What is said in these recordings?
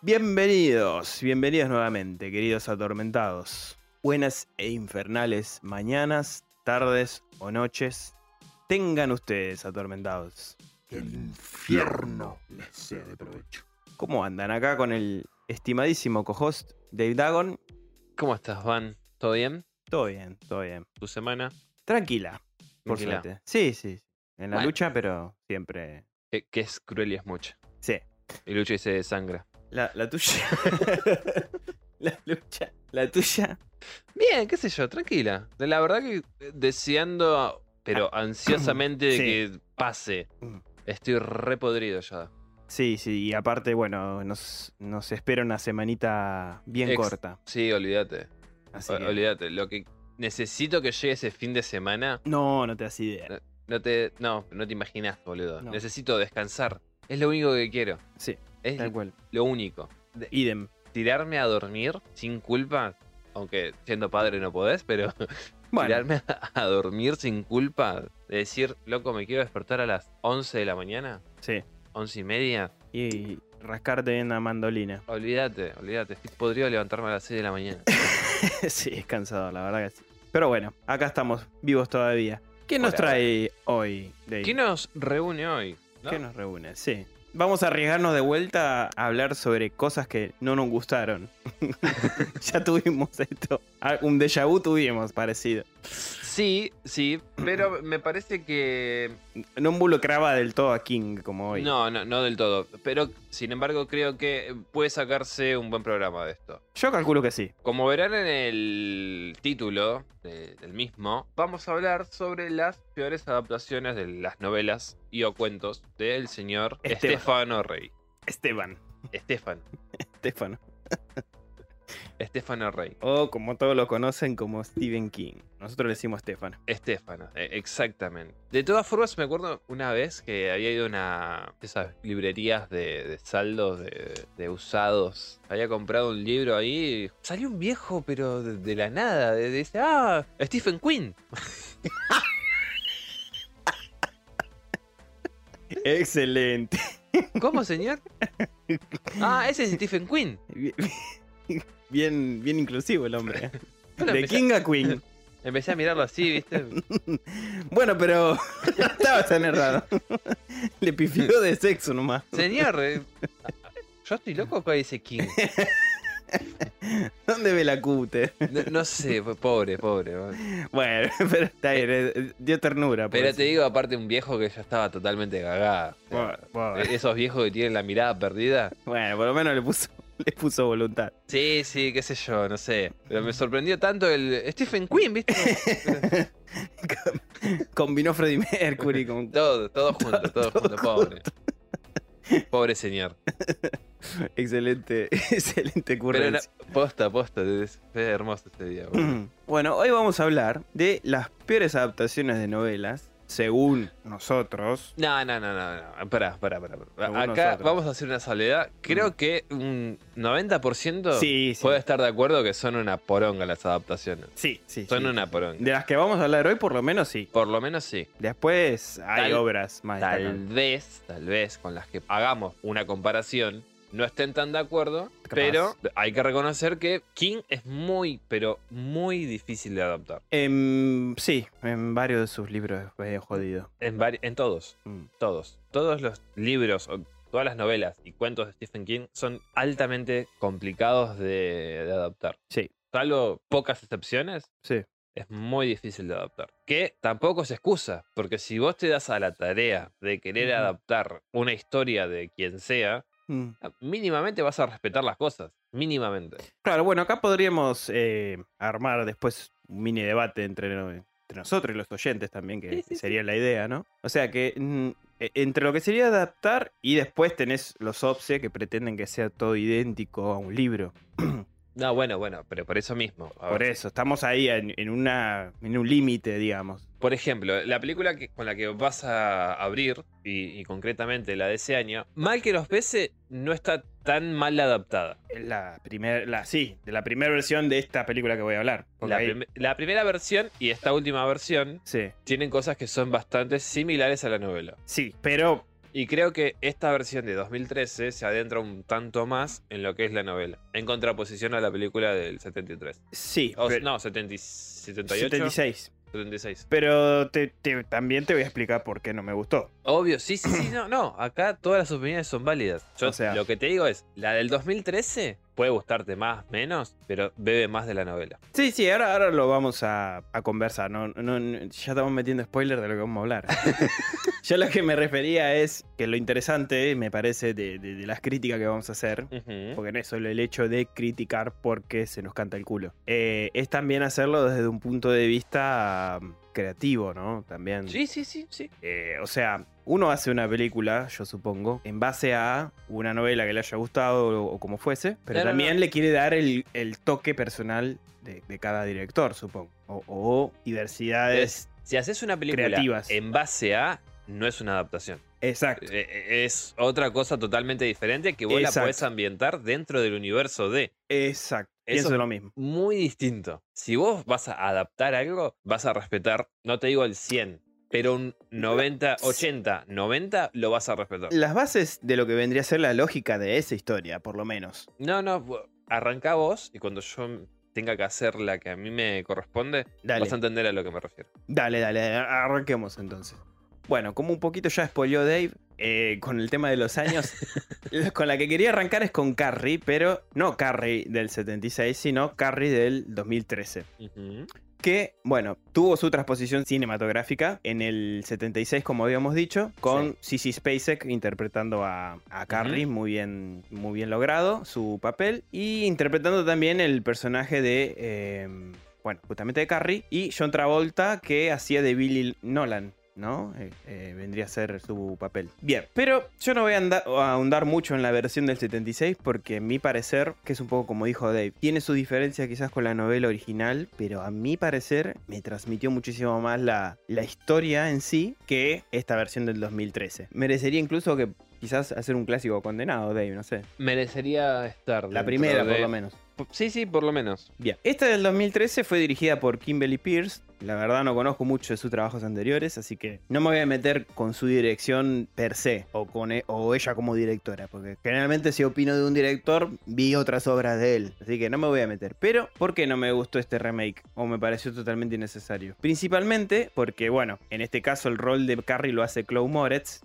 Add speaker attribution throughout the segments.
Speaker 1: Bienvenidos, bienvenidos nuevamente, queridos atormentados. Buenas e infernales mañanas, tardes o noches. Tengan ustedes atormentados.
Speaker 2: Que el infierno les sea de provecho.
Speaker 1: ¿Cómo andan acá con el estimadísimo cohost Dave Dagon?
Speaker 3: ¿Cómo estás, Van? ¿Todo bien?
Speaker 1: Todo bien, todo bien.
Speaker 3: ¿Tu semana?
Speaker 1: Tranquila, por
Speaker 3: Tranquila.
Speaker 1: suerte. Sí, sí. En la
Speaker 3: Bueno.
Speaker 1: lucha, pero siempre.
Speaker 3: Que, que es cruel y es mucho.
Speaker 1: Sí.
Speaker 3: Y Lucho dice de sangre.
Speaker 1: La, la tuya. la lucha. La tuya.
Speaker 3: Bien, qué sé yo, tranquila. De La verdad que eh, deseando, pero ansiosamente de
Speaker 1: Ah. Sí.
Speaker 3: que pase.
Speaker 1: Mm.
Speaker 3: Estoy re podrido ya.
Speaker 1: Sí, sí. Y aparte, bueno, nos, nos espera una semanita bien
Speaker 3: Ex-
Speaker 1: corta.
Speaker 3: Sí, olvídate.
Speaker 1: Así
Speaker 3: O-
Speaker 1: que-
Speaker 3: Olvídate. Lo que necesito que llegue ese fin de semana,
Speaker 1: No, no te das idea.
Speaker 3: no te, no, no te imaginas, boludo.
Speaker 1: No.
Speaker 3: Necesito descansar. Es lo único que quiero.
Speaker 1: Sí,
Speaker 3: Es
Speaker 1: tal cual.
Speaker 3: lo único.
Speaker 1: Idem.
Speaker 3: Tirarme a dormir sin culpa, aunque siendo padre no podés, pero
Speaker 1: Bueno,
Speaker 3: tirarme a, a dormir sin culpa, de decir, loco, me quiero despertar a las 11 de la mañana,
Speaker 1: sí.
Speaker 3: 11 y media,
Speaker 1: Y rascarte bien la mandolina.
Speaker 3: olvídate, olvídate, estoy podrido de levantarme a las 6 de la mañana.
Speaker 1: sí, es cansador, la verdad que sí. Pero bueno, acá estamos, vivos todavía. ¿Qué nos
Speaker 3: Hola.
Speaker 1: trae hoy, Dave?
Speaker 3: ¿Qué nos reúne hoy? no?
Speaker 1: ¿Qué nos reúne? Sí. Vamos a arriesgarnos de vuelta a hablar sobre cosas que no nos gustaron. ya tuvimos esto. Ah, Un déjà vu tuvimos parecido.
Speaker 3: Sí, sí, pero me parece que...
Speaker 1: No involucraba del todo a King como hoy.
Speaker 3: No, no, no del todo, pero sin embargo creo que puede sacarse un buen programa de esto.
Speaker 1: Yo calculo que sí.
Speaker 3: Como verán en el título de- del mismo, vamos a hablar sobre las peores adaptaciones de las novelas y o cuentos del señor
Speaker 1: Esteban.
Speaker 3: Estefano Rey.
Speaker 1: Esteban.
Speaker 3: Estefano.
Speaker 1: Estefano.
Speaker 3: Estefano Rey.
Speaker 1: O como todos lo conocen, como Stephen King. Nosotros le decimos Estefano.
Speaker 3: Estefano, eh, exactamente. De todas formas, me acuerdo una vez que había ido a una de esas librerías de, de saldos, de, de usados. Había comprado un libro ahí. y Salió un viejo, pero de, de la nada. de- de- Dice, ah, Stephen Quinn.
Speaker 1: Excelente.
Speaker 3: ¿Cómo, señor? ah, ese es Stephen Quinn.
Speaker 1: Bien- Bien, bien inclusivo el hombre. ¿eh?
Speaker 3: Bueno,
Speaker 1: De
Speaker 3: empecé-
Speaker 1: King a Queen.
Speaker 3: Empecé a mirarlo así, ¿viste?
Speaker 1: Bueno, pero no estaba tan errado. Le pifió de sexo nomás.
Speaker 3: Señor, eh, yo estoy loco acá dice King.
Speaker 1: ¿Dónde ve la cute?
Speaker 3: No, no sé, po- pobre, pobre. bueno.
Speaker 1: Bueno, pero está bien, eh, dio ternura. por
Speaker 3: Pero
Speaker 1: eso.
Speaker 3: te digo, aparte, un viejo que ya estaba totalmente cagada. O sea,
Speaker 1: Bueno, bueno,
Speaker 3: Esos viejos que tienen la mirada perdida.
Speaker 1: bueno, por lo menos le puso, le puso voluntad.
Speaker 3: Sí, sí, qué sé yo, no sé. Pero me sorprendió tanto el Stephen Quinn, ¿viste?
Speaker 1: Combinó Freddie Mercury con.
Speaker 3: Todo, todo junto, todo junto, pobre. Pobre señor.
Speaker 1: Excelente, excelente
Speaker 3: Pero
Speaker 1: ocurrencia.
Speaker 3: no, posta, posta, es- fue hermoso ese día. boludo.
Speaker 1: Bueno, hoy vamos a hablar de las peores adaptaciones de novelas, según nosotros.
Speaker 3: No, no, no, no, no. Pará, pará, pará. pará.
Speaker 1: Según
Speaker 3: Acá
Speaker 1: nosotros.
Speaker 3: vamos a hacer una salvedad. Creo que un 90%
Speaker 1: Mm. Sí, sí.
Speaker 3: puede estar de acuerdo que son una poronga las adaptaciones.
Speaker 1: Sí, sí.
Speaker 3: Son
Speaker 1: sí.
Speaker 3: una poronga.
Speaker 1: De las que vamos a hablar hoy, por lo menos sí.
Speaker 3: Por lo menos sí.
Speaker 1: Después hay
Speaker 3: Tal-
Speaker 1: obras más
Speaker 3: Tal
Speaker 1: destacadas.
Speaker 3: vez, tal vez, con las que hagamos una comparación, no estén tan de acuerdo, pero hay que reconocer que King es muy, pero muy difícil de adaptar.
Speaker 1: Em, sí, en varios de sus libros es jodido.
Speaker 3: En, vari- en todos,
Speaker 1: Mm.
Speaker 3: todos. Todos los libros o todas las novelas y cuentos de Stephen King son altamente complicados de, de adaptar.
Speaker 1: Sí.
Speaker 3: Salvo pocas excepciones,
Speaker 1: Sí.
Speaker 3: es muy difícil de adaptar. Que tampoco se excusa, porque si vos te das a la tarea de querer
Speaker 1: Ujú.
Speaker 3: adaptar una historia de quien sea,
Speaker 1: Mm.
Speaker 3: Mínimamente vas a respetar las cosas. Mínimamente.
Speaker 1: Claro, bueno, acá podríamos eh, armar después un mini debate entre, no- entre nosotros y los oyentes también, que
Speaker 3: Sí, sí,
Speaker 1: sería la idea, ¿no? O sea que mm, e- entre lo que sería adaptar y después tenés los OPSE que pretenden que sea todo idéntico a un libro.
Speaker 3: No, bueno, bueno, pero por eso mismo. A
Speaker 1: Por
Speaker 3: ver,
Speaker 1: eso, estamos ahí en, en una, en un límite, digamos.
Speaker 3: Por ejemplo, la película que- con la que vas a abrir, y, y concretamente la de ese año, mal que los pese, no está tan mal adaptada.
Speaker 1: La primera, la, sí, de la primera versión de esta película que voy a hablar. porque
Speaker 3: La,
Speaker 1: ahí-
Speaker 3: prim- la primera versión y esta última versión
Speaker 1: Sí,
Speaker 3: tienen cosas que son bastante similares a la novela.
Speaker 1: sí, pero
Speaker 3: Y creo que esta versión de 2013 se adentra un tanto más en lo que es la novela, en contraposición a la película del 73.
Speaker 1: sí.
Speaker 3: O,
Speaker 1: pero-
Speaker 3: no, 70, 78,
Speaker 1: 76.
Speaker 3: 76.
Speaker 1: Pero te- te- también te voy a explicar por qué no me gustó.
Speaker 3: Obvio, sí, sí, sí, no, no. Acá todas las opiniones son válidas. Yo
Speaker 1: O sea-
Speaker 3: lo que te digo es, la del 2013 puede gustarte más, menos, pero bebe más de la novela.
Speaker 1: Sí, sí, ahora, ahora lo vamos a, a conversar. No, no, no- ya estamos metiendo spoiler de lo que vamos a hablar. Yo lo que me refería es que lo interesante, me parece, de, de- de las críticas que vamos a hacer,
Speaker 3: ¿Eh?
Speaker 1: porque no es solo el hecho de criticar porque se nos canta el culo, eh, es también hacerlo desde un punto de vista um, creativo, ¿no? También.
Speaker 3: Sí, sí, sí, sí.
Speaker 1: Eh, o sea, uno hace una película, yo supongo, en base a una novela que le haya gustado o, o como fuese, pero
Speaker 3: No, no,
Speaker 1: también
Speaker 3: no.
Speaker 1: le quiere dar el, el toque personal de, de cada director, supongo. O, o diversidades.
Speaker 3: Si haces una película
Speaker 1: Creativas.
Speaker 3: en base a, no es una adaptación.
Speaker 1: Exacto.
Speaker 3: Eh, eh, Es otra cosa totalmente diferente que vos
Speaker 1: Exacto.
Speaker 3: la podés ambientar dentro del universo de.
Speaker 1: Exacto.
Speaker 3: Eso-
Speaker 1: Pienso lo mismo.
Speaker 3: Muy distinto. Si vos vas a adaptar algo, vas a respetar, no te digo el 100, pero un 90, 80, 90 lo vas a respetar.
Speaker 1: Las bases de lo que vendría a ser la lógica de esa historia, por lo menos.
Speaker 3: No, no, bu- arrancá vos y cuando yo tenga que hacer la que a mí me corresponde,
Speaker 1: Dale.
Speaker 3: vas a entender a lo que me refiero.
Speaker 1: Dale, dale, arranquemos entonces. Bueno, como un poquito ya spoileó Dave eh, con el tema de los años, con la que quería arrancar es con Carrie, pero no Carrie del 76, sino Carrie del 2013. Que, bueno, tuvo su transposición cinematográfica en el 76, como habíamos dicho, con CC Spacek interpretando a, a Carrie, muy, bien, muy bien logrado su papel, y interpretando también el personaje de, eh, bueno, justamente de Carrie, y John Travolta, que hacía de Billy Nolan. ¿No? Eh, eh, vendría a ser su papel. Bien, pero yo no voy a, andar- a ahondar mucho en la versión del 76 porque mi parecer, que es un poco como dijo Dave, tiene su diferencia quizás con la novela original, pero a mi parecer me transmitió muchísimo más la, la historia en sí que esta versión del 2013. Merecería incluso que quizás hacer un clásico condenado, Dave, no sé.
Speaker 3: Merecería estar.
Speaker 1: La primera, por lo menos.
Speaker 3: menos. Sí, sí, por lo menos.
Speaker 1: Bien, esta del 2013 fue dirigida por Kimberly Pierce. La verdad no conozco mucho de sus trabajos anteriores, así que no me voy a meter con su dirección per se o con e- o ella como directora, porque generalmente si opino de un director vi otras obras de él, así que no me voy a meter. Pero ¿por qué no me gustó este remake o me pareció totalmente innecesario? Principalmente porque bueno, en este caso el rol de Carrie lo hace Chloe Moretz,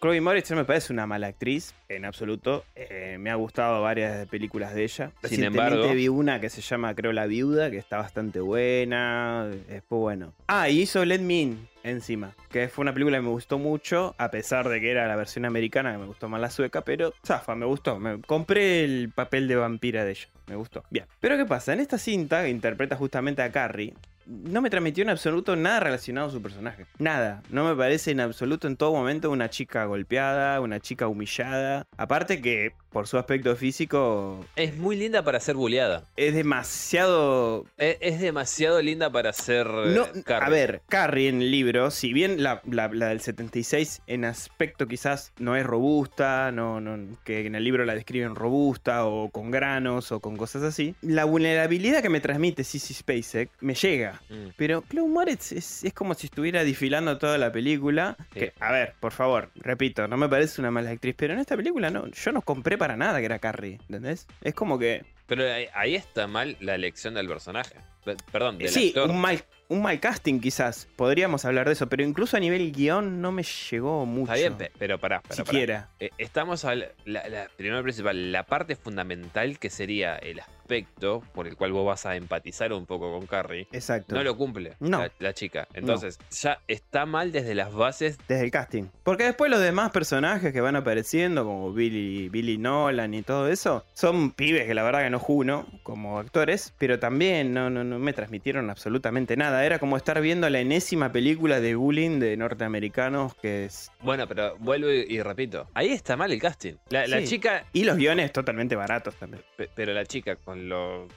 Speaker 1: Chloe Moritz no me parece una mala actriz, en absoluto. Eh, me ha gustado varias películas de ella.
Speaker 3: Sin
Speaker 1: Recientemente
Speaker 3: embargo-
Speaker 1: vi una que se llama, creo, La Viuda, que está bastante buena. Después, bueno. Ah, y hizo Let Me In encima, que fue una película que me gustó mucho, a pesar de que era la versión americana, que me gustó más la sueca, pero zafa, me gustó. Me compré el papel de vampira de ella. Me gustó. Bien. Pero ¿qué pasa? En esta cinta, que interpreta justamente a Carrie, no me transmitió en absoluto nada relacionado a su personaje. Nada. No me parece en absoluto en todo momento una chica golpeada, una chica humillada. Aparte que por su aspecto físico
Speaker 3: Es muy linda para ser buleada.
Speaker 1: es demasiado...
Speaker 3: Es, es demasiado linda para ser. eh,
Speaker 1: No,
Speaker 3: Carrie.
Speaker 1: a ver, Carrie en el libro, si bien la, la- la del 76 en aspecto quizás no es robusta, no, no, que en el libro la describen robusta o con granos o con cosas así, la vulnerabilidad que me transmite Sissy Spacek me llega.
Speaker 3: Mm.
Speaker 1: Pero Chloe Moretz es, es como si estuviera desfilando toda la película.
Speaker 3: Sí.
Speaker 1: Que, a ver, por favor, repito, no me parece una mala actriz, pero en esta película no, yo no compré para nada que era Carrie, ¿entendés? Es como que.
Speaker 3: Pero ahí, ahí está mal la elección del personaje. Pe- Perdón, del
Speaker 1: sí,
Speaker 3: actor.
Speaker 1: un mal un mal casting quizás. Podríamos hablar de eso, pero incluso a nivel guión no me llegó mucho.
Speaker 3: Está bien, pe- pero pará, pará, pará.
Speaker 1: siquiera.
Speaker 3: Eh, estamos al, la, la- primero y principal, la parte fundamental que sería el aspecto por el cual vos vas a empatizar un poco con Carrie,
Speaker 1: Exacto.
Speaker 3: no lo cumple
Speaker 1: No.
Speaker 3: la, la chica. Entonces, ya está mal desde las bases.
Speaker 1: Desde el casting. Porque después los demás personajes que van apareciendo, como Billy, Billy Nolan y todo eso, son pibes que la verdad que no juno como actores, pero también no, no, no me transmitieron absolutamente nada. Era como estar viendo la enésima película de bullying de norteamericanos que es...
Speaker 3: Bueno, pero vuelvo y, y repito, ahí está mal el casting. La, la
Speaker 1: Sí.
Speaker 3: chica,
Speaker 1: Y los guiones totalmente baratos también.
Speaker 3: pe- pero la chica con lo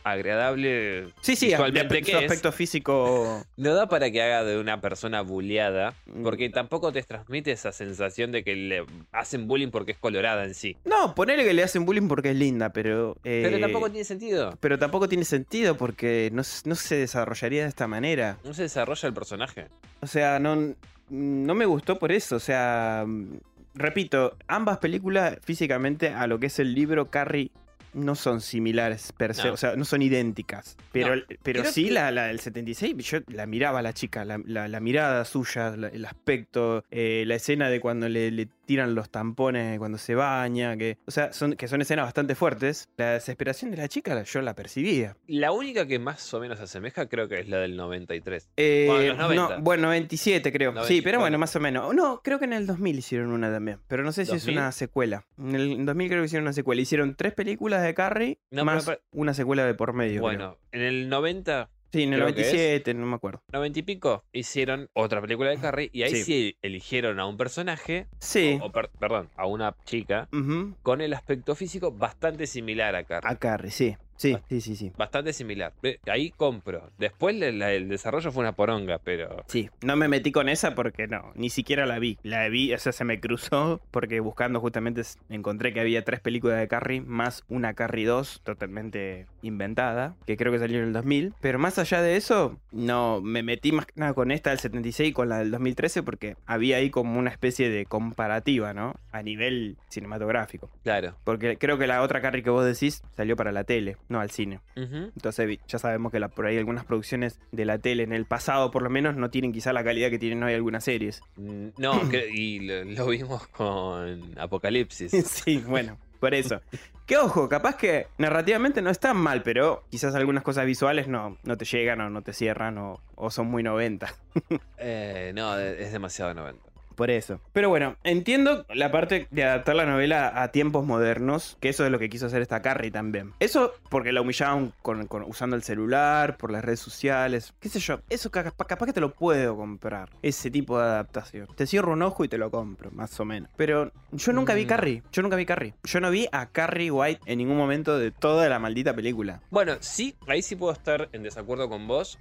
Speaker 3: agradable
Speaker 1: Sí, sí,
Speaker 3: visualmente
Speaker 1: de-
Speaker 3: que
Speaker 1: su
Speaker 3: es,
Speaker 1: aspecto físico...
Speaker 3: No da para que haga de una persona bulleada,
Speaker 1: Mm.
Speaker 3: porque tampoco te transmite esa sensación de que le hacen bullying porque es colorada en sí.
Speaker 1: No, ponele que le hacen bullying porque es linda, pero... eh,
Speaker 3: Pero tampoco tiene sentido.
Speaker 1: pero tampoco tiene sentido porque no s- no se desarrollaría de esta manera.
Speaker 3: No se desarrolla el personaje.
Speaker 1: O sea, no, no me gustó por eso. O sea, mm, repito, ambas películas físicamente a lo que es el libro Carrie no son similares per se.
Speaker 3: No.
Speaker 1: O sea, no son idénticas. Pero, pero
Speaker 3: creo
Speaker 1: sí,
Speaker 3: que-
Speaker 1: la, la del 76, yo la miraba a la chica, la, la- la mirada suya, la- el aspecto, eh, la escena de cuando le, le tiran los tampones, cuando se baña, que, o sea, son, que son escenas bastante fuertes. La desesperación de la chica la- yo la percibía.
Speaker 3: La única que más o menos se asemeja creo que es la del 93.
Speaker 1: Eh,
Speaker 3: Bueno, los 90.
Speaker 1: No, bueno, 97 creo. sí, pero
Speaker 3: 90,
Speaker 1: bueno,
Speaker 3: bueno.
Speaker 1: más o menos. No, creo que en el 2000 hicieron una también. Pero no sé si es
Speaker 3: 2000.
Speaker 1: una secuela. En el en 2000 creo que hicieron una secuela. Hicieron tres películas de Carrie
Speaker 3: No,
Speaker 1: más
Speaker 3: pero-
Speaker 1: una secuela de por medio. creo.
Speaker 3: bueno, en el 90,
Speaker 1: Sí, en el
Speaker 3: creo que es.
Speaker 1: 97, no me acuerdo.
Speaker 3: 90 y pico, hicieron otra película de Carrie y ahí
Speaker 1: Ah, Sí.
Speaker 3: sí, eligieron a un personaje,
Speaker 1: Sí.
Speaker 3: o per- perdón, a una chica
Speaker 1: Ujú.
Speaker 3: con el aspecto físico bastante similar a Carrie.
Speaker 1: A Carrie, sí. Sí,
Speaker 3: Ah.
Speaker 1: sí, sí, sí.
Speaker 3: Bastante similar. Ve, Ahí compro. Después le- la- el desarrollo fue una poronga, pero.
Speaker 1: Sí, no me metí con esa porque no, ni siquiera la vi. La vi, o sea, se me cruzó porque buscando justamente s- encontré que había tres películas de Carrie más una Carrie 2 totalmente inventada, que creo que salió en el 2000. Pero más allá de eso, no, me metí más que nada con esta del 76 y con la del 2013 porque había ahí como una especie de comparativa, ¿no? A nivel cinematográfico.
Speaker 3: Claro.
Speaker 1: Porque creo que la otra Carrie que vos decís salió para la tele, no al cine.
Speaker 3: Ujú.
Speaker 1: Entonces vi- ya sabemos que la- por ahí algunas producciones de la tele en el pasado por lo menos no tienen quizá la calidad que tienen hoy algunas series.
Speaker 3: Mm, No, cre- y lo, lo vimos con Apocalipsis.
Speaker 1: sí, bueno, por eso. Que ojo, capaz que narrativamente no están mal, pero quizás algunas cosas visuales no, no te llegan o no te cierran o, o son muy 90.
Speaker 3: Eh, no, es demasiado 90.
Speaker 1: Por eso. Pero bueno, entiendo la parte de adaptar la novela a tiempos modernos, que eso es lo que quiso hacer esta Carrie también. Eso porque la humillaban con, con- usando el celular, por las redes sociales, qué sé yo. Eso ca- capaz, capaz que te lo puedo comprar, ese tipo de adaptación. Te cierro un ojo y te lo compro, más o menos. Pero yo nunca vi
Speaker 3: Mm.
Speaker 1: Carrie, yo nunca vi Carrie. Yo no vi a Carrie White en ningún momento de toda la maldita película.
Speaker 3: Bueno, sí, ahí sí puedo estar en desacuerdo con vos.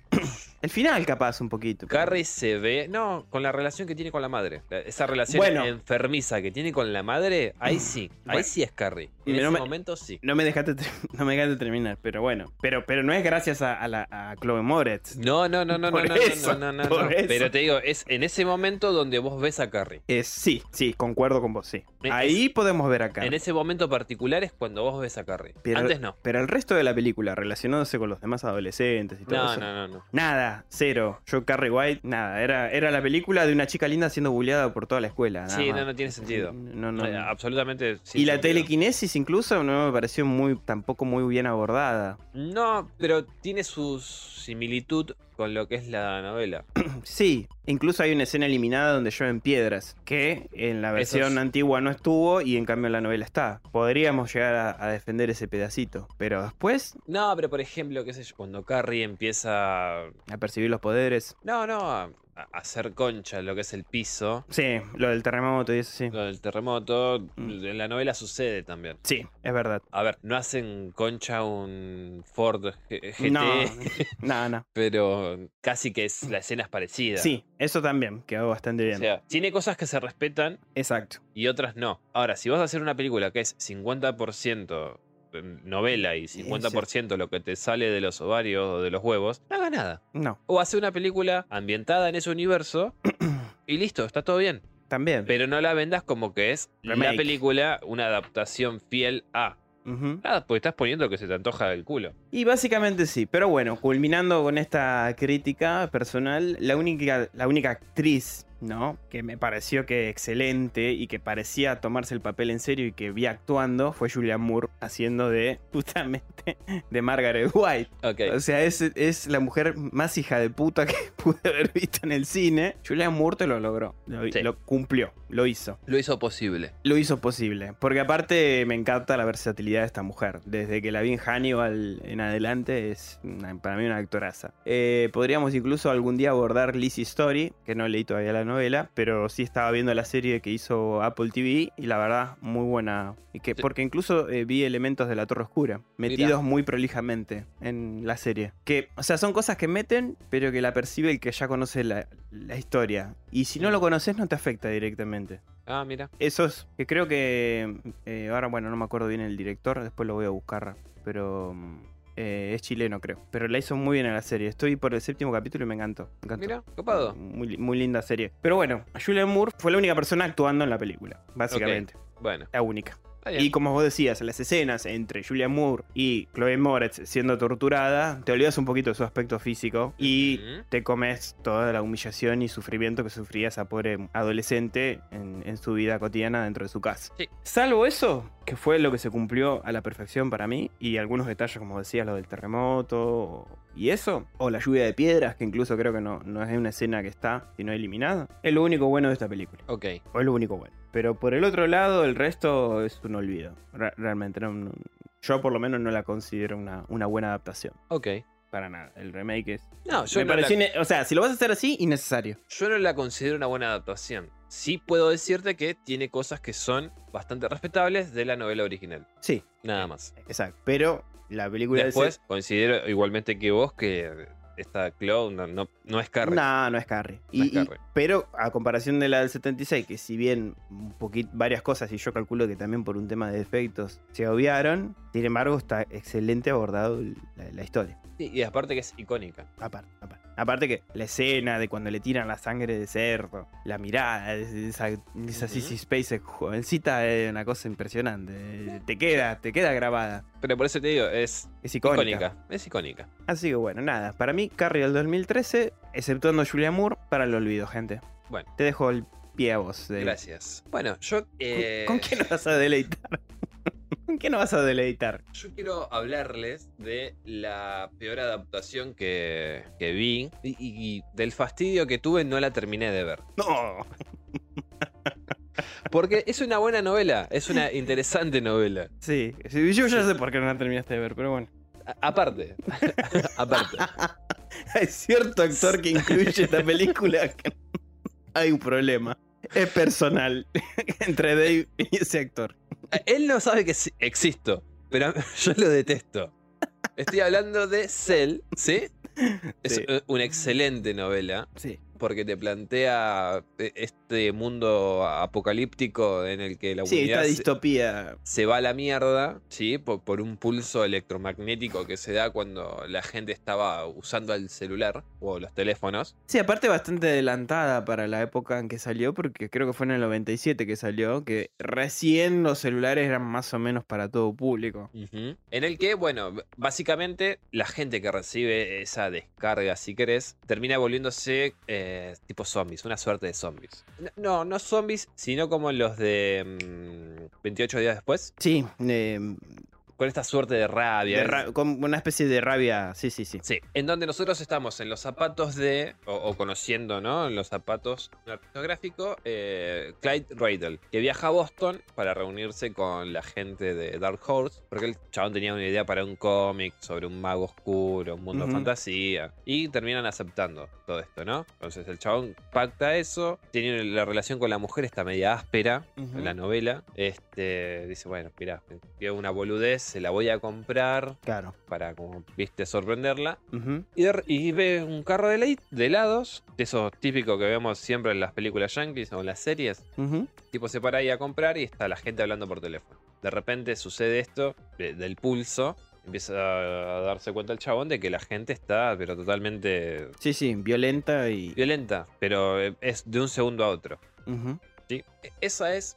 Speaker 1: El final capaz un poquito. pero-
Speaker 3: Carrie se ve. No, con la relación que tiene con la madre. La- Esa relación
Speaker 1: Ah, Bueno. Mm,
Speaker 3: enfermiza que tiene con la madre, ahí sí. Ahí
Speaker 1: Bueno.
Speaker 3: sí es Carrie. En
Speaker 1: Pero
Speaker 3: ese
Speaker 1: me-
Speaker 3: momento sí.
Speaker 1: No me, dejaste, ter- no me dejaste terminar, pero bueno. Pero, pero no es gracias a, a la, a Chloe Moretz.
Speaker 3: No, no, no, no,
Speaker 1: Por
Speaker 3: no,
Speaker 1: eso,
Speaker 3: no, no, no, no,
Speaker 1: por
Speaker 3: no.
Speaker 1: eso.
Speaker 3: Pero te digo, es en ese momento donde vos ves a Carrie.
Speaker 1: Eh, sí, sí, concuerdo con vos, sí.
Speaker 3: Eh,
Speaker 1: Ahí podemos ver acá.
Speaker 3: En ese momento particular es cuando vos ves a Carrie.
Speaker 1: Pero-
Speaker 3: Antes no.
Speaker 1: Pero el resto de la película, relacionándose con los demás adolescentes y todo
Speaker 3: No,
Speaker 1: eso.
Speaker 3: no, no, no.
Speaker 1: Nada, cero. Yo, Carrie White, nada. Era, era la película de una chica linda siendo bulleada por toda la escuela. Ah, nada
Speaker 3: Sí,
Speaker 1: más.
Speaker 3: no, no tiene sentido.
Speaker 1: No, no.
Speaker 3: Eh, Absolutamente. sin
Speaker 1: y la
Speaker 3: sentido.
Speaker 1: telequinesis incluso no me pareció muy, tampoco muy bien abordada.
Speaker 3: No, pero tiene su similitud con lo que es la novela.
Speaker 1: Sí, incluso hay una escena eliminada donde llueven piedras, que en la
Speaker 3: Eso
Speaker 1: versión
Speaker 3: es-
Speaker 1: antigua no estuvo y en cambio en la novela está. Podríamos llegar a- a defender ese pedacito, pero después,
Speaker 3: No, pero por ejemplo, qué sé yo, cuando Carrie empieza.
Speaker 1: a percibir los poderes,
Speaker 3: No, no, a, a hacer concha lo que es el piso.
Speaker 1: Sí, lo del terremoto y eso sí.
Speaker 3: Lo del terremoto.
Speaker 1: Mm.
Speaker 3: En la novela sucede también.
Speaker 1: Sí, es verdad.
Speaker 3: A ver, no hacen concha un Ford G- GT,
Speaker 1: No, no, no.
Speaker 3: pero casi que es, la escena es parecida.
Speaker 1: Sí, eso también quedó bastante
Speaker 3: O
Speaker 1: bien.
Speaker 3: sea, tiene cosas que se respetan,
Speaker 1: Exacto.
Speaker 3: y otras no. Ahora, si vas a hacer una película que es 50% mm, novela y 50% lo que te sale de los ovarios o de los huevos, no haga nada.
Speaker 1: No,
Speaker 3: O hace una película ambientada en ese universo y listo, está todo bien.
Speaker 1: también.
Speaker 3: Pero no la vendas como que es la
Speaker 1: Remake.
Speaker 3: película una adaptación fiel a. pues
Speaker 1: Ujú.
Speaker 3: Nada, porque estás poniendo lo que se te antoja del culo.
Speaker 1: Y básicamente sí, pero bueno, culminando con esta crítica personal, la única, la única actriz, ¿no? Que me pareció que excelente y que parecía tomarse el papel en serio y que vi actuando fue Julia Moore haciendo de justamente de Margaret White. O
Speaker 3: Ok.
Speaker 1: sea, es, es la mujer más hija de puta que pude haber visto en el cine. Julia Moore te lo logró, lo-
Speaker 3: Sí.
Speaker 1: lo cumplió, lo hizo
Speaker 3: Lo hizo posible.
Speaker 1: lo hizo posible. Porque aparte me encanta la versatilidad de esta mujer. Desde que la vi en Hannibal en adelante es una- para mí una actoraza. Eh, podríamos incluso algún día abordar Lizzie Story, que no leí todavía la novela, pero sí estaba viendo la serie que hizo Apple TV y la verdad muy buena. Y que,
Speaker 3: Sí.
Speaker 1: Porque incluso eh, vi elementos de la Torre Oscura metidos muy prolijamente en la serie. Que, o sea, son cosas que meten, pero que la percibe el que ya conoce la, la historia. Y si no lo conoces no te afecta directamente.
Speaker 3: Ah, mira.
Speaker 1: Esos, que creo que. eh, ahora, bueno, no me acuerdo bien el director, después lo voy a buscar. Pero. mm, eh, es chileno, creo. Pero la hizo muy bien a la serie. Estoy por el séptimo capítulo y me encantó. me encantó.
Speaker 3: Mira, copado.
Speaker 1: Muy, li- muy linda serie. Pero bueno, Julian Moore fue la única persona actuando en la película, básicamente.
Speaker 3: Bueno.
Speaker 1: La única.
Speaker 3: está bien.
Speaker 1: Y como vos decías, las escenas entre Julian Moore y Chloe Moretz siendo torturada, te olvidas un poquito de su aspecto físico y
Speaker 3: Ujú.
Speaker 1: te comes toda la humillación y sufrimiento que sufría esa pobre adolescente en, en su vida cotidiana dentro de su casa.
Speaker 3: Sí.
Speaker 1: Salvo eso, que fue lo que se cumplió a la perfección para mí, y algunos detalles, como decías, lo del terremoto o- y eso, o la lluvia de piedras, que incluso creo que no, no es una escena que está sino eliminada, es lo único bueno de esta película.
Speaker 3: Ok.
Speaker 1: O es lo único bueno. Pero por el otro lado, el resto es un olvido. Re- realmente, no- no- yo por lo menos no la considero una, una buena adaptación.
Speaker 3: Ok.
Speaker 1: Para nada. El remake es
Speaker 3: No, yo
Speaker 1: me
Speaker 3: no la-
Speaker 1: pareció ine- O sea, si lo vas a hacer así, innecesario.
Speaker 3: Yo no la considero una buena adaptación. Sí puedo decirte que tiene cosas que son bastante respetables de la novela original.
Speaker 1: Sí,
Speaker 3: Nada más.
Speaker 1: exacto. Pero la película
Speaker 3: Después,
Speaker 1: es.
Speaker 3: considero igualmente que vos que esta Clown no, no, no es Carrie.
Speaker 1: No, no es Carrie.
Speaker 3: No es
Speaker 1: Y- y-
Speaker 3: Carrie.
Speaker 1: pero a comparación de la del 76, que si bien un poquito, varias cosas, y yo calculo que también por un tema de efectos se obviaron, sin embargo está excelente abordado el- la, la historia.
Speaker 3: Sí, Y aparte que es icónica.
Speaker 1: Aparte, aparte. Aparte que la escena de cuando le tiran la sangre de cerdo, la mirada, es- esa, esa
Speaker 3: Ujú.
Speaker 1: Sissy Space jovencita es una cosa impresionante. Eh, Te queda, te queda grabada.
Speaker 3: Pero por eso te digo, es
Speaker 1: Es icónica.
Speaker 3: icónica. Es icónica.
Speaker 1: Así que bueno, nada. Para mí, Carrie del 2013, exceptuando Julia Moore, para el olvido, gente.
Speaker 3: Bueno.
Speaker 1: Te dejo el pie a vos. David.
Speaker 3: Gracias. Bueno, yo.
Speaker 1: ¿Con,
Speaker 3: eh,
Speaker 1: con qué nos vas a deleitar? ¿Con qué nos vas a deleitar?
Speaker 3: Yo quiero hablarles de la peor adaptación que, que vi y, y- y del fastidio que tuve no la terminé de ver.
Speaker 1: No.
Speaker 3: Porque es una buena novela, es una interesante novela.
Speaker 1: Sí, sí, yo ya sé por qué no la terminaste de ver, pero bueno.
Speaker 3: A- aparte, aparte.
Speaker 1: Hay cierto actor que incluye esta película. que- Hay un problema. Es personal entre Dave y ese actor.
Speaker 3: Él no sabe que si- existo, pero yo lo detesto. Estoy hablando de Cell, ¿sí? Es
Speaker 1: Sí.
Speaker 3: eh, una excelente novela
Speaker 1: Sí.
Speaker 3: porque te plantea eh, este mundo apocalíptico en el que la
Speaker 1: Sí, esta
Speaker 3: humanidad se-
Speaker 1: distopía.
Speaker 3: se va a la mierda, ¿sí? Por, por un pulso electromagnético que se da cuando la gente estaba usando el celular o los teléfonos.
Speaker 1: Sí, aparte bastante adelantada para la época en que salió, porque creo que fue en el 97 que salió, que recién los celulares eran más o menos para todo público.
Speaker 3: En el que, bueno, b- básicamente la gente que recibe esa descarga, si querés, termina volviéndose eh, tipo zombies, una suerte de zombies. N- No, no zombies, sino como los de mm, 28 días después,
Speaker 1: Sí, eh,
Speaker 3: con esta suerte de rabia.
Speaker 1: de ra- con una especie de rabia, sí, sí, sí.
Speaker 3: Sí, en donde nosotros estamos en los zapatos de, o, o conociendo, ¿no? En los zapatos de un artista gráfico, eh, Clyde Riddle, que viaja a Boston para reunirse con la gente de Dark Horse, porque el chabón tenía una idea para un cómic sobre un mago oscuro, un mundo de
Speaker 1: Ujú.
Speaker 3: fantasía, y terminan aceptando todo esto, ¿no? Entonces el chabón pacta eso, tiene la relación con la mujer, está media áspera,
Speaker 1: Ujú.
Speaker 3: en la novela, este, dice, bueno, mirá, veo una boludez, se la voy a comprar
Speaker 1: Claro.
Speaker 3: para, como viste, sorprenderla.
Speaker 1: Ujú.
Speaker 3: Y, de re- y ve un carro de, leit- de helados, de esos típicos que vemos siempre en las películas yankees o en las series.
Speaker 1: Ujú.
Speaker 3: Tipo, se para ahí a comprar y está la gente hablando por teléfono. De repente sucede esto de- del pulso. Empieza a darse cuenta el chabón de que la gente está, pero totalmente
Speaker 1: Sí, sí, violenta y...
Speaker 3: violenta. Pero eh, es de un segundo a otro.
Speaker 1: Ujú.
Speaker 3: ¿sí? E- Esa es,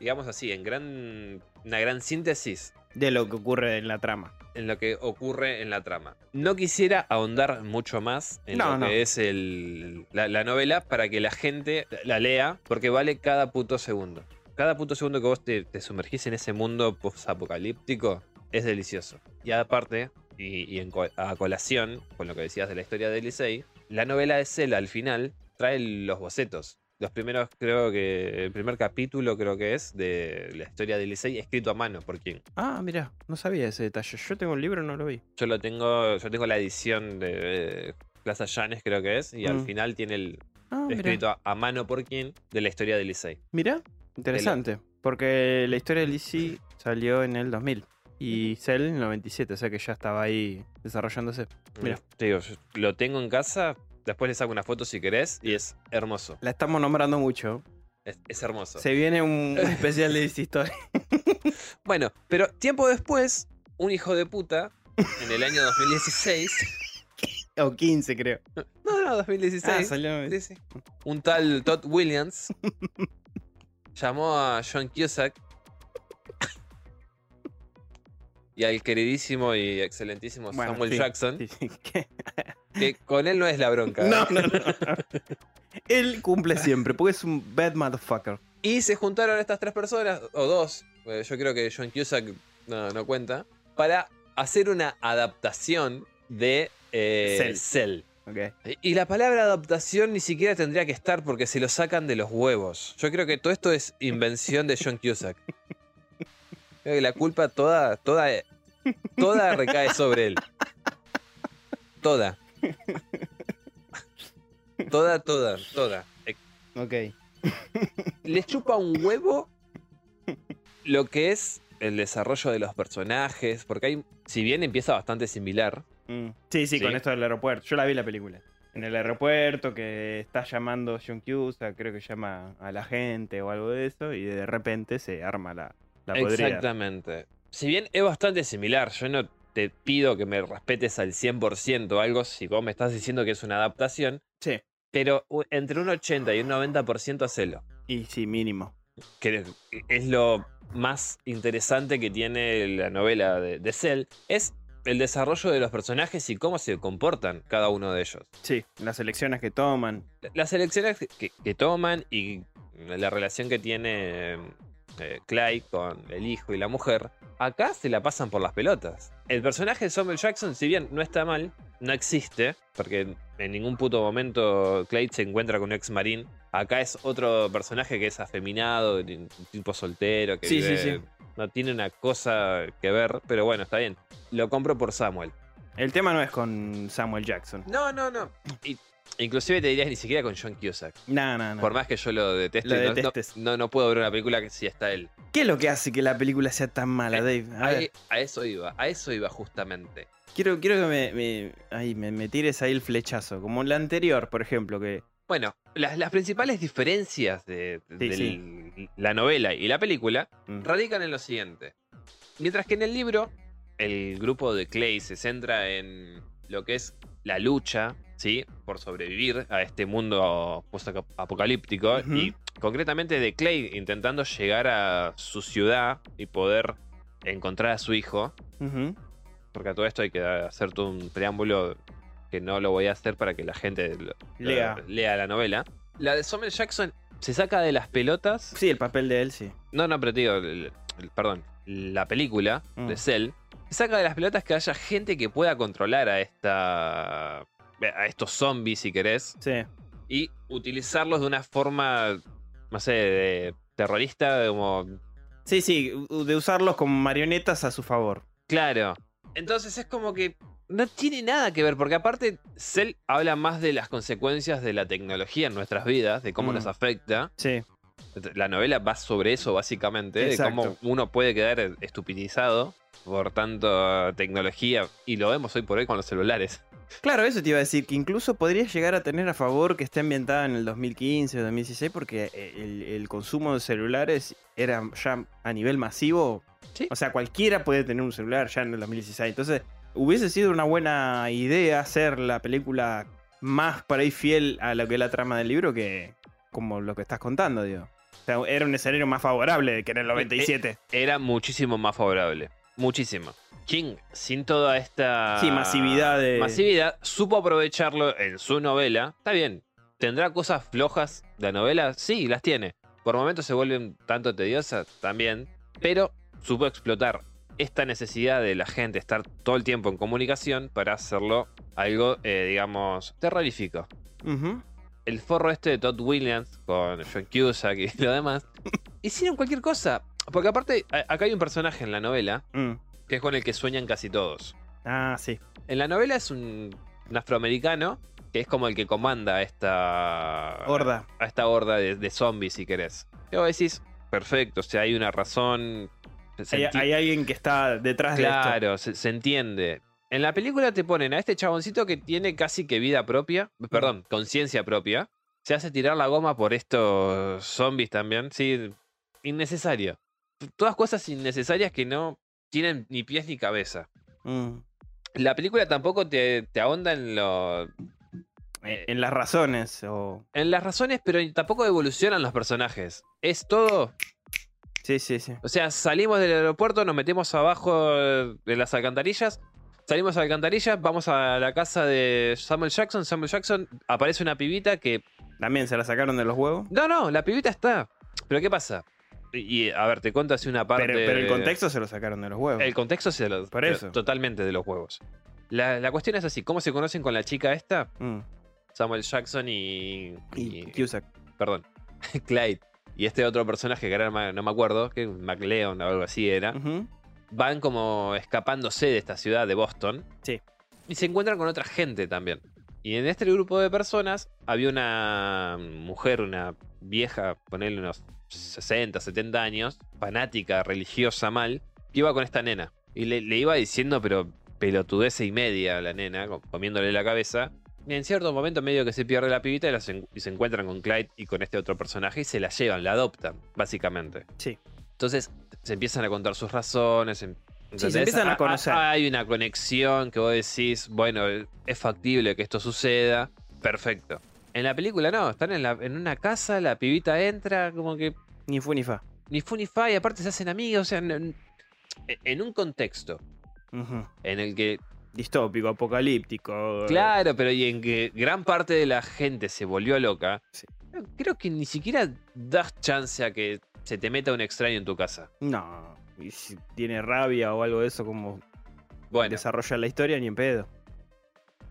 Speaker 3: digamos así, en gran, una gran síntesis
Speaker 1: De lo que ocurre en la trama.
Speaker 3: en lo que ocurre en la trama. No quisiera ahondar mucho más en
Speaker 1: No,
Speaker 3: lo
Speaker 1: no.
Speaker 3: que es el- la, la novela para que la gente la lea, porque vale cada puto segundo. Cada puto segundo que vos te, te sumergís en ese mundo post-apocalíptico es delicioso. Y aparte, y, y en co- a colación con lo que decías de la historia de Elisei, la novela de Cela al final trae los bocetos. Los primeros, creo que, el primer capítulo creo que es de la historia de Elisei escrito a mano por quien.
Speaker 1: Ah, mira, no sabía ese detalle. Yo tengo un libro, no lo vi.
Speaker 3: Yo lo tengo, yo tengo la edición de, eh, Plaza Llanes creo que es, y al
Speaker 1: Mm.
Speaker 3: final tiene el
Speaker 1: Ah, mira.
Speaker 3: escrito a, a mano por quien de la historia de Elisei.
Speaker 1: Mira, interesante. Porque la historia de Lizzie salió en el 2000 y Cell en el 97, o sea que ya estaba ahí desarrollándose. Mira.
Speaker 3: Te digo, yo lo tengo en casa, después le saco una foto si querés, y es hermoso.
Speaker 1: La estamos nombrando mucho.
Speaker 3: Es, es hermoso.
Speaker 1: Se viene un un especial de Lizzie Story.
Speaker 3: Bueno, pero tiempo después, un hijo de puta, en el año 2016.
Speaker 1: O 15, creo.
Speaker 3: No, no, 2016.
Speaker 1: Ah, salió en el
Speaker 3: Sí, sí. Un tal Todd Williams llamó a John Cusack y al queridísimo y excelentísimo
Speaker 1: Bueno,
Speaker 3: Samuel
Speaker 1: sí,
Speaker 3: Jackson,
Speaker 1: 97. Sí, sí, ¿qué?
Speaker 3: que con él no es la bronca.
Speaker 1: No,
Speaker 3: ¿eh?
Speaker 1: no, no, no. Él cumple siempre, porque es un bad motherfucker.
Speaker 3: Y se juntaron estas tres personas, o dos, eh, yo creo que John Cusack no, no cuenta, para hacer una adaptación de eh,
Speaker 1: Cell.
Speaker 3: Cell.
Speaker 1: Ok.
Speaker 3: Y la palabra adaptación ni siquiera tendría que estar porque se lo sacan de los huevos. Yo creo que todo esto es invención de John Cusack. Creo que la culpa toda, toda, toda recae sobre él. Toda. Toda, toda, toda.
Speaker 1: Ok.
Speaker 3: Le chupa un huevo lo que es el desarrollo de los personajes, porque hay, si bien empieza bastante similar,
Speaker 1: Mm. Sí, sí,
Speaker 3: Sí.
Speaker 1: con esto del aeropuerto. Yo la vi la película. En el aeropuerto que está llamando John Cusa, creo que llama a la gente o algo de eso, y de repente se arma la, la podrida.
Speaker 3: Exactamente. Si bien es bastante similar, yo no te pido que me respetes al 100% algo si vos me estás diciendo que es una adaptación,
Speaker 1: Sí.
Speaker 3: pero u- entre un 80 y un 90% hacelo.
Speaker 1: Y sí, mínimo.
Speaker 3: Que es lo más interesante que tiene la novela de, de Cell, es el desarrollo de los personajes y cómo se comportan cada uno de ellos.
Speaker 1: Sí, las elecciones que toman.
Speaker 3: Las elecciones que, que toman y la relación que tiene eh, Clyde con el hijo y la mujer, acá se la pasan por las pelotas. El personaje de Samuel Jackson, si bien no está mal, no existe, porque en ningún puto momento Clyde se encuentra con un ex marín. Acá es otro personaje que es afeminado, un tipo soltero, que
Speaker 1: Sí, sí,
Speaker 3: vive-
Speaker 1: sí.
Speaker 3: no tiene una cosa que ver, pero bueno, está bien. Lo compro por Samuel.
Speaker 1: El tema no es con Samuel Jackson.
Speaker 3: No, no, no. Y- inclusive te dirías ni siquiera con John Cusack.
Speaker 1: No, no, no.
Speaker 3: Por más que yo lo deteste,
Speaker 1: Lo
Speaker 3: no- no-
Speaker 1: detestes.
Speaker 3: No, no, puedo ver una película que sí está él.
Speaker 1: ¿Qué es lo que hace que la película sea tan mala,
Speaker 3: Eh,
Speaker 1: Dave? A ver,
Speaker 3: Ahí- a eso iba, a eso iba justamente.
Speaker 1: quiero, quiero que me, me- ay, me, me tires ahí el flechazo. Como la anterior, por ejemplo, que.
Speaker 3: Bueno, las, las principales diferencias de, de-
Speaker 1: Sí,
Speaker 3: del- la novela y la película
Speaker 1: Mm.
Speaker 3: radican en lo siguiente. Mientras que en el libro, el grupo de Clay se centra en lo que es la lucha, ¿sí? Por sobrevivir a este mundo apocalíptico
Speaker 1: Ujú.
Speaker 3: y concretamente de Clay intentando llegar a su ciudad y poder encontrar a su hijo.
Speaker 1: Ujú.
Speaker 3: Porque a todo esto hay que hacer todo un preámbulo que no lo voy a hacer para que la gente lo-
Speaker 1: Lea.
Speaker 3: lea la novela. La de Samuel Jackson se saca de las pelotas.
Speaker 1: Sí, el papel de él, sí.
Speaker 3: No, no, pero te digo, el- el- perdón, la película
Speaker 1: Mm.
Speaker 3: de Cell se saca de las pelotas que haya gente que pueda controlar a esta a estos zombies si querés
Speaker 1: Sí.
Speaker 3: y utilizarlos de una forma no sé, de terrorista como
Speaker 1: Sí, sí, u- de usarlos como marionetas a su favor.
Speaker 3: Claro. Entonces es como que no tiene nada que ver, porque aparte Cell habla más de las consecuencias de la tecnología en nuestras vidas, de cómo
Speaker 1: Mm.
Speaker 3: nos afecta.
Speaker 1: Sí.
Speaker 3: La novela va sobre eso básicamente, de
Speaker 1: Exacto.
Speaker 3: cómo uno puede quedar estupidizado por tanta tecnología, y lo vemos hoy por hoy con los celulares.
Speaker 1: Claro, eso te iba a decir, que incluso podría llegar a tener a favor que esté ambientada en el 2015 o 2016, porque eh, el, el consumo de celulares era ya a nivel masivo.
Speaker 3: Sí.
Speaker 1: O sea, cualquiera puede tener un celular ya en el 2016. Entonces, hubiese sido una buena idea hacer la película más para ahí fiel a lo que es la trama del libro que como lo que estás contando, digo. O sea, era un escenario más favorable que en el 97.
Speaker 3: Era muchísimo más favorable, muchísimo. King, sin toda esta
Speaker 1: Sí, masividad de-
Speaker 3: masividad, supo aprovecharlo en su novela. Está bien, ¿tendrá cosas flojas de la novela? Sí, las tiene. Por momentos se vuelven tanto tediosas también, pero supo explotar esta necesidad de la gente estar todo el tiempo en comunicación para hacerlo algo, eh, digamos, terrorífico.
Speaker 1: Ujú.
Speaker 3: El forro este de Todd Williams con John Cusack y lo demás, hicieron cualquier cosa. Porque aparte, a- acá hay un personaje en la novela
Speaker 1: Mm.
Speaker 3: que es con el que sueñan casi todos.
Speaker 1: Ah, sí.
Speaker 3: En la novela es un, un afroamericano que es como el que comanda esta
Speaker 1: Horda.
Speaker 3: a esta horda de, de zombies, si querés. Y vos decís, perfecto, o sea, hay una razón. se
Speaker 1: Hay,
Speaker 3: enti-
Speaker 1: hay alguien que está detrás de esto.
Speaker 3: claro, se, se entiende. En la película te ponen a este chaboncito que tiene casi que vida propia, perdón,
Speaker 1: Mm.
Speaker 3: conciencia propia. Se hace tirar la goma por estos zombies también, sí, innecesario. Todas cosas innecesarias que no tienen ni pies ni cabeza.
Speaker 1: Mm.
Speaker 3: La película tampoco te, te ahonda en, lo-
Speaker 1: Eh, En las razones. O...
Speaker 3: en las razones, pero tampoco evolucionan los personajes. Es todo.
Speaker 1: Sí, sí, sí.
Speaker 3: O sea, salimos del aeropuerto, nos metemos abajo eh, de las alcantarillas. Salimos a la alcantarilla, vamos a la casa de Samuel Jackson. Samuel Jackson aparece una pibita que.
Speaker 1: También se la sacaron de los huevos.
Speaker 3: No, no, la pibita está. Pero ¿qué pasa? Y, y, a ver, te cuento así una parte.
Speaker 1: Pero, pero el contexto se lo sacaron de los huevos.
Speaker 3: El contexto es de los-
Speaker 1: Por eso.
Speaker 3: totalmente de los juegos. La, la cuestión es así: ¿cómo se conocen con la chica esta?
Speaker 1: Mm.
Speaker 3: Samuel Jackson y.
Speaker 1: Y
Speaker 3: y-
Speaker 1: Cusack.
Speaker 3: perdón, Clyde y este otro personaje que ahora ma- no me acuerdo, que McLeon o algo así era,
Speaker 1: Ujú.
Speaker 3: van como escapándose de esta ciudad de Boston.
Speaker 1: Sí.
Speaker 3: Y se encuentran con otra gente también. Y en este grupo de personas había una mujer, una vieja, ponerle unos 60, 70 años, fanática, religiosa mal, que iba con esta nena. Y le, le iba diciendo, pero pelotudece y media a la nena, co- comiéndole la cabeza. Y en cierto momento medio que se pierde la pibita y, las en- y se encuentran con Clyde y con este otro personaje y se la llevan, la adoptan, básicamente.
Speaker 1: Sí.
Speaker 3: Entonces se empiezan a contar sus razones. em-
Speaker 1: Sí, se
Speaker 3: ¿entendés?
Speaker 1: empiezan a
Speaker 3: Ah,
Speaker 1: conocer.
Speaker 3: ah, Hay una conexión que vos decís, bueno, eh, es factible que esto suceda. Perfecto. En la película no, están en, la- en una casa, la pibita entra, como que
Speaker 1: Ni fu ni fa.
Speaker 3: ni fu ni fa, y aparte se hacen amigos, o sea, en- en- en un contexto
Speaker 1: Ujú.
Speaker 3: en el que
Speaker 1: Distópico, apocalíptico.
Speaker 3: Claro, pero y en que gran parte de la gente se volvió loca,
Speaker 1: Sí.
Speaker 3: creo que ni siquiera das chance a que se te meta un extraño en tu casa.
Speaker 1: No. Y si tiene rabia o algo de eso, como
Speaker 3: Bueno,
Speaker 1: desarrolla la historia, ni en pedo.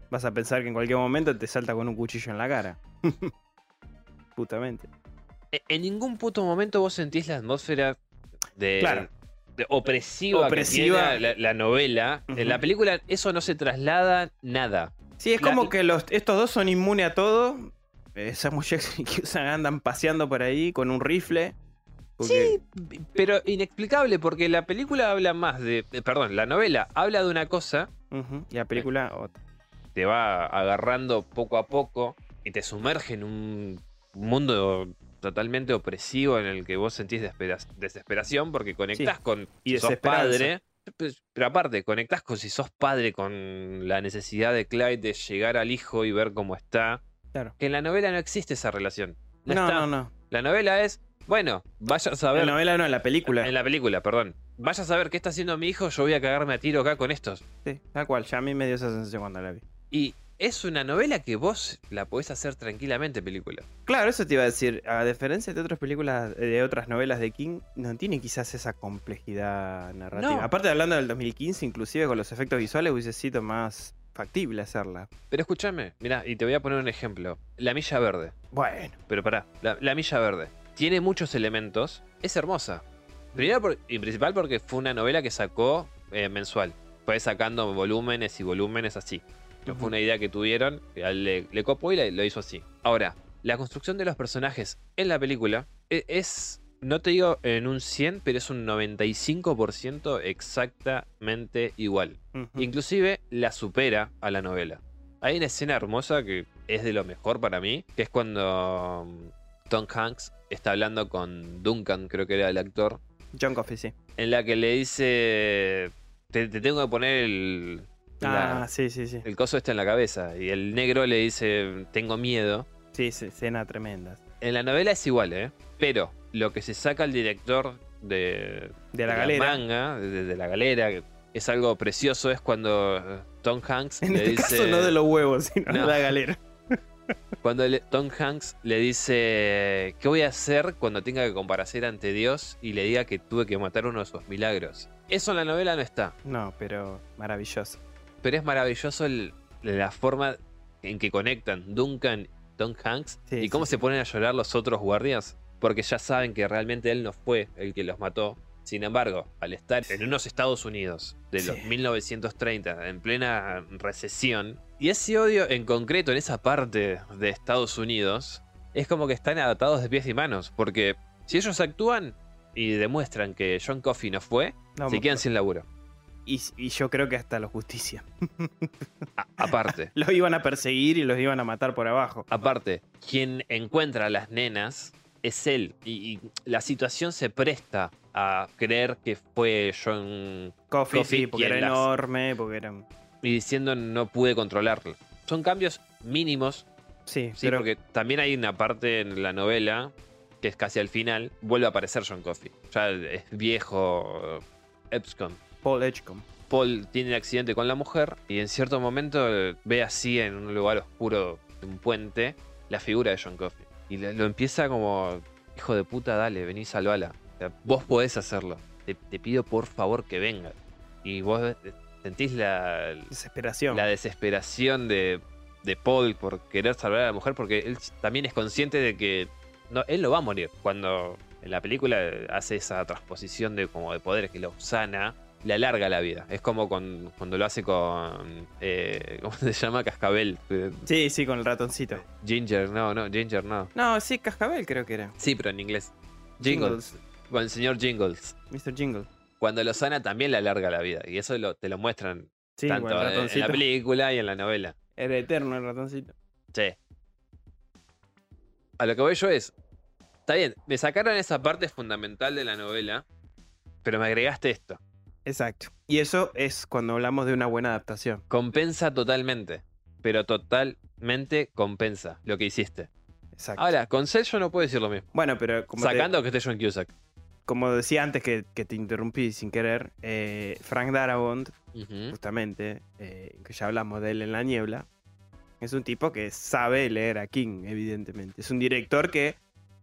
Speaker 1: Vas a pensar que en cualquier momento te salta con un cuchillo en la cara. Justamente.
Speaker 3: e- en ningún puto momento vos sentís la atmósfera de,
Speaker 1: Claro.
Speaker 3: de opresiva,
Speaker 1: Opresiva.
Speaker 3: que tiene la, la novela. En la
Speaker 1: Ujú.
Speaker 3: película eso no se traslada nada.
Speaker 1: Sí, es
Speaker 3: La-
Speaker 1: como que los, estos dos son inmunes a todo. Eh, Samuel Jackson y Cusack andan paseando por ahí con un rifle. porque-
Speaker 3: Sí, pero inexplicable porque la película habla más de, de- perdón, la novela habla de una cosa
Speaker 1: Ujú, Y la película,
Speaker 3: Eh,
Speaker 1: otra.
Speaker 3: te va agarrando poco a poco y te sumerge en un mundo totalmente opresivo en el que vos sentís despera- desesperación porque conectás con
Speaker 1: Y
Speaker 3: si sos
Speaker 1: desesperanza.
Speaker 3: padre. pues, Pero aparte, conectás con si sos padre con la necesidad de Clyde de llegar al hijo y ver cómo está.
Speaker 1: Claro.
Speaker 3: Que en la novela no existe esa relación. No,
Speaker 1: No,
Speaker 3: está.
Speaker 1: no, no.
Speaker 3: La novela es, bueno, vaya a
Speaker 1: En
Speaker 3: saber.
Speaker 1: la novela no, en la película.
Speaker 3: En la película, perdón. Vaya a saber qué está haciendo mi hijo, yo voy a cagarme a tiro acá con estos.
Speaker 1: Sí, tal cual. Ya a mí me dio esa sensación cuando la vi.
Speaker 3: Y es una novela que vos la podés hacer tranquilamente película.
Speaker 1: Claro, eso te iba a decir. A diferencia de otras películas, eh, de otras novelas de King, no tiene quizás esa complejidad narrativa.
Speaker 3: No.
Speaker 1: Aparte, hablando del 2015, inclusive con los efectos visuales, hubiese sido más factible hacerla.
Speaker 3: Pero escúchame, mirá, y te voy a poner un ejemplo. La Milla Verde.
Speaker 1: Bueno,
Speaker 3: Pero pará, la, la Milla Verde. Tiene muchos elementos. Es hermosa. Primero por- y principal porque fue una novela que sacó eh, mensual. Fue sacando volúmenes y volúmenes así. No Fue una idea que tuvieron, a él le, le copó y la- lo hizo así. Ahora, la construcción de los personajes en la película e- es, no te digo en un 100, pero es un 95% exactamente igual.
Speaker 1: Ujú.
Speaker 3: Inclusive la supera a la novela. Hay una escena hermosa que es de lo mejor para mí, que es cuando mm, Tom Hanks está hablando con Duncan, creo que era el actor,
Speaker 1: John Coffey, sí.
Speaker 3: en la que le dice, te, te tengo que poner el, la-
Speaker 1: Ah, sí, sí, sí.
Speaker 3: el coso este en la cabeza. Y el negro le dice, tengo miedo.
Speaker 1: Sí, sí, escena tremenda.
Speaker 3: En la novela es igual, ¿eh? Pero lo que se saca el director de,
Speaker 1: De la galera.
Speaker 3: manga, de, de la galera, que es algo precioso es cuando eh, Tom Hanks
Speaker 1: En
Speaker 3: le
Speaker 1: este
Speaker 3: dice
Speaker 1: caso no de los huevos, sino de
Speaker 3: No.
Speaker 1: la galera.
Speaker 3: cuando le- Tom Hanks le dice qué voy a hacer cuando tenga que comparecer ante Dios y le diga que tuve que matar uno de sus milagros. Eso en la novela no está.
Speaker 1: No, pero maravilloso.
Speaker 3: pero es maravilloso el- la forma en que conectan Duncan, Don Hanks
Speaker 1: Sí,
Speaker 3: y cómo
Speaker 1: sí,
Speaker 3: se ponen a llorar los otros guardias, porque ya saben que realmente él no fue el que los mató. Sin embargo, al estar en unos Estados Unidos de los
Speaker 1: Sí.
Speaker 3: 1930, en plena recesión, y ese odio en concreto en esa parte de Estados Unidos, es como que están adaptados de pies y manos, porque si ellos actúan y demuestran que John Coffey no fue,
Speaker 1: No,
Speaker 3: se quedan sin laburo.
Speaker 1: y, y yo creo que hasta los justicia.
Speaker 3: A- aparte.
Speaker 1: Los iban a perseguir y los iban a matar por abajo.
Speaker 3: Aparte, quien encuentra a las nenas es él. Y, y la situación se presta a creer que fue John.
Speaker 1: Coffee,
Speaker 3: Coffee
Speaker 1: sí, porque
Speaker 3: y
Speaker 1: era
Speaker 3: el lazo.
Speaker 1: enorme, porque eran.
Speaker 3: Y diciendo no pude controlarlo. Son cambios mínimos,
Speaker 1: Sí,
Speaker 3: sí,
Speaker 1: pero
Speaker 3: porque también hay una parte en la novela que es casi al final. Vuelve a aparecer John Coffey. Ya es viejo. eh, Epscom.
Speaker 1: Paul Edgecombe.
Speaker 3: Paul tiene el accidente con la mujer y en cierto momento eh, ve así en un lugar oscuro de un puente la figura de John Coffey. Y le- lo empieza como, hijo de puta, dale, vení, salvala. O sea, vos podés hacerlo. Te, te pido por favor que venga. Y vos eh, sentís la,
Speaker 1: Desesperación.
Speaker 3: la desesperación de, de Paul por querer salvar a la mujer porque él también es consciente de que no, él no va a morir. Cuando en la película hace esa transposición de como de poder que lo sana, le alarga la vida. Es como con- cuando lo hace con eh, ¿cómo se llama? Cascabel. eh,
Speaker 1: Sí, sí, con el ratoncito.
Speaker 3: Ginger, no, no, Ginger no.
Speaker 1: No, sí, Cascabel creo que era.
Speaker 3: Sí, pero en inglés. Jingles. Con el señor Jingles.
Speaker 1: Mr. Jingle.
Speaker 3: Cuando lo sana también le alarga la vida. Y eso lo- te lo muestran
Speaker 1: Sí,
Speaker 3: tanto eh,
Speaker 1: con el
Speaker 3: en- en la
Speaker 1: ratoncito.
Speaker 3: película y en la novela.
Speaker 1: Era eterno el ratoncito.
Speaker 3: Sí. A lo que voy yo es. Está bien, me sacaron esa parte fundamental de la novela, pero me agregaste esto.
Speaker 1: Exacto. Y eso es cuando hablamos de una buena adaptación.
Speaker 3: Compensa totalmente, pero totalmente compensa lo que hiciste.
Speaker 1: Exacto.
Speaker 3: Ahora, con Cell yo no puedo decir lo mismo.
Speaker 1: bueno, pero como, te-
Speaker 3: Ah, Sacando que esté John Cusack.
Speaker 1: como decía antes que, que te interrumpí sin querer, eh, Frank Darabont,
Speaker 3: Ujú.
Speaker 1: justamente, eh, que ya hablamos de él en La Niebla, es un tipo que sabe leer a King, evidentemente. Es un director que,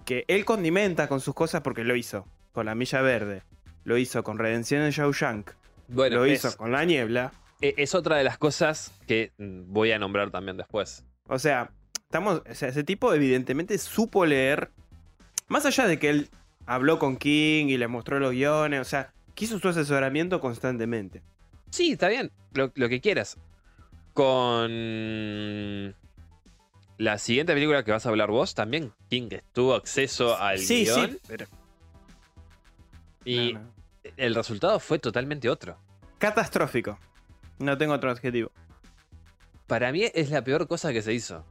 Speaker 1: que él condimenta con sus cosas porque lo hizo con La Milla Verde, lo hizo con Redención en Shawshank,
Speaker 3: Bueno,
Speaker 1: lo
Speaker 3: es,
Speaker 1: hizo con La Niebla.
Speaker 3: e- es otra de las cosas que mm, voy a nombrar también después.
Speaker 1: O sea, estamos, o sea, ese tipo evidentemente supo leer, más allá de que él habló con King y le mostró los guiones, o sea, quiso su asesoramiento constantemente.
Speaker 3: Sí, está bien, lo, lo que quieras. Con la siguiente película que vas a hablar vos también, King tuvo acceso al
Speaker 1: sí,
Speaker 3: guión
Speaker 1: sí, pero
Speaker 3: y
Speaker 1: no, no.
Speaker 3: el resultado fue totalmente otro.
Speaker 1: catastrófico. No tengo otro adjetivo.
Speaker 3: Para mí es la peor cosa que se hizo.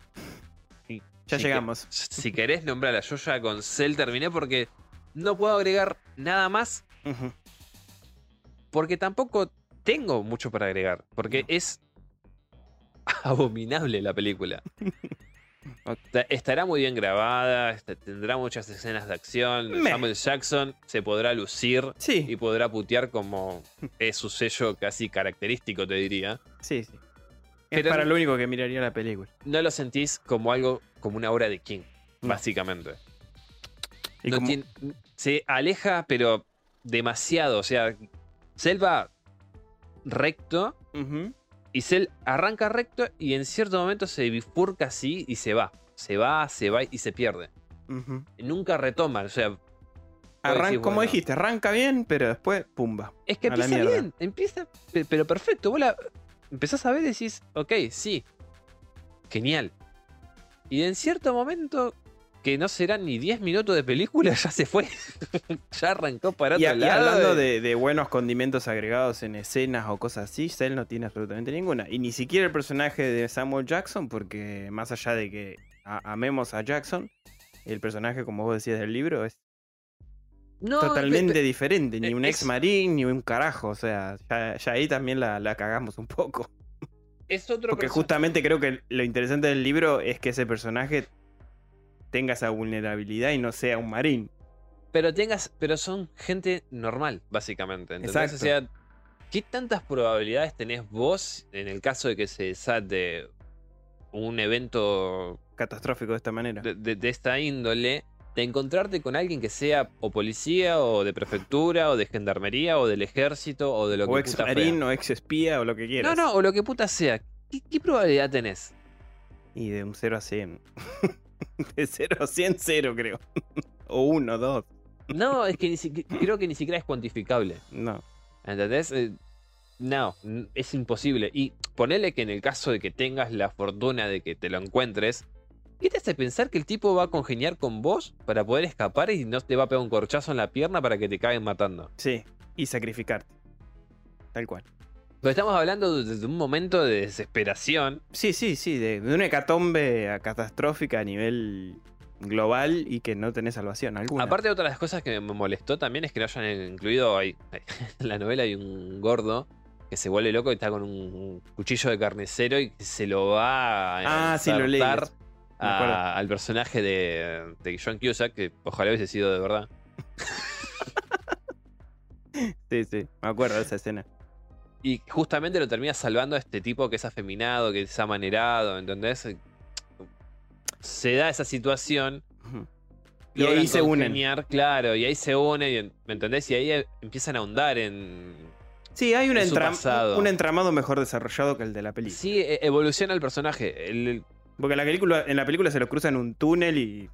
Speaker 1: Ya
Speaker 3: Sí,
Speaker 1: llegamos.
Speaker 3: Si querés nombrarla, yo ya con Cell terminé porque no puedo agregar nada más
Speaker 1: Ujú.
Speaker 3: porque tampoco tengo mucho para agregar, porque
Speaker 1: No.
Speaker 3: es abominable la película.
Speaker 1: Ok.
Speaker 3: Ta- Estará muy bien grabada, est- tendrá muchas escenas de acción.
Speaker 1: Meh.
Speaker 3: Samuel Jackson se podrá lucir y
Speaker 1: Sí,
Speaker 3: podrá putear como es su sello casi característico, te diría.
Speaker 1: sí, sí. Es
Speaker 3: Pero-
Speaker 1: para lo único que miraría la película.
Speaker 3: No lo sentís como algo, como una obra de King,
Speaker 1: No.
Speaker 3: básicamente.
Speaker 1: Y
Speaker 3: No
Speaker 1: como-
Speaker 3: tiene- se aleja, pero demasiado. O sea, Selva recto,
Speaker 1: Ujú.
Speaker 3: Y Cell arranca recto y en cierto momento se bifurca así y se va. Se va, se va y se pierde.
Speaker 1: Ujú.
Speaker 3: Nunca retoma. O sea,
Speaker 1: Arran-
Speaker 3: decís,
Speaker 1: como
Speaker 3: bueno.
Speaker 1: dijiste, arranca bien, pero después, pumba.
Speaker 3: es que
Speaker 1: A la
Speaker 3: empieza
Speaker 1: mierda.
Speaker 3: bien. Empieza, pe- pero perfecto. Vos la empezás a ver y decís, ok, sí. Genial. Y en cierto momento, que no serán ni 10 minutos de película, ya se fue. ya arrancó para
Speaker 1: Y,
Speaker 3: otro
Speaker 1: a- y
Speaker 3: lado.
Speaker 1: hablando
Speaker 3: y-
Speaker 1: de, de buenos condimentos agregados en escenas o cosas así, Cell no tiene absolutamente ninguna. Y ni siquiera el personaje de Samuel Jackson, porque más allá de que a- amemos a Jackson, el personaje, como vos decías del libro, es
Speaker 3: No,
Speaker 1: totalmente
Speaker 3: pe-
Speaker 1: diferente. Ni
Speaker 3: eh,
Speaker 1: un
Speaker 3: es-
Speaker 1: ex marín, ni un carajo. O sea, ya, ya ahí también la, la cagamos un poco.
Speaker 3: pe- Es otro
Speaker 1: Porque
Speaker 3: perso-
Speaker 1: justamente creo que lo interesante del libro es que ese personaje tenga esa vulnerabilidad y no sea un marín.
Speaker 3: Pero tengas, pero son gente normal, básicamente. ¿entendés?
Speaker 1: Exacto.
Speaker 3: O sea, ¿Qué tantas probabilidades tenés vos en el caso de que se desate un evento
Speaker 1: Catastrófico de esta manera.
Speaker 3: de, de- de esta índole, de encontrarte con alguien que sea o policía, o de prefectura, o de gendarmería, o del ejército, o de lo
Speaker 1: o
Speaker 3: que
Speaker 1: ex
Speaker 3: puta
Speaker 1: marín,
Speaker 3: sea?
Speaker 1: o ex espía, o lo que
Speaker 3: No,
Speaker 1: quieras.
Speaker 3: no, o lo que puta sea. ¿Qué, qué probabilidad tenés?
Speaker 1: Y de un 0 a 100. de 0 a 100, 0 creo. o 1, 2.
Speaker 3: No, es que ni siqui- creo que ni siquiera es cuantificable.
Speaker 1: No.
Speaker 3: ¿Entendés? Eh, No, n- es imposible. Y ponele que en el caso de que tengas la fortuna de que te lo encuentres, ¿qué te hace pensar que el tipo va a congeniar con vos para poder escapar y no te va a pegar un corchazo en la pierna para que te caguen matando?
Speaker 1: Sí. Y sacrificarte. Tal cual.
Speaker 3: Pero estamos hablando de de un momento de desesperación.
Speaker 1: Sí, sí, sí. De, de una hecatombe a catastrófica a nivel global y que no tenés salvación alguna.
Speaker 3: Aparte, otra de las cosas que me molestó también es que no hayan incluido ahí, en la novela hay un gordo que se vuelve loco y está con un- un cuchillo de carnicero y se lo va a
Speaker 1: Ah, sí, lo leí
Speaker 3: ensartar
Speaker 1: eso. Me acuerdo.
Speaker 3: a- al personaje de, de John Cusack, que ojalá hubiese sido de verdad.
Speaker 1: Sí, sí. Me acuerdo de esa escena.
Speaker 3: Y justamente lo termina salvando a este tipo que es afeminado, que es amanerado, ¿entendés? Se da esa situación.
Speaker 1: Ujú. Y ahí
Speaker 3: logran
Speaker 1: se unen.
Speaker 3: congeniar, Claro, y ahí se unen, y en- ¿me entendés? Y ahí eh, empiezan a ahondar en,
Speaker 1: Sí, hay un,
Speaker 3: en su
Speaker 1: entram-
Speaker 3: pasado.
Speaker 1: un entramado mejor desarrollado que el de la película.
Speaker 3: Sí, e- evoluciona el personaje. El- el-
Speaker 1: Porque en la película, en la película se los cruzan en un túnel y.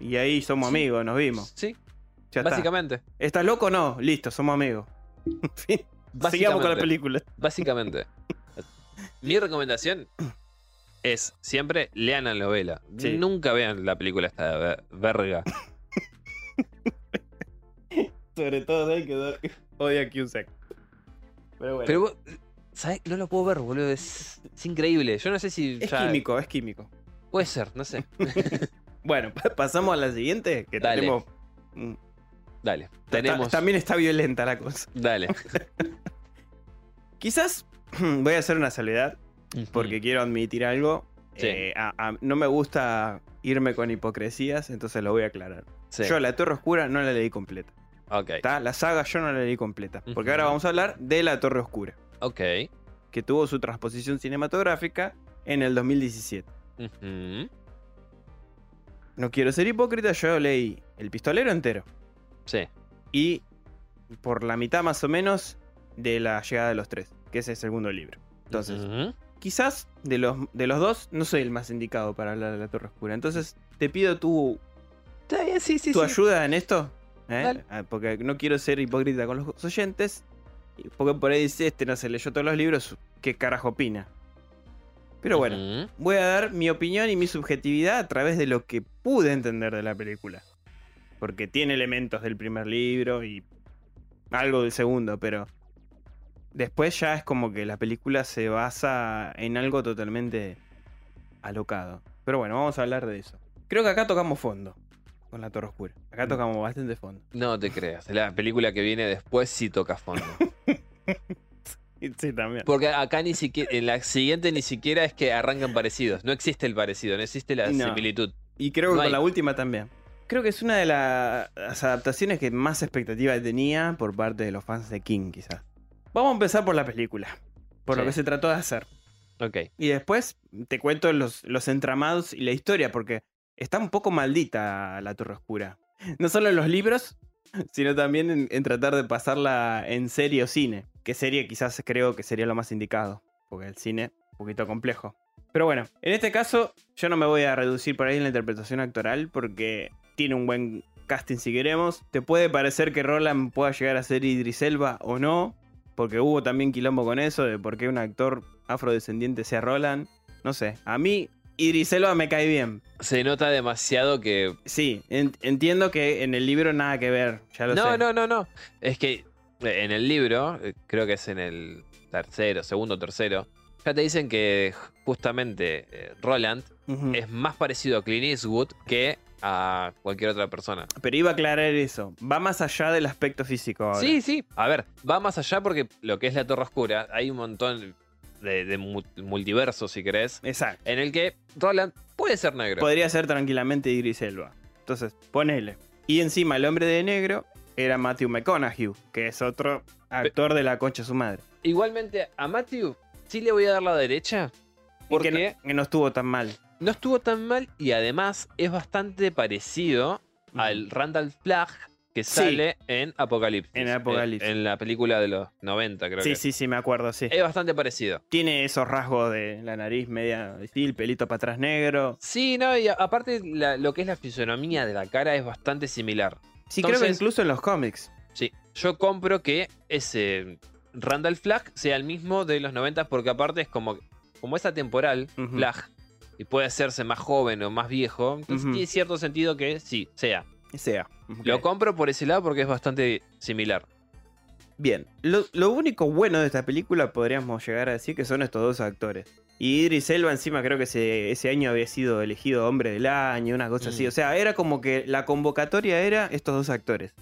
Speaker 1: Y ahí somos
Speaker 3: Sí.
Speaker 1: amigos, nos vimos.
Speaker 3: sí,
Speaker 1: Ya está.
Speaker 3: básicamente.
Speaker 1: ¿Estás loco o no? Listo, somos amigos. Fin. Sigamos con la
Speaker 3: Básicamente.
Speaker 1: película.
Speaker 3: Básicamente. Mi recomendación es siempre lean la novela.
Speaker 1: Sí.
Speaker 3: Nunca vean la película esta ver- verga.
Speaker 1: Sobre todo de él que odia a Cusack. Pero bueno.
Speaker 3: Pero vos- ¿sabés? No lo puedo ver, boludo. Es, es increíble. Yo no sé si
Speaker 1: es
Speaker 3: ya-
Speaker 1: químico, es químico.
Speaker 3: Puede ser, no sé.
Speaker 1: Bueno, pa- pasamos a la siguiente, que
Speaker 3: Dale.
Speaker 1: tenemos. mm, ta-
Speaker 3: Dale.
Speaker 1: ta-
Speaker 3: Tenemos.
Speaker 1: también está violenta la cosa.
Speaker 3: Dale.
Speaker 1: Quizás voy a hacer una salvedad. porque quiero admitir algo.
Speaker 3: Mm. Sí.
Speaker 1: Eh, a- a- no me gusta irme con hipocresías, entonces lo voy a aclarar.
Speaker 3: Sí,
Speaker 1: Yo La Torre Oscura no la leí completa.
Speaker 3: Ok.
Speaker 1: ¿tá? La saga yo no la leí completa. Porque
Speaker 3: Ujú.
Speaker 1: ahora vamos a hablar de La Torre Oscura,
Speaker 3: Ok.
Speaker 1: que tuvo su transposición cinematográfica en el 2017.
Speaker 3: Ujú.
Speaker 1: No quiero ser hipócrita, yo leí El Pistolero entero
Speaker 3: Sí.
Speaker 1: y por la mitad más o menos de La Llegada de los Tres, que es el segundo libro. Entonces,
Speaker 3: Ujú.
Speaker 1: quizás de los, de los dos no soy el más indicado para hablar de La Torre Oscura. Entonces, te pido tu
Speaker 3: Está bien, sí, sí.
Speaker 1: tu
Speaker 3: sí.
Speaker 1: ayuda en esto, ¿eh?
Speaker 3: Dale.
Speaker 1: Ah, porque no quiero ser hipócrita con los oyentes, y porque por ahí dice, este no se leyó todos los libros, ¿qué carajo opina? Pero bueno,
Speaker 3: Ujú.
Speaker 1: voy a dar mi opinión y mi subjetividad a través de lo que pude entender de la película. Porque tiene elementos del primer libro y algo del segundo, pero después ya es como que la película se basa en algo totalmente alocado. Pero bueno, vamos a hablar de eso. Creo que acá tocamos fondo con la Torre Oscura. Acá
Speaker 3: Mm.
Speaker 1: tocamos bastante fondo.
Speaker 3: No te creas. La película que viene después sí toca fondo.
Speaker 1: Sí, también.
Speaker 3: Porque acá ni siquiera, en la siguiente ni siquiera es que arrancan parecidos. No existe el parecido, no existe la
Speaker 1: No.
Speaker 3: similitud.
Speaker 1: Y creo que
Speaker 3: No
Speaker 1: con
Speaker 3: hay.
Speaker 1: la última también. Creo que es una de la- las adaptaciones que más expectativa tenía por parte de los fans de King, quizás. Vamos a empezar por la película, por lo
Speaker 3: Sí.
Speaker 1: que se trató de hacer.
Speaker 3: Ok.
Speaker 1: Y después te cuento los, los entramados y la historia, porque está un poco maldita la Torre Oscura. No solo en los libros, sino también en, en tratar de pasarla en serie o cine. Que serie quizás creo que sería lo más indicado, porque el cine es un poquito complejo. Pero bueno, en este caso yo no me voy a reducir por ahí en la interpretación actoral, porque tiene un buen casting si queremos. Te puede parecer que Roland pueda llegar a ser Idris Elba o no, porque hubo también quilombo con eso de por qué un actor afrodescendiente sea Roland. No sé, a mí Idris Elba me cae bien.
Speaker 3: Se nota demasiado que.
Speaker 1: Sí, en- entiendo que en el libro nada que ver, ya lo
Speaker 3: No,
Speaker 1: sé.
Speaker 3: no, no, no. Es que eh, en el libro, eh, creo que es en el tercero, segundo, tercero, ya te dicen que justamente eh, Roland
Speaker 1: Ujú.
Speaker 3: es más parecido a Clint Eastwood que a cualquier otra persona.
Speaker 1: Pero iba a aclarar eso. Va más allá del aspecto físico ahora.
Speaker 3: Sí, sí. A ver, va más allá porque lo que es la Torre Oscura, hay un montón de, de mu- multiversos, si querés,
Speaker 1: Exacto.
Speaker 3: en el que Roland puede ser negro.
Speaker 1: Podría ser tranquilamente Idris Elba. Entonces, ponele. Y encima el hombre de negro era Matthew McConaughey, que es otro Actor de la concha de su madre.
Speaker 3: Igualmente, a Matthew sí le voy a dar la derecha.
Speaker 1: Porque
Speaker 3: Porque
Speaker 1: que no, que no estuvo tan mal.
Speaker 3: no estuvo tan mal y además es bastante parecido al Randall Flagg que
Speaker 1: Sí.
Speaker 3: sale en Apocalipsis. eh,
Speaker 1: En Apocalipsis.
Speaker 3: En, en la película de los 90, creo
Speaker 1: Sí,
Speaker 3: que.
Speaker 1: sí, sí, me acuerdo, sí.
Speaker 3: Es bastante parecido.
Speaker 1: Tiene esos rasgos de la nariz media el pelito para atrás negro.
Speaker 3: Sí, no, y a- aparte la- lo que es la fisonomía de la cara es bastante similar.
Speaker 1: Sí, creo que
Speaker 3: Entonces-
Speaker 1: incluso en los cómics.
Speaker 3: Sí, yo compro que ese Randall Flagg sea el mismo de los 90 porque aparte es como, como es atemporal,
Speaker 1: Ujú.
Speaker 3: Flagg, y puede hacerse más joven o más viejo, entonces
Speaker 1: Ujú.
Speaker 3: tiene cierto sentido que sí, sea.
Speaker 1: Sea.
Speaker 3: Lo
Speaker 1: Ok.
Speaker 3: compro por ese lado porque es bastante similar.
Speaker 1: Bien, lo, lo único bueno de esta película podríamos llegar a decir que son estos dos actores. Y Idris Elba encima creo que ese, ese año había sido elegido hombre del año, una cosa así.
Speaker 3: Mm.
Speaker 1: O sea, era como que la convocatoria era estos dos actores.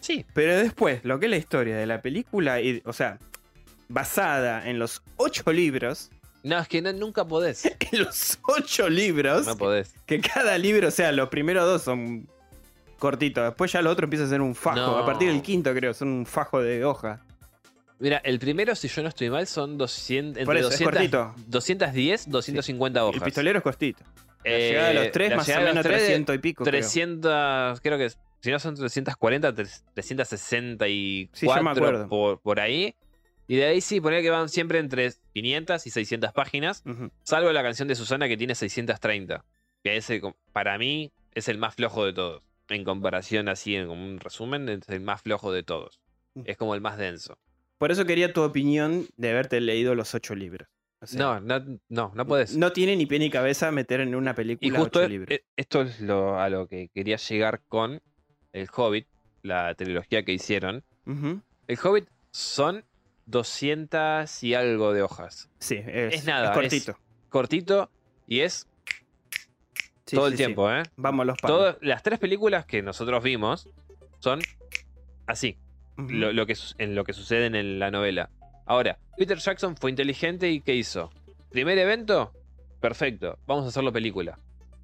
Speaker 3: Sí,
Speaker 1: Pero después, lo que es la historia de la película, y- o sea, basada en los ocho libros,
Speaker 3: no, es que no, nunca podés.
Speaker 1: en los ocho libros,
Speaker 3: No podés.
Speaker 1: que cada libro, o sea, los primeros dos son cortitos, después ya lo otro empieza a ser un fajo.
Speaker 3: No.
Speaker 1: A partir del quinto creo, son un fajo de hoja.
Speaker 3: Mira, el primero, si yo no estoy mal, son 200,
Speaker 1: Por
Speaker 3: entre
Speaker 1: eso, es
Speaker 3: 200,
Speaker 1: cortito.
Speaker 3: 210, 250 hojas.
Speaker 1: El pistolero es costito. La
Speaker 3: Eh,
Speaker 1: llegada de los tres,
Speaker 3: la
Speaker 1: más o
Speaker 3: llegada de
Speaker 1: menos
Speaker 3: los tres,
Speaker 1: 300 y pico. creo.
Speaker 3: 300, creo que es- si no son 340, tres- 364
Speaker 1: Sí, yo me acuerdo.
Speaker 3: por, por ahí. Y de ahí sí, poner que van siempre entre 500 y 600 páginas,
Speaker 1: Ujú.
Speaker 3: salvo la canción de Susana que tiene 630, que ese co- para mí es el más flojo de todos. En comparación así, en como un resumen, es el más flojo de todos.
Speaker 1: Mm.
Speaker 3: Es como el más denso.
Speaker 1: Por eso quería tu opinión de haberte leído los ocho libros. O sea,
Speaker 3: no, no, no, no puedes.
Speaker 1: No tiene ni pie ni cabeza meter en una
Speaker 3: Y
Speaker 1: película
Speaker 3: justo
Speaker 1: ocho
Speaker 3: e-
Speaker 1: libros.
Speaker 3: e- esto es lo, a lo que quería llegar con El Hobbit, la trilogía que hicieron.
Speaker 1: Ujú.
Speaker 3: El Hobbit son 200 y algo de hojas.
Speaker 1: Sí, es,
Speaker 3: es nada,
Speaker 1: es cortito.
Speaker 3: Cortito y es
Speaker 1: Sí,
Speaker 3: todo
Speaker 1: sí,
Speaker 3: el
Speaker 1: sí.
Speaker 3: tiempo, ¿eh?
Speaker 1: Vamos a los palos.
Speaker 3: Todas las tres películas que nosotros vimos son así,
Speaker 1: Ujú.
Speaker 3: lo, lo que, su- en lo que sucede en la novela. Ahora, Peter Jackson fue inteligente y ¿qué hizo? Primer evento, perfecto, vamos a hacerlo película.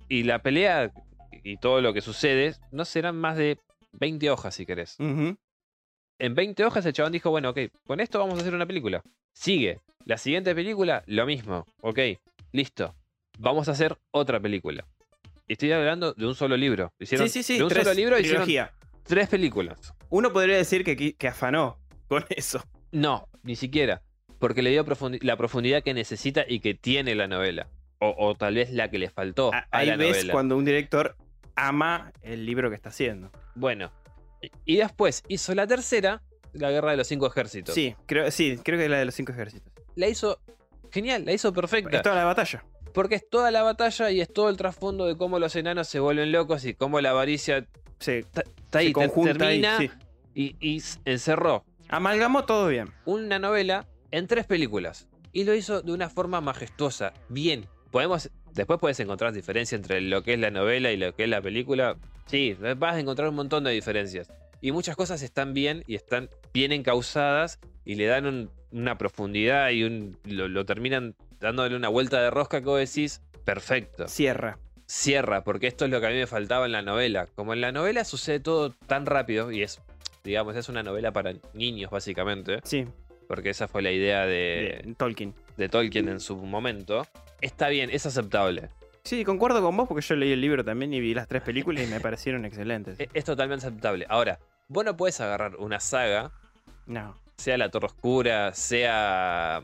Speaker 3: Y la pelea y todo lo que sucede no serán más de 20 hojas si querés.
Speaker 1: Ujú.
Speaker 3: En 20 hojas el chabón dijo, bueno, ok, con esto vamos a hacer una película. Sigue. La siguiente película, lo mismo. Ok, listo. Vamos a hacer otra película. Y estoy hablando de un solo libro. Hicieron,
Speaker 1: Sí, sí, sí.
Speaker 3: de un
Speaker 1: tres,
Speaker 3: solo libro hicieron
Speaker 1: trilogía.
Speaker 3: tres películas.
Speaker 1: Uno podría decir que, qui- que afanó con eso.
Speaker 3: No, ni siquiera. Porque le dio profundi- la profundidad que necesita y que tiene la novela. O, o tal vez la que le faltó Oh, a,
Speaker 1: A- Ah, Ahí
Speaker 3: la
Speaker 1: ves
Speaker 3: novela.
Speaker 1: cuando un director ama el libro que está haciendo.
Speaker 3: Bueno. y- Y después hizo la tercera, La Guerra de los Cinco Ejércitos.
Speaker 1: Sí, creo, sí, creo que es la de los cinco ejércitos.
Speaker 3: La hizo genial, la hizo perfecta.
Speaker 1: Es toda la batalla.
Speaker 3: Porque es toda la batalla y es todo el trasfondo de cómo los enanos se vuelven locos y cómo la avaricia
Speaker 1: Se,
Speaker 3: está ahí,
Speaker 1: se
Speaker 3: te-
Speaker 1: conjunta y-
Speaker 3: termina
Speaker 1: sí.
Speaker 3: y, y s- encerró
Speaker 1: Amalgamó todo bien.
Speaker 3: una novela en tres películas. Y lo hizo de una forma majestuosa, bien. Podemos, después puedes encontrar diferencia entre lo que es la novela y lo que es la película. Sí, vas a encontrar un montón de diferencias. Y muchas cosas están bien y están bien encauzadas y le dan un- una profundidad y un, lo, lo terminan dándole una vuelta de rosca que vos decís, perfecto.
Speaker 1: Cierra.
Speaker 3: cierra, porque esto es lo que a mí me faltaba en la novela. Como en la novela sucede todo tan rápido y es, digamos, es una novela para niños básicamente,
Speaker 1: Sí,
Speaker 3: porque esa fue la idea de,
Speaker 1: de Tolkien.
Speaker 3: de Tolkien en su momento. Está bien, es aceptable.
Speaker 1: Sí, concuerdo con vos porque yo leí el libro también y vi las tres películas y me parecieron excelentes.
Speaker 3: E- Es, totalmente aceptable. Ahora, vos no puedes agarrar una saga,
Speaker 1: No.
Speaker 3: sea La Torre Oscura, sea...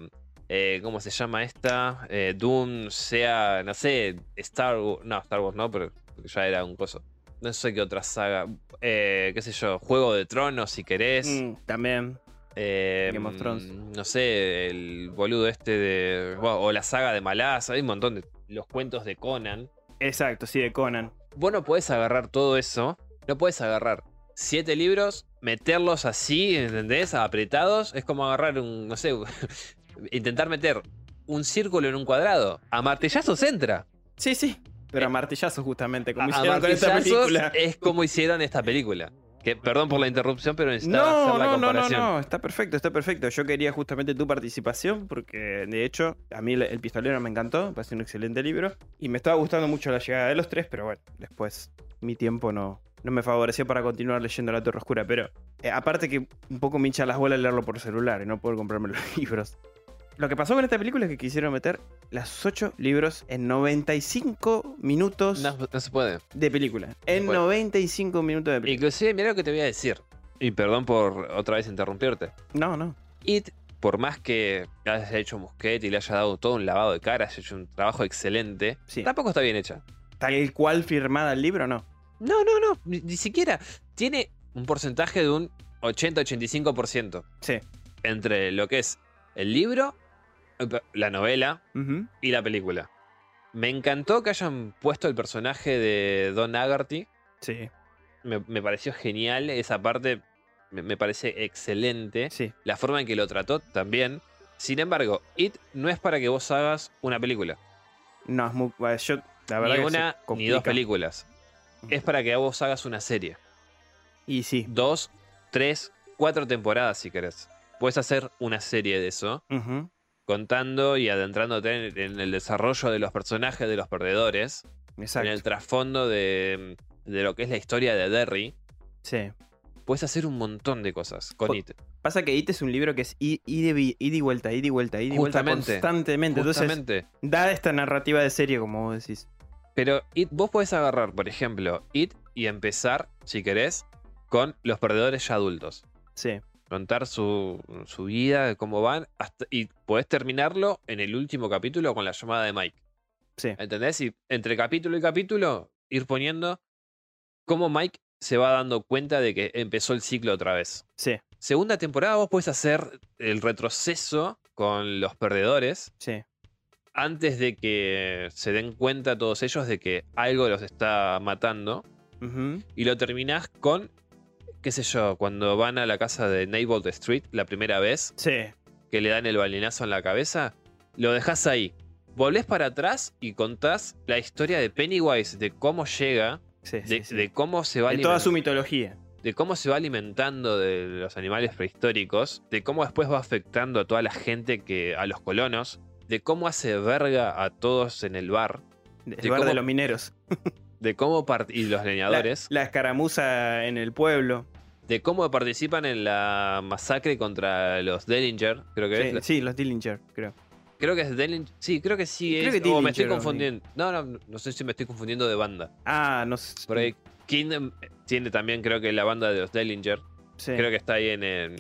Speaker 3: eh, ¿Cómo se llama esta? Eh, Doom, sea, no sé, Star Wars. No, Star Wars no, pero porque ya era un coso. No sé qué otra saga. Eh, ¿Qué sé yo? Juego de Tronos, si querés.
Speaker 1: Mm, también.
Speaker 3: Eh,
Speaker 1: Game of Thrones.
Speaker 3: No sé, el boludo este de. bueno, o la saga de Malaz, hay un montón de. Los cuentos de Conan.
Speaker 1: Exacto, sí, de Conan.
Speaker 3: Vos no podés agarrar todo eso. No podés agarrar siete libros, meterlos así, ¿entendés? Apretados. Es como agarrar un. No sé. intentar meter un círculo en un cuadrado. A martillazos entra.
Speaker 1: Sí, sí. Pero a
Speaker 3: Eh,
Speaker 1: martillazos justamente, como
Speaker 3: A, a
Speaker 1: hicieron con esta
Speaker 3: martillazos eh,
Speaker 1: película.
Speaker 3: es como hicieron esta película. Que, perdón por la interrupción, pero necesitaba
Speaker 1: No,
Speaker 3: hacer la
Speaker 1: no, no, no,
Speaker 3: comparación.
Speaker 1: no, está perfecto, está perfecto. Yo quería justamente tu participación porque, de hecho, a mí el- El Pistolero me encantó, me parece un excelente libro y me estaba gustando mucho la llegada de los tres, pero bueno, después mi tiempo no, no me favoreció para continuar leyendo La Torre Oscura, pero eh, aparte que un poco me hincha las bolas leerlo por celular y no poder comprarme los libros. Lo que pasó con esta película es que quisieron meter las 8 libros en 95 minutos
Speaker 3: No, no se puede.
Speaker 1: de película. En
Speaker 3: Bueno.
Speaker 1: 95 minutos de película.
Speaker 3: Inclusive, mira lo que te voy a decir. Y perdón por otra vez interrumpirte.
Speaker 1: No, no.
Speaker 3: It, por más que haya hecho Musquet y le haya dado todo un lavado de cara, haya hecho un trabajo excelente,
Speaker 1: Sí.
Speaker 3: tampoco está bien hecha.
Speaker 1: Tal cual firmada el libro, no.
Speaker 3: No, no, no, ni, ni siquiera. Tiene un porcentaje de un 80-85%
Speaker 1: Sí.
Speaker 3: entre lo que es el libro, la novela
Speaker 1: Ujú.
Speaker 3: y la película. Me encantó que hayan puesto el personaje de Don Agarty.
Speaker 1: Sí.
Speaker 3: Me, me pareció genial esa parte. Me, me parece excelente.
Speaker 1: Sí.
Speaker 3: la forma en que lo trató también. Sin embargo, It no es para que vos hagas una película.
Speaker 1: No, es muy. bueno, Yo, la verdad
Speaker 3: Ni
Speaker 1: que se
Speaker 3: una ni
Speaker 1: complica. Mm.
Speaker 3: dos películas.
Speaker 1: Ujú.
Speaker 3: Es para que vos hagas una serie.
Speaker 1: Y sí.
Speaker 3: Dos, tres, cuatro temporadas si querés. Puedes hacer una serie de eso,
Speaker 1: Ujú.
Speaker 3: contando y adentrándote en, en el desarrollo de los personajes de los perdedores, en el
Speaker 1: Exacto.
Speaker 3: trasfondo de, de lo que es la historia de Derry.
Speaker 1: Sí.
Speaker 3: Puedes hacer un montón de cosas con
Speaker 1: Ju-
Speaker 3: It.
Speaker 1: Pasa que IT es un libro que es i- ida y vi- ida y vuelta, ida y vuelta, ida y vuelta
Speaker 3: Justamente.
Speaker 1: constantemente. Entonces,
Speaker 3: Justamente.
Speaker 1: da esta narrativa de serie, como vos decís.
Speaker 3: Pero It, vos podés agarrar, por ejemplo, It y empezar, si querés, con los perdedores ya adultos.
Speaker 1: Sí.
Speaker 3: Contar su, su vida, cómo van, hasta- y podés terminarlo en el último capítulo con la llamada de Mike.
Speaker 1: Sí.
Speaker 3: ¿Entendés? Y entre capítulo y capítulo, ir poniendo cómo Mike se va dando cuenta de que empezó el ciclo otra vez.
Speaker 1: Sí.
Speaker 3: Segunda temporada, vos podés hacer el retroceso con los perdedores
Speaker 1: Sí.
Speaker 3: antes de que se den cuenta todos ellos de que algo los está matando.
Speaker 1: Ujú.
Speaker 3: Y lo terminás con, qué sé yo, cuando van a la casa de Neighbor Street la primera vez,
Speaker 1: Sí.
Speaker 3: que le dan el balinazo en la cabeza, lo dejás ahí. Volvés para atrás y contás la historia de Pennywise, de cómo llega,
Speaker 1: Sí. sí,
Speaker 3: de,
Speaker 1: sí.
Speaker 3: de cómo se va
Speaker 1: De toda
Speaker 3: alimentando
Speaker 1: su mitología.
Speaker 3: de cómo se va alimentando de los animales prehistóricos, de cómo después va afectando a toda la gente que a los colonos, de cómo hace verga a todos en el bar,
Speaker 1: El
Speaker 3: de
Speaker 1: lugar de
Speaker 3: cómo-
Speaker 1: los mineros.
Speaker 3: de cómo part- y los
Speaker 1: La,
Speaker 3: leñadores,
Speaker 1: la escaramuza en el pueblo.
Speaker 3: de cómo participan en la masacre contra los Dellinger, creo que
Speaker 1: Sí,
Speaker 3: es.
Speaker 1: sí, los Dillinger, creo.
Speaker 3: Creo que es Dellinger, sí, creo que sí
Speaker 1: Creo
Speaker 3: es.
Speaker 1: que
Speaker 3: o me estoy
Speaker 1: Dillinger,
Speaker 3: confundiendo. No, no, no sé si me estoy confundiendo de banda.
Speaker 1: Ah, no sé.
Speaker 3: Por ahí Kingdom tiene también creo que la banda de los Dellinger.
Speaker 1: Sí.
Speaker 3: Creo que está ahí en, en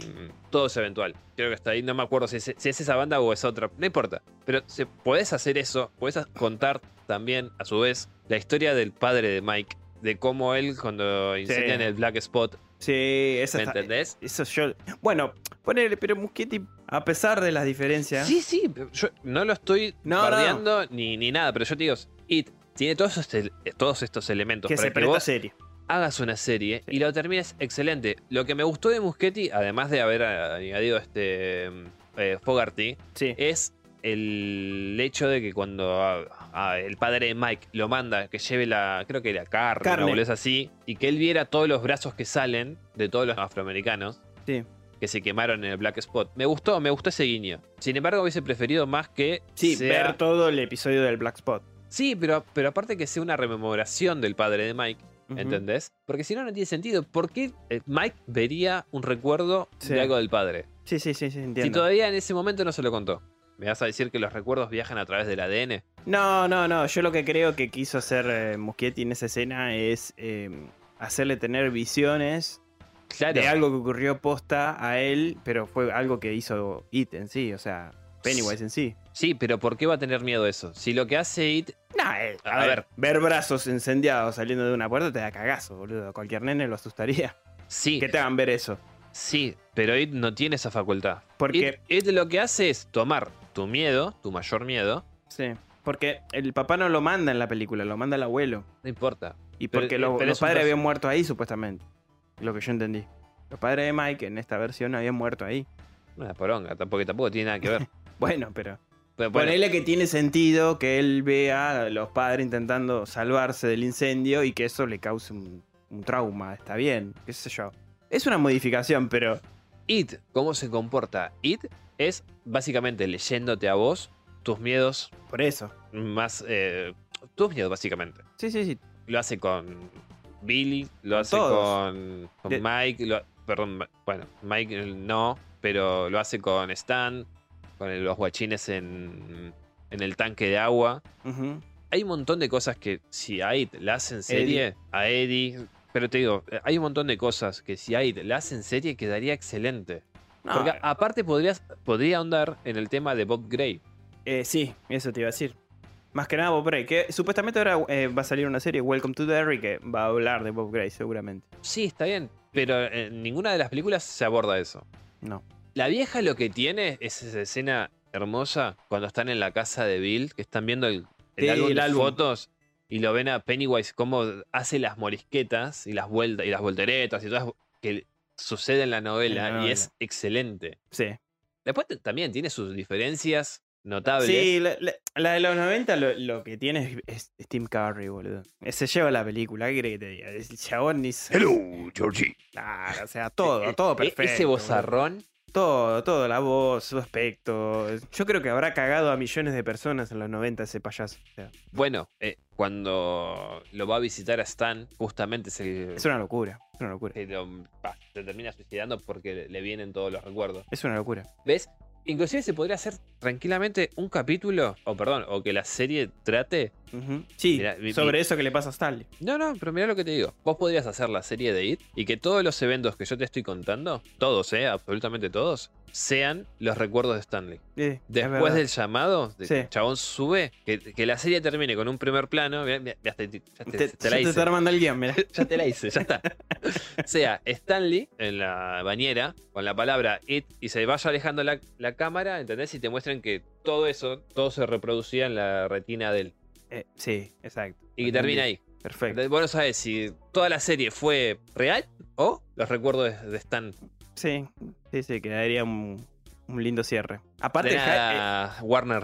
Speaker 3: Todos Eventual. Creo que está ahí. No me acuerdo si es, si es esa banda o es otra. No importa. Pero se, podés hacer eso. Podés a- contar también, a su vez, la historia del padre de Mike. De cómo él, cuando incendian el Black Spot,
Speaker 1: Sí, esa
Speaker 3: ¿me
Speaker 1: está-
Speaker 3: entendés?
Speaker 1: Eso yo. Bueno, ponele, pero Muschietti, a pesar de las diferencias.
Speaker 3: Sí, sí. pero Yo no lo estoy
Speaker 1: No,
Speaker 3: bardeando Ni, ni nada. Pero yo te digo, It tiene todos estos, todos estos elementos
Speaker 1: que se
Speaker 3: para que
Speaker 1: presta
Speaker 3: vos
Speaker 1: serie.
Speaker 3: hagas una serie y lo termines excelente. Lo que me gustó de Muschetti, además de haber eh, añadido este eh, Fogarty,
Speaker 1: Sí.
Speaker 3: es el hecho de que cuando ah, ah, el padre de Mike lo manda que lleve la, creo que la carne,
Speaker 1: Carne.
Speaker 3: una boludez así, y que él viera todos los brazos que salen de todos los afroamericanos
Speaker 1: Sí.
Speaker 3: que se quemaron en el Black Spot. Me gustó, me gustó ese guiño. Sin embargo, hubiese preferido más que
Speaker 1: Sí,
Speaker 3: sea-
Speaker 1: ver todo el episodio del Black Spot.
Speaker 3: Sí, pero, pero aparte que sea una rememoración del padre de Mike,
Speaker 1: Ujú.
Speaker 3: ¿entendés? Porque si no, no tiene sentido. ¿Por qué eh, Mike vería un recuerdo
Speaker 1: Sí.
Speaker 3: de algo del padre?
Speaker 1: Sí, sí, sí, sí, entiendo.
Speaker 3: Si todavía en ese momento no se lo contó. ¿Me vas a decir que los recuerdos viajan a través del ADN?
Speaker 1: No, no, no. Yo lo que creo que quiso hacer eh, Muschietti en esa escena es eh, hacerle tener visiones
Speaker 3: Claro.
Speaker 1: de algo que ocurrió posta a él, pero fue algo que hizo It en sí, o sea, Pennywise en sí.
Speaker 3: Sí, pero ¿por qué va a tener miedo eso? Si lo que hace It.
Speaker 1: No, eh, a,
Speaker 3: A
Speaker 1: ver,
Speaker 3: ver.
Speaker 1: ver brazos incendiados saliendo de una puerta te da cagazo, boludo. A Cualquier nene lo asustaría.
Speaker 3: Sí,
Speaker 1: Que te hagan ver eso.
Speaker 3: sí, pero It no tiene esa facultad.
Speaker 1: Porque,
Speaker 3: It, It lo que hace es tomar tu miedo, tu mayor miedo,
Speaker 1: sí, porque el papá no lo manda en la película, lo manda el abuelo.
Speaker 3: no importa.
Speaker 1: Y
Speaker 3: Pero- eh,
Speaker 1: porque lo-
Speaker 3: pero
Speaker 1: los
Speaker 3: es un
Speaker 1: padres
Speaker 3: perso-
Speaker 1: habían muerto ahí, supuestamente. Lo que yo entendí. Los padres de Mike en esta versión habían muerto ahí.
Speaker 3: Una poronga, tampoco, tampoco tiene nada que ver.
Speaker 1: Bueno, pero.
Speaker 3: Pero bueno,
Speaker 1: Ponele que tiene sentido que él vea a los padres intentando salvarse del incendio y que eso le cause un, un trauma. Está bien, qué sé yo. Es una modificación, pero.
Speaker 3: It, ¿cómo se comporta? It es básicamente leyéndote a vos tus miedos
Speaker 1: Por eso.
Speaker 3: más. eh, tus miedos, básicamente.
Speaker 1: Sí, sí, sí.
Speaker 3: Lo hace con Billy, lo hace
Speaker 1: todos.
Speaker 3: con, con
Speaker 1: De-
Speaker 3: Mike, lo- perdón, Ma- bueno, Mike eh, no, pero lo hace con Stan, con el- los guachines en, en el tanque de agua.
Speaker 1: Ujú.
Speaker 3: Hay un montón de cosas que si a It la hacen serie, a Eddie, pero te digo, eh, hay un montón de cosas que si a It la hacen serie quedaría excelente.
Speaker 1: No, eh.
Speaker 3: Porque aparte podrías, podría ahondar en el tema de Bob Gray.
Speaker 1: eh, sí, eso te iba a decir. Más que nada Bob Gray, que supuestamente ahora eh, va a salir una serie, Welcome to Derry, que va a hablar de Bob Gray seguramente.
Speaker 3: Sí, está bien, pero en ninguna de las películas se aborda eso.
Speaker 1: No.
Speaker 3: La vieja lo que tiene es esa escena hermosa cuando están en la casa de Bill, que están viendo el, el
Speaker 1: Sí,
Speaker 3: álbum
Speaker 1: el
Speaker 3: de
Speaker 1: álbum.
Speaker 3: fotos y lo ven a Pennywise cómo hace las morisquetas y las vueltas y las volteretas y todas que sucede en la novela
Speaker 1: En la
Speaker 3: y
Speaker 1: novela.
Speaker 3: es excelente.
Speaker 1: Sí.
Speaker 3: Después t- también tiene sus diferencias notables.
Speaker 1: Sí, la, la- la de los 90 lo, lo que tiene es, es Tim Curry, boludo. Eh, Se lleva la película, ¿qué crees que te diga? El chabón ni se-
Speaker 2: Hello, Georgie.
Speaker 1: Claro, o sea, todo, todo
Speaker 3: E-
Speaker 1: perfecto.
Speaker 3: Ese
Speaker 1: boludo.
Speaker 3: bozarrón.
Speaker 1: Todo, todo, la voz, su aspecto. Yo creo que habrá cagado a millones de personas en los 90 ese payaso. O sea,
Speaker 3: Bueno, eh, cuando lo va a visitar a Stan, justamente se,
Speaker 1: es una locura, es una locura.
Speaker 3: se eh, lo- pa, se termina suicidando porque le- le vienen todos los recuerdos.
Speaker 1: Es una locura.
Speaker 3: ¿Ves? Inclusive se podría hacer tranquilamente un capítulo, o perdón, o que la serie trate.
Speaker 1: Ujú. Sí,
Speaker 3: Mirá, mi-
Speaker 1: sobre
Speaker 3: mi-
Speaker 1: eso que le pasa a Stanley.
Speaker 3: No, no, pero mirá lo que te digo. Vos podrías hacer la serie de IT y que todos los eventos que yo te estoy contando, todos, eh, absolutamente todos, sean los recuerdos de Stanley.
Speaker 1: Eh, es
Speaker 3: Después
Speaker 1: verdad.
Speaker 3: del llamado, de
Speaker 1: Sí.
Speaker 3: que el chabón sube, que, que la serie termine con un primer plano. mirá, mirá, ya te, ya te-
Speaker 1: Te, ya
Speaker 3: te la
Speaker 1: te
Speaker 3: hice.
Speaker 1: está armando el guión, mirá.
Speaker 3: Ya te la hice, ya está. sea Stanley en la bañera con la palabra it y se vaya alejando la, la cámara, ¿entendés? Y te muestran que todo eso, todo se reproducía en la retina de él.
Speaker 1: Eh, sí, exacto.
Speaker 3: Y que termina ahí.
Speaker 1: Perfecto.
Speaker 3: Entonces, Vos no sabés si toda la serie fue real o los recuerdos de, de Stan.
Speaker 1: Sí, sí, sí, quedaría un, un lindo cierre. Aparte,
Speaker 3: De
Speaker 1: el hy- eh,
Speaker 3: nada, eh, Warner.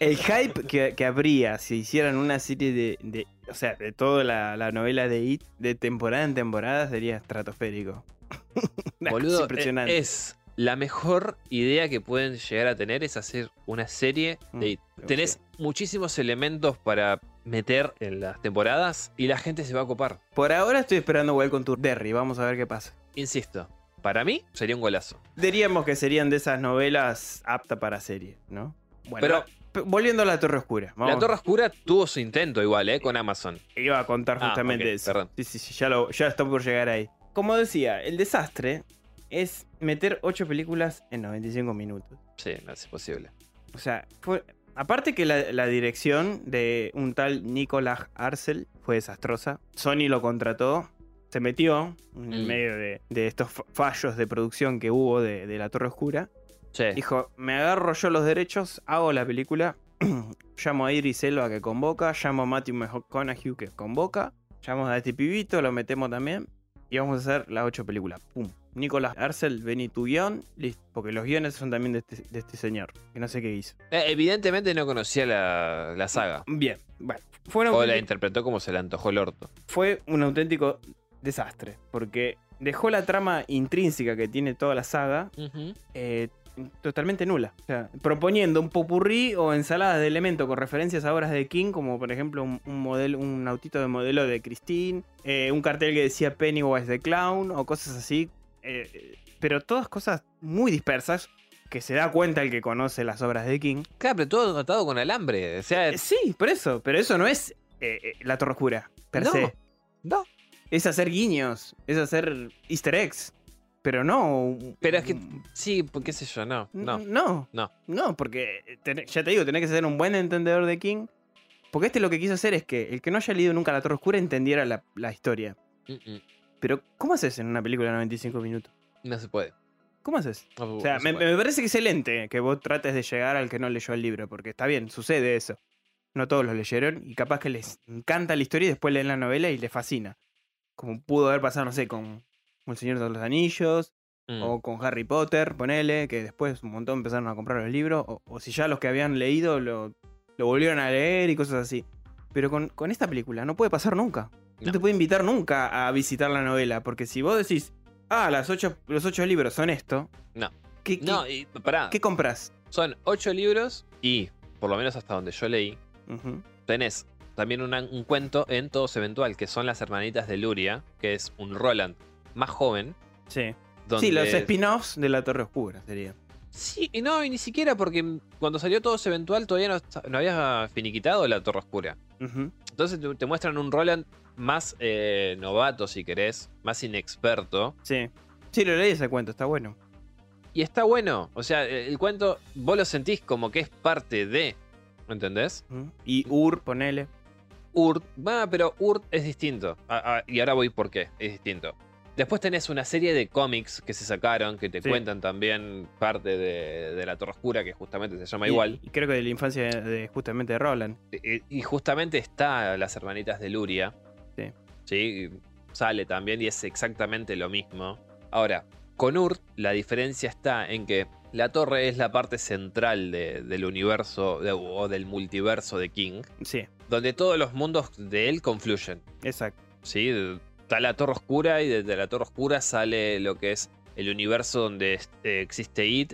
Speaker 1: el hype que, que habría si hicieran una serie de, de- o sea, de toda la, la novela de It, de temporada en temporada, sería estratosférico. Una cosa
Speaker 3: Boludo,
Speaker 1: impresionante.
Speaker 3: Es la mejor idea que pueden llegar a tener es hacer una serie de
Speaker 1: Mm,
Speaker 3: It. Tenés muchísimos elementos para meter en las temporadas y la gente se va a copar.
Speaker 1: Por ahora estoy esperando Welcome to Derry, vamos a ver qué pasa.
Speaker 3: Insisto, para mí sería un golazo.
Speaker 1: Diríamos que serían de esas novelas apta para serie, ¿no?
Speaker 3: Pero-
Speaker 1: pero volviendo a la Torre Oscura. vamos-
Speaker 3: La Torre Oscura tuvo su intento igual, ¿eh? Con Amazon.
Speaker 1: Iba a contar
Speaker 3: Ah,
Speaker 1: justamente
Speaker 3: ok,
Speaker 1: eso.
Speaker 3: perdón.
Speaker 1: Sí, sí, sí, ya, lo, ya está por llegar ahí. Como decía, el desastre es meter 8 películas en 95 minutos.
Speaker 3: Sí, no es posible.
Speaker 1: O sea, fue. Aparte que la, la dirección de un tal Nicolás Arcel fue desastrosa. Sony lo contrató, se metió en el
Speaker 3: Mm.
Speaker 1: medio de, de estos fa- fallos de producción que hubo de, de La Torre Oscura.
Speaker 3: Sí.
Speaker 1: Dijo, me agarro yo los derechos, hago la película, llamo a Iris Elba que convoca, llamo a Matthew McConaughey que convoca, llamamos a este pibito, lo metemos también y vamos a hacer las ocho películas. Pum. Nicolás Arcel, vení tu guión, listo. Porque los guiones son también de este, de este señor, que no sé qué hizo.
Speaker 3: Eh, evidentemente no conocía la, la saga.
Speaker 1: Bien, bueno. eh, Fue una
Speaker 3: O la
Speaker 1: auténtica-
Speaker 3: interpretó como se le antojó el orto.
Speaker 1: fue un auténtico desastre, porque dejó la trama intrínseca que tiene toda la saga eh, totalmente nula. O sea, proponiendo un popurrí o ensaladas de elementos con referencias a obras de King, como por ejemplo un, un modelo, un autito de modelo de Christine, eh, un cartel que decía Pennywise the Clown o cosas así. eh, eh, pero todas cosas muy dispersas que se da cuenta el que conoce las obras de King.
Speaker 3: Claro, pero todo atado con alambre. O sea,
Speaker 1: Eh, sí, por eso, pero eso no es eh, eh, la Torre Oscura, per
Speaker 3: No.
Speaker 1: se.
Speaker 3: no.
Speaker 1: Es hacer guiños, es hacer easter eggs. Pero no. un-
Speaker 3: Pero es que-
Speaker 1: un-
Speaker 3: Sí, pues, qué sé yo, no. No.
Speaker 1: N- No.
Speaker 3: No.
Speaker 1: No, porque ten- ya te digo, tenés que ser un buen entendedor de King. Porque este lo que quiso hacer es que el que no haya leído nunca La Torre Oscura entendiera la, la historia.
Speaker 3: Mm, mm.
Speaker 1: Pero, ¿cómo haces en una película de 95 minutos?
Speaker 3: No se puede.
Speaker 1: ¿Cómo haces?
Speaker 3: No,
Speaker 1: O sea,
Speaker 3: no se
Speaker 1: me,
Speaker 3: puede.
Speaker 1: me parece excelente que vos trates de llegar al que no leyó el libro, porque está bien, sucede eso. No todos lo leyeron y capaz que les encanta la historia y después leen la novela y les fascina. Como pudo haber pasado, no sé, con El Señor de los Anillos,
Speaker 3: Mm.
Speaker 1: o con Harry Potter, ponele, que después un montón empezaron a comprar los libros, o, o si ya los que habían leído lo, lo volvieron a leer y cosas así. Pero con, con esta película no puede pasar nunca. No.
Speaker 3: No.
Speaker 1: te puede invitar nunca a visitar la novela, porque si vos decís, ah, las ocho, los ocho libros son esto,
Speaker 3: No.
Speaker 1: ¿qué, qué-
Speaker 3: No, y pará.
Speaker 1: qué compras?
Speaker 3: Son ocho libros y, por lo menos hasta donde yo leí,
Speaker 1: Ujú.
Speaker 3: tenés también una- un cuento en Todos Eventual, que son las hermanitas de Luria, que es un Roland más joven.
Speaker 1: Sí.
Speaker 3: Donde
Speaker 1: Sí, los spin-offs de la Torre Oscura sería.
Speaker 3: Sí, y no, y ni siquiera porque cuando salió Todos Eventual todavía no, est- no había finiquitado la Torre Oscura.
Speaker 1: Ujú.
Speaker 3: Entonces te, te muestran un Roland más eh, novato, si querés, más inexperto.
Speaker 1: Sí. Sí, lo leí ese cuento, está bueno.
Speaker 3: Y está bueno. O sea, el, el cuento vos lo sentís como que es parte de. ¿Entendés?
Speaker 1: Ujú. Y Ur, ponele.
Speaker 3: Urt. Va, pero Urt es distinto. Ah, ah, y ahora voy por qué. Es distinto. Después tenés una serie de cómics que se sacaron, que te
Speaker 1: Sí.
Speaker 3: cuentan también parte de, de la Torre Oscura, que justamente se llama
Speaker 1: Y-
Speaker 3: igual.
Speaker 1: y creo que de la infancia de, de justamente de Roland.
Speaker 3: Eh, Y justamente está las hermanitas de Luria.
Speaker 1: Sí.
Speaker 3: Sí, sale también y es exactamente lo mismo. Ahora, con Urt la diferencia está en que la torre es la parte central de- del universo de- o del multiverso de King,
Speaker 1: Sí,
Speaker 3: donde todos los mundos de él confluyen.
Speaker 1: exacto.
Speaker 3: Sí, De- está la torre oscura y desde la torre oscura sale lo que es el universo donde este, existe It,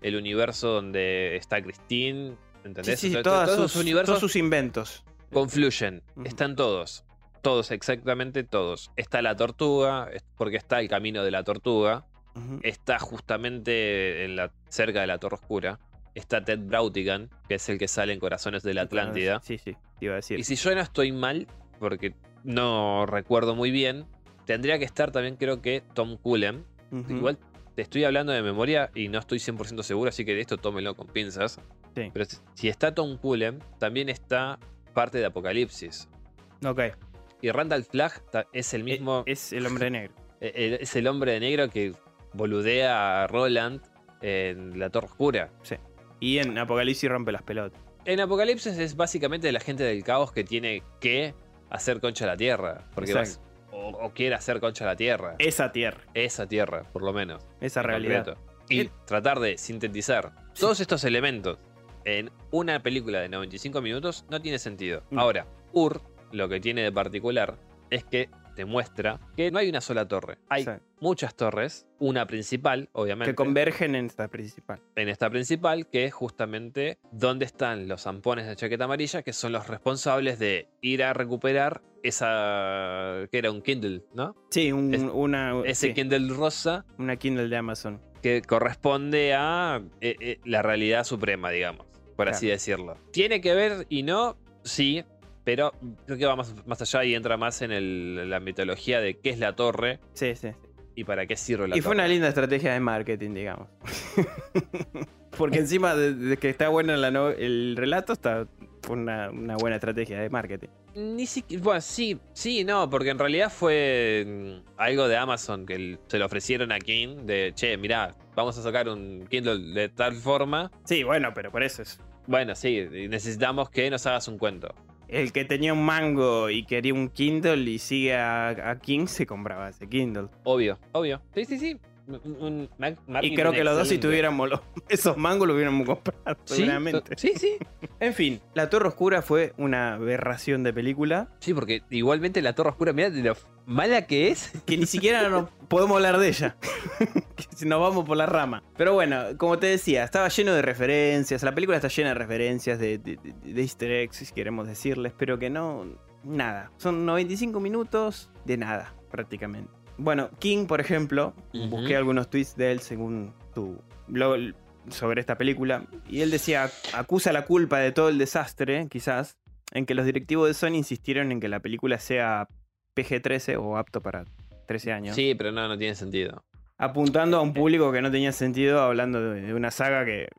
Speaker 3: el universo donde está Christine.
Speaker 1: Sí,
Speaker 3: ¿Entendés?
Speaker 1: sí,
Speaker 3: Entonces,
Speaker 1: todas
Speaker 3: todos
Speaker 1: sus,
Speaker 3: los universos
Speaker 1: todos sus inventos.
Speaker 3: confluyen.
Speaker 1: Ujú.
Speaker 3: Están todos. Todos, exactamente todos. Está la tortuga, es- porque está el camino de la tortuga.
Speaker 1: Ujú.
Speaker 3: Está justamente en la, cerca de la Torre Oscura. Está Ted Brautigan, que es el que sale en Corazones de la Atlántida.
Speaker 1: Sí, sí, te iba a decir.
Speaker 3: Y si yo no estoy mal, porque no recuerdo muy bien, tendría que estar también, creo que Tom Cullen.
Speaker 1: Ujú.
Speaker 3: Igual te estoy hablando de memoria y no estoy 100% seguro, así que de esto tómenlo con pinzas.
Speaker 1: Sí.
Speaker 3: Pero si- si está Tom Cullen, también está parte de Apocalipsis.
Speaker 1: Ok.
Speaker 3: Y Randall Flagg ta- es el mismo.
Speaker 1: E- Es el hombre negro.
Speaker 3: e- e- Es el hombre de negro que boludea a Roland en La Torre Oscura.
Speaker 1: Y en Apocalipsis rompe las pelotas.
Speaker 3: En Apocalipsis es básicamente la gente del caos que tiene que hacer concha a la tierra. Porque vas-
Speaker 1: Exacto.
Speaker 3: o, o quiere hacer concha a la tierra.
Speaker 1: Esa tierra,
Speaker 3: Esa tierra, por lo menos.
Speaker 1: esa
Speaker 3: en
Speaker 1: realidad.
Speaker 3: concreto. Y
Speaker 1: Eh.
Speaker 3: tratar de sintetizar
Speaker 1: Sí.
Speaker 3: todos estos elementos en una película de 95 minutos no tiene sentido.
Speaker 1: Mm.
Speaker 3: Ahora, UR lo que tiene de particular es que te muestra que no hay una sola torre. Hay
Speaker 1: Exacto.
Speaker 3: muchas torres, una principal, obviamente,
Speaker 1: que convergen en esta principal.
Speaker 3: en esta principal, que es justamente donde están los zampones de chaqueta amarilla, que son los responsables de ir a recuperar esa... que era un Kindle, ¿no?
Speaker 1: Sí, un-
Speaker 3: Es-
Speaker 1: una,
Speaker 3: Ese
Speaker 1: sí,
Speaker 3: Kindle rosa
Speaker 1: una Kindle de Amazon.
Speaker 3: que corresponde a eh, eh, la realidad suprema, digamos, por así
Speaker 1: Claro.
Speaker 3: decirlo. ¿Tiene que ver y no? Sí, pero creo que va más, más allá y entra más en el- la mitología de qué es la torre
Speaker 1: Sí, sí.
Speaker 3: y para qué sirve la
Speaker 1: Y
Speaker 3: torre.
Speaker 1: fue una linda estrategia de marketing, digamos. Porque encima de, de que está bueno la no- el relato, está fue una, una buena estrategia de marketing.
Speaker 3: Ni siquiera. Bueno, sí, sí, no, porque en realidad fue mm, algo de Amazon que l- se lo ofrecieron a King de che, mirá, vamos a sacar un Kindle de tal forma.
Speaker 1: Sí, bueno, pero por eso es.
Speaker 3: Bueno, sí, y necesitamos que nos hagas un cuento.
Speaker 1: El que tenía un mango y quería un Kindle y sigue a, a King, se compraba ese Kindle.
Speaker 3: Obvio, obvio. Sí, sí, sí. Un- un ma-
Speaker 1: Y
Speaker 3: marketing
Speaker 1: creo que los dos, si
Speaker 3: excelente.
Speaker 1: tuviéramos los- esos mangos, lo hubiéramos comprado,
Speaker 3: Sí,
Speaker 1: seguramente.
Speaker 3: to- Sí, sí.
Speaker 1: En fin, La Torre Oscura fue una aberración de película
Speaker 3: Sí, porque igualmente la Torre Oscura, mirá de lo mala que es.
Speaker 1: que ni siquiera nos podemos hablar de ella. Que si nos vamos por la rama. Pero bueno, como te decía, estaba lleno de referencias. La película está llena de referencias, de, de- de- de easter eggs, si queremos decirles, pero que no. Nada. Son 95 minutos de nada, prácticamente. Bueno, King, por ejemplo,
Speaker 3: Ujú.
Speaker 1: busqué algunos tweets de él según tu blog sobre esta película. Y él decía: acusa la culpa de todo el desastre, quizás, en que los directivos de Sony insistieron en que la película sea PG-13 o apto para 13 años
Speaker 3: Sí, pero no, no tiene sentido.
Speaker 1: apuntando a un público que no tenía sentido, hablando de, de una saga que.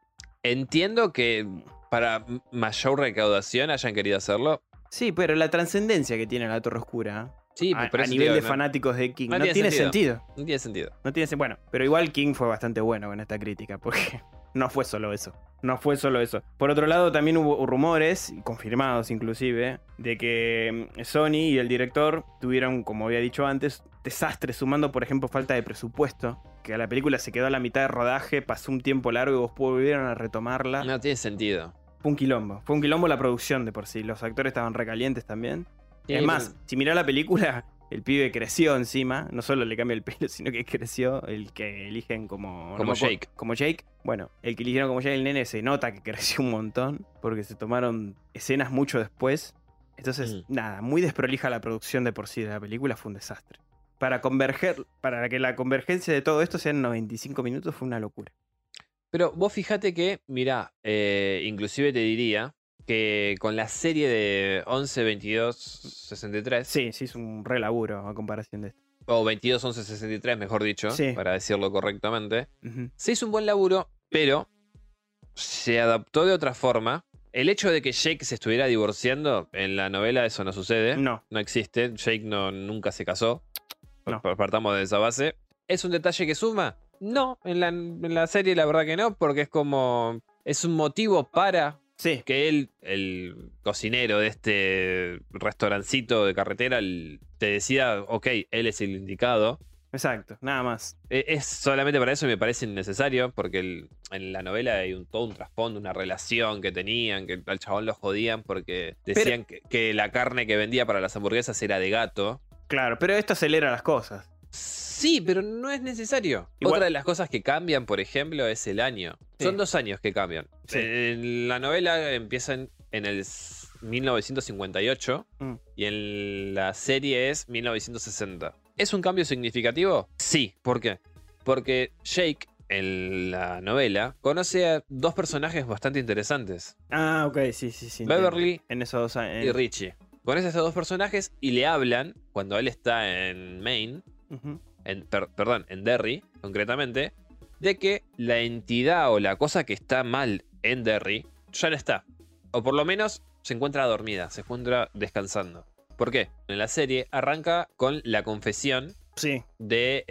Speaker 3: Entiendo que para mayor recaudación hayan querido hacerlo.
Speaker 1: Sí, pero la trascendencia que tiene la Torre Oscura
Speaker 3: Sí,
Speaker 1: a,
Speaker 3: pero por
Speaker 1: a
Speaker 3: eso te
Speaker 1: nivel
Speaker 3: digo,
Speaker 1: de
Speaker 3: no-
Speaker 1: fanáticos de King
Speaker 3: no
Speaker 1: no,
Speaker 3: tiene
Speaker 1: tiene, sentido.
Speaker 3: No tiene sentido.
Speaker 1: No tiene sen- Bueno, pero igual King fue bastante bueno con esta crítica, porque no fue solo eso. No fue solo eso. Por otro lado, también hubo rumores, y confirmados inclusive, de que mm, Sony y el director tuvieron, como había dicho antes, desastres, sumando, por ejemplo, falta de presupuesto. Que la película se quedó a la mitad de rodaje, pasó un tiempo largo y vos volvieron a retomarla.
Speaker 3: No tiene sentido.
Speaker 1: Fue un quilombo. Fue un quilombo la producción de por sí. Los actores estaban recalientes también.
Speaker 3: Sí,
Speaker 1: es más,
Speaker 3: pero-
Speaker 1: si mirá la película, el pibe creció encima. No solo le cambia el pelo, sino que creció el que eligen como... no
Speaker 3: Como
Speaker 1: me acuerdo-
Speaker 3: Jake.
Speaker 1: Como Jake. Bueno, el que eligieron como Jake, el nene, se nota que creció un montón. Porque se tomaron escenas mucho después. Entonces,
Speaker 3: Mm.
Speaker 1: nada, muy desprolija la producción de por sí de la película, fue un desastre. Para converger, para que la convergencia de todo esto sea en 95 minutos fue una locura.
Speaker 3: Pero vos fijate que, mirá, eh, inclusive te diría que con la serie de 11, 22, 63,
Speaker 1: Sí, sí, es un re laburo a comparación de esto.
Speaker 3: o 22, 11, 63, mejor dicho,
Speaker 1: Sí.
Speaker 3: para decirlo correctamente,
Speaker 1: Ujú.
Speaker 3: se hizo un buen laburo, pero se adaptó de otra forma. El hecho de que Jake se estuviera divorciando en la novela, eso no sucede.
Speaker 1: No,
Speaker 3: no existe. Jake no, nunca se casó.
Speaker 1: No.
Speaker 3: Pa- Partamos de esa base. ¿Es un detalle que suma? No, en la, en la serie la verdad que no, porque es como. Es un motivo para
Speaker 1: sí,
Speaker 3: que él, el cocinero de este restaurancito de carretera, el- te decida, ok, él es el indicado.
Speaker 1: exacto, nada más.
Speaker 3: E- Es solamente para eso y me parece innecesario, porque el- en la novela hay un, todo un trasfondo, una relación que tenían, que al chabón lo jodían porque decían que, que la carne que vendía para las hamburguesas era de gato.
Speaker 1: Claro, pero esto acelera las cosas.
Speaker 3: Sí, pero no es necesario.
Speaker 1: Igual-
Speaker 3: Otra de las cosas que cambian, por ejemplo, es el año.
Speaker 1: Sí.
Speaker 3: Son dos años que cambian.
Speaker 1: Sí.
Speaker 3: En la novela empiezan en el s- 1958
Speaker 1: Mm.
Speaker 3: y en la serie es 1960. ¿Es un cambio significativo? Sí. ¿Por qué? Porque Jake, en la novela, conoce a dos personajes bastante interesantes.
Speaker 1: Ah, ok, sí, sí, sí. entiendo.
Speaker 3: Beverly
Speaker 1: En esos dos años.
Speaker 3: y Richie. Conoce a esos dos personajes y le hablan cuando él está en Maine
Speaker 1: Ujú.
Speaker 3: en, per- perdón, en Derry, concretamente, de que la entidad o la cosa que está mal en Derry ya no está. O por lo menos se encuentra dormida, se encuentra descansando. ¿Por qué? En la serie arranca con la confesión
Speaker 1: Sí,
Speaker 3: del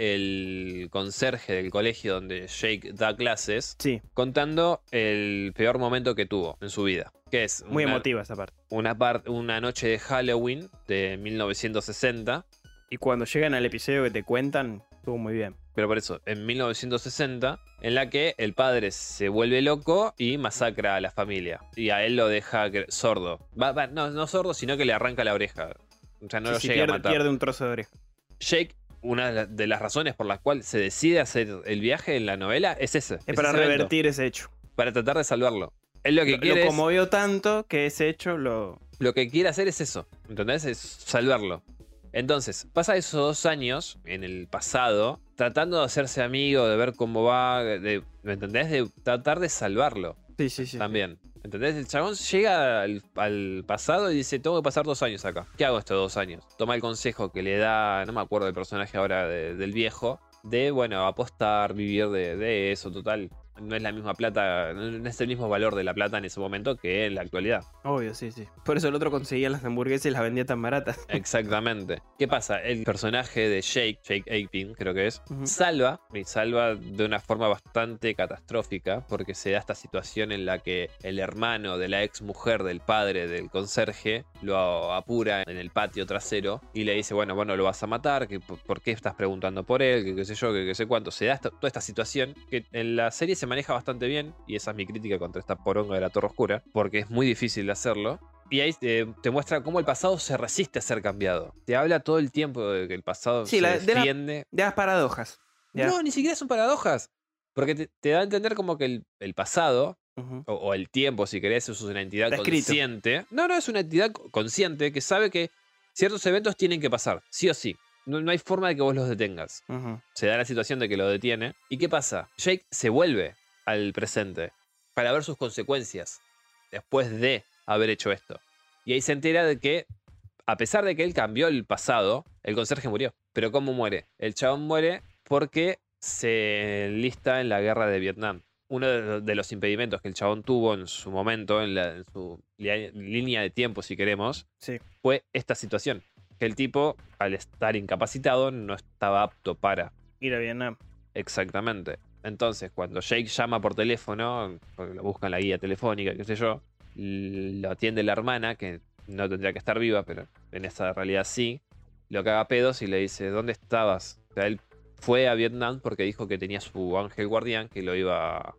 Speaker 3: conserje del colegio donde Jake da clases,
Speaker 1: sí,
Speaker 3: contando el peor momento que tuvo en su vida. Que es
Speaker 1: muy
Speaker 3: una,
Speaker 1: emotiva esa parte.
Speaker 3: una, par- una noche de Halloween de 1960.
Speaker 1: Y cuando llegan al episodio que te cuentan, estuvo muy bien.
Speaker 3: pero por eso, en 1960, en la que el padre se vuelve loco y masacra a la familia. Y a él lo deja cre- sordo. Va- va, no, no sordo, sino que le arranca la oreja. O sea, no
Speaker 1: Sí,
Speaker 3: lo
Speaker 1: sí,
Speaker 3: llega
Speaker 1: pierde,
Speaker 3: a matar.
Speaker 1: pierde un trozo de oreja.
Speaker 3: Jake, una de la- de las razones por las cuales se decide hacer el viaje en la novela es ese.
Speaker 1: Es para
Speaker 3: ese evento,
Speaker 1: revertir ese hecho.
Speaker 3: para tratar de salvarlo. Él lo que
Speaker 1: Lo-
Speaker 3: quiere
Speaker 1: lo
Speaker 3: es-
Speaker 1: conmovió tanto que ese hecho lo.
Speaker 3: lo que quiere hacer es eso, ¿entendés? Es salvarlo. Entonces, pasa esos dos años en el pasado, tratando de hacerse amigo, de ver cómo va, de, ¿me entendés? De tratar de salvarlo
Speaker 1: Sí, sí, sí.
Speaker 3: también. ¿Entendés? El chabón llega al, al pasado y dice, tengo que pasar dos años acá. ¿Qué hago estos dos años? Toma el consejo que le da, no me acuerdo del personaje ahora de- del viejo, de, bueno, apostar, vivir de, de eso, total. No es la misma plata, no es el mismo valor de la plata en ese momento que en la actualidad.
Speaker 1: Obvio, sí, sí. Por eso el otro conseguía las hamburguesas y las vendía tan baratas.
Speaker 3: Exactamente. ¿Qué pasa? El personaje de Jake, Jake Apin, creo que es,
Speaker 1: Ujú.
Speaker 3: salva, y salva de una forma bastante catastrófica, porque se da esta situación en la que el hermano de la ex mujer del padre del conserje lo apura en el patio trasero y le dice, bueno, bueno, lo vas a matar, que por por qué estás preguntando por él, que qué sé yo, que qué sé cuánto. Se da esta- toda esta situación que en la serie se maneja bastante bien, y esa es mi crítica contra esta poronga de la Torre Oscura, porque es muy difícil de hacerlo. Y ahí te, te muestra cómo el pasado se resiste a ser cambiado. Te habla todo el tiempo de que el pasado
Speaker 1: Sí,
Speaker 3: se
Speaker 1: la- de la-
Speaker 3: defiende.
Speaker 1: De las paradojas. Ya.
Speaker 3: No, ni siquiera son paradojas. Porque te, te da a entender como que el, el pasado,
Speaker 1: Ujú.
Speaker 3: o, o el tiempo, si querés, es una entidad
Speaker 1: Está escrito.
Speaker 3: consciente. No, no, es una entidad co- consciente que sabe que ciertos eventos tienen que pasar, sí o sí. No, no hay forma de que vos los detengas.
Speaker 1: Ujú.
Speaker 3: Se da la situación de que lo detiene. ¿Y qué pasa? Jake se vuelve al presente para ver sus consecuencias después de haber hecho esto. Y ahí se entera de que, a pesar de que él cambió el pasado, el conserje murió. Pero ¿cómo muere? El chabón muere porque se enlista en la guerra de Vietnam. Uno de lo- de los impedimentos que el chabón tuvo en su momento, en, la- en su lia- línea de tiempo, si queremos,
Speaker 1: Sí.
Speaker 3: fue esta situación. Que el tipo, al estar incapacitado, no estaba apto para.
Speaker 1: Ir a Vietnam.
Speaker 3: Exactamente. Entonces, cuando Jake llama por teléfono, porque lo busca en la guía telefónica, qué sé yo, lo atiende la hermana, que no tendría que estar viva, pero en esta realidad sí, lo caga a pedos y le dice, ¿dónde estabas? O sea, él fue a Vietnam porque dijo que tenía su ángel guardián que lo iba a,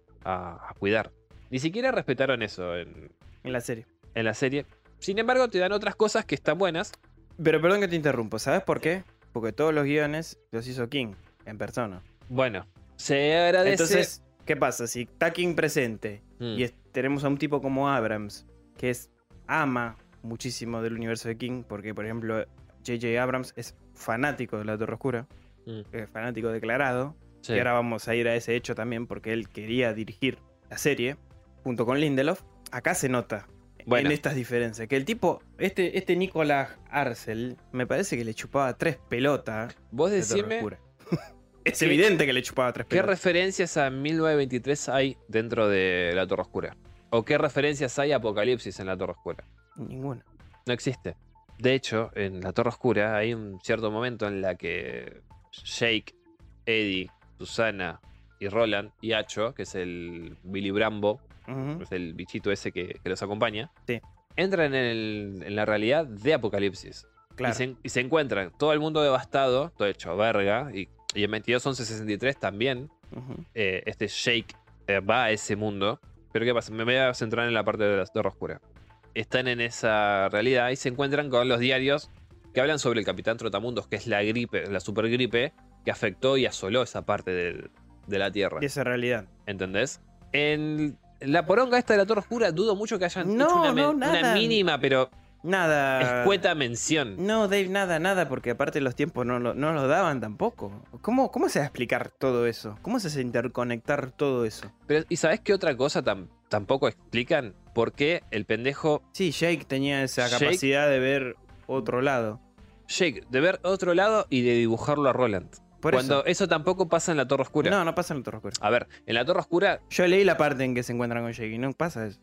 Speaker 3: a cuidar. Ni siquiera respetaron eso en,
Speaker 1: En la serie.
Speaker 3: en la serie. Sin embargo, te dan otras cosas que están buenas.
Speaker 1: Pero perdón que te interrumpo. ¿Sabes por qué? Porque todos los guiones los hizo King en persona.
Speaker 3: Bueno, se agradece...
Speaker 1: Entonces, ¿qué pasa? Si está King presente
Speaker 3: Mm,
Speaker 1: y es- tenemos a un tipo como Abrams, que es ama muchísimo del universo de King, porque por ejemplo J.J. Abrams es fanático de la Torre Oscura,
Speaker 3: Mm.
Speaker 1: es fanático declarado,
Speaker 3: Sí.
Speaker 1: y ahora vamos a ir a ese hecho también porque él quería dirigir la serie junto con Lindelof. Acá se nota
Speaker 3: Bueno.
Speaker 1: en estas diferencias que el tipo, este, este Nicolás Arcel, me parece que le chupaba tres pelotas.
Speaker 3: Vos
Speaker 1: de Torre
Speaker 3: decime
Speaker 1: Oscura. es
Speaker 3: ¿Qué-
Speaker 1: evidente que le chupaba tres
Speaker 3: qué
Speaker 1: pelotas.
Speaker 3: referencias a 1923 hay dentro de la Torre Oscura. O qué referencias hay a Apocalipsis en la Torre Oscura.
Speaker 1: Ninguna.
Speaker 3: No existe. De hecho, en la Torre Oscura hay un cierto momento en la que Jake, Eddie, Susana y Roland y Acho, que es el Billy Brambo,
Speaker 1: Ujú.
Speaker 3: es el bichito ese que, que los acompaña,
Speaker 1: Sí.
Speaker 3: entran en, el- en la realidad de Apocalipsis.
Speaker 1: Claro.
Speaker 3: Y, se, en- y se encuentran todo el mundo devastado, todo hecho verga, y, y en 22 11 63 también,
Speaker 1: Ujú.
Speaker 3: eh, este Jake eh, va a ese mundo. Pero ¿qué pasa? Me voy a centrar en la parte de la Torre Oscura. Están en esa realidad y se encuentran con los diarios que hablan sobre el Capitán Trotamundos, que es la gripe, la supergripe que afectó y asoló esa parte del- de la Tierra.
Speaker 1: Y esa es realidad.
Speaker 3: ¿Entendés? En la poronga esta de la Torre Oscura, dudo mucho que hayan
Speaker 1: No,
Speaker 3: hecho una, men-
Speaker 1: no,
Speaker 3: una
Speaker 1: nada. Ah. Mm.
Speaker 3: mínima, pero
Speaker 1: Nada.
Speaker 3: escueta mención.
Speaker 1: No, Dave, nada, nada, porque aparte los tiempos no, lo- no los daban tampoco. ¿Cómo, ¿Cómo se va a explicar todo eso? ¿Cómo se hace interconectar todo eso?
Speaker 3: Pero, ¿Y sabés qué otra cosa tam- tampoco explican? ¿Por qué el pendejo
Speaker 1: Sí, Jake tenía esa
Speaker 3: Jake-
Speaker 1: capacidad de ver otro lado.
Speaker 3: Jake de ver otro lado y de dibujarlo a Roland?
Speaker 1: Por
Speaker 3: Cuando
Speaker 1: eso.
Speaker 3: eso. tampoco pasa en la Torre Oscura.
Speaker 1: No, no pasa en la Torre Oscura.
Speaker 3: A ver, en la Torre Oscura,
Speaker 1: Yo leí la parte en que se encuentran con Jake y no pasa eso.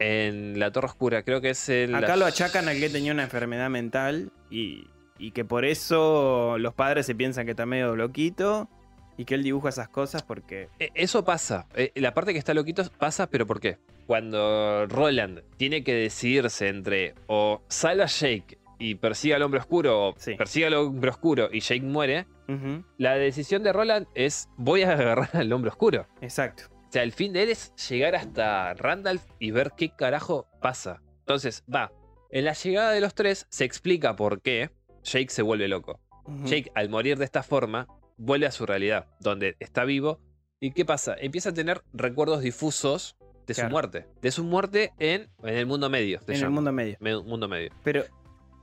Speaker 3: en la Torre Oscura, creo que es el.
Speaker 1: Acá lo achacan a que tenía una enfermedad mental y, y que por eso los padres se piensan que está medio loquito y que él dibuja esas cosas porque...
Speaker 3: Eh, Eso pasa. Eh, La parte que está loquito pasa, pero ¿por qué? Cuando Roland tiene que decidirse entre o salva a Jake y persigue al hombre oscuro, o
Speaker 1: Sí.
Speaker 3: persigue al hombre oscuro y Jake muere,
Speaker 1: Ujú,
Speaker 3: la decisión de Roland es voy a agarrar al hombre oscuro.
Speaker 1: Exacto.
Speaker 3: O sea, el fin de él es llegar hasta Randolph y ver qué carajo pasa. Entonces, va. En la llegada de los tres se explica por qué Jake se vuelve loco.
Speaker 1: Ujú.
Speaker 3: Jake, al morir de esta forma, vuelve a su realidad, donde está vivo. ¿Y qué pasa? Empieza a tener recuerdos difusos de
Speaker 1: Claro.
Speaker 3: su muerte. De su muerte en, en el mundo medio. se
Speaker 1: En el
Speaker 3: llama.
Speaker 1: mundo medio.
Speaker 3: Me- mundo medio.
Speaker 1: Pero...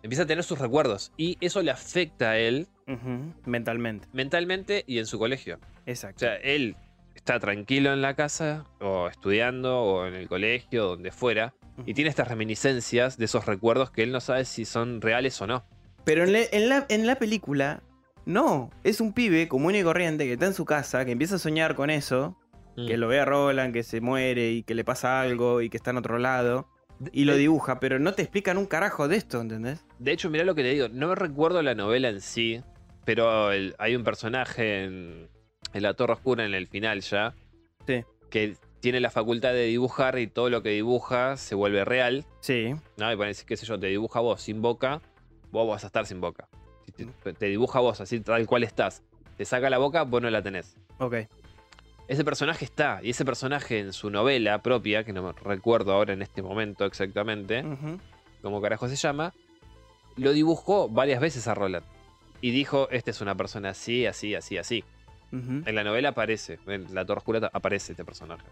Speaker 3: Empieza a tener sus recuerdos. Y eso le afecta a él
Speaker 1: ujú, Mentalmente.
Speaker 3: mentalmente y en su colegio. O
Speaker 1: Exacto.
Speaker 3: sea, él está tranquilo en la casa, o estudiando, o en el colegio, donde fuera. Y
Speaker 1: Ujú.
Speaker 3: tiene estas reminiscencias de esos recuerdos que él no sabe si son reales o no.
Speaker 1: Pero en, le- en la, en la película, no. Es un pibe común y corriente que está en su casa, que empieza a soñar con eso,
Speaker 3: Mm.
Speaker 1: que lo ve a Roland, que se muere y que le pasa algo y que está en otro lado. Y lo
Speaker 3: Eh,
Speaker 1: dibuja, pero no te explican un carajo de esto, ¿entendés?
Speaker 3: De hecho, mirá lo que te digo. No recuerdo la novela en sí, pero el- hay un personaje en, en La Torre Oscura en el final ya.
Speaker 1: Sí.
Speaker 3: Que tiene la facultad de dibujar y todo lo que dibuja se vuelve real.
Speaker 1: Sí.
Speaker 3: ¿no? Y parece, qué sé yo, te dibuja a vos sin boca, vos vas a estar sin boca. Si te, te dibuja a vos así tal cual estás. Te saca la boca, vos no la tenés.
Speaker 1: Ok.
Speaker 3: Ese personaje está, y ese personaje en su novela propia, que no me recuerdo ahora en este momento exactamente,
Speaker 1: Ujú.
Speaker 3: como carajo se llama, lo dibujó varias veces a Roland. Y dijo, esta es una persona así, así, así, así.
Speaker 1: Ujú.
Speaker 3: En la novela aparece, en La Torre Oscura ta- aparece este personaje.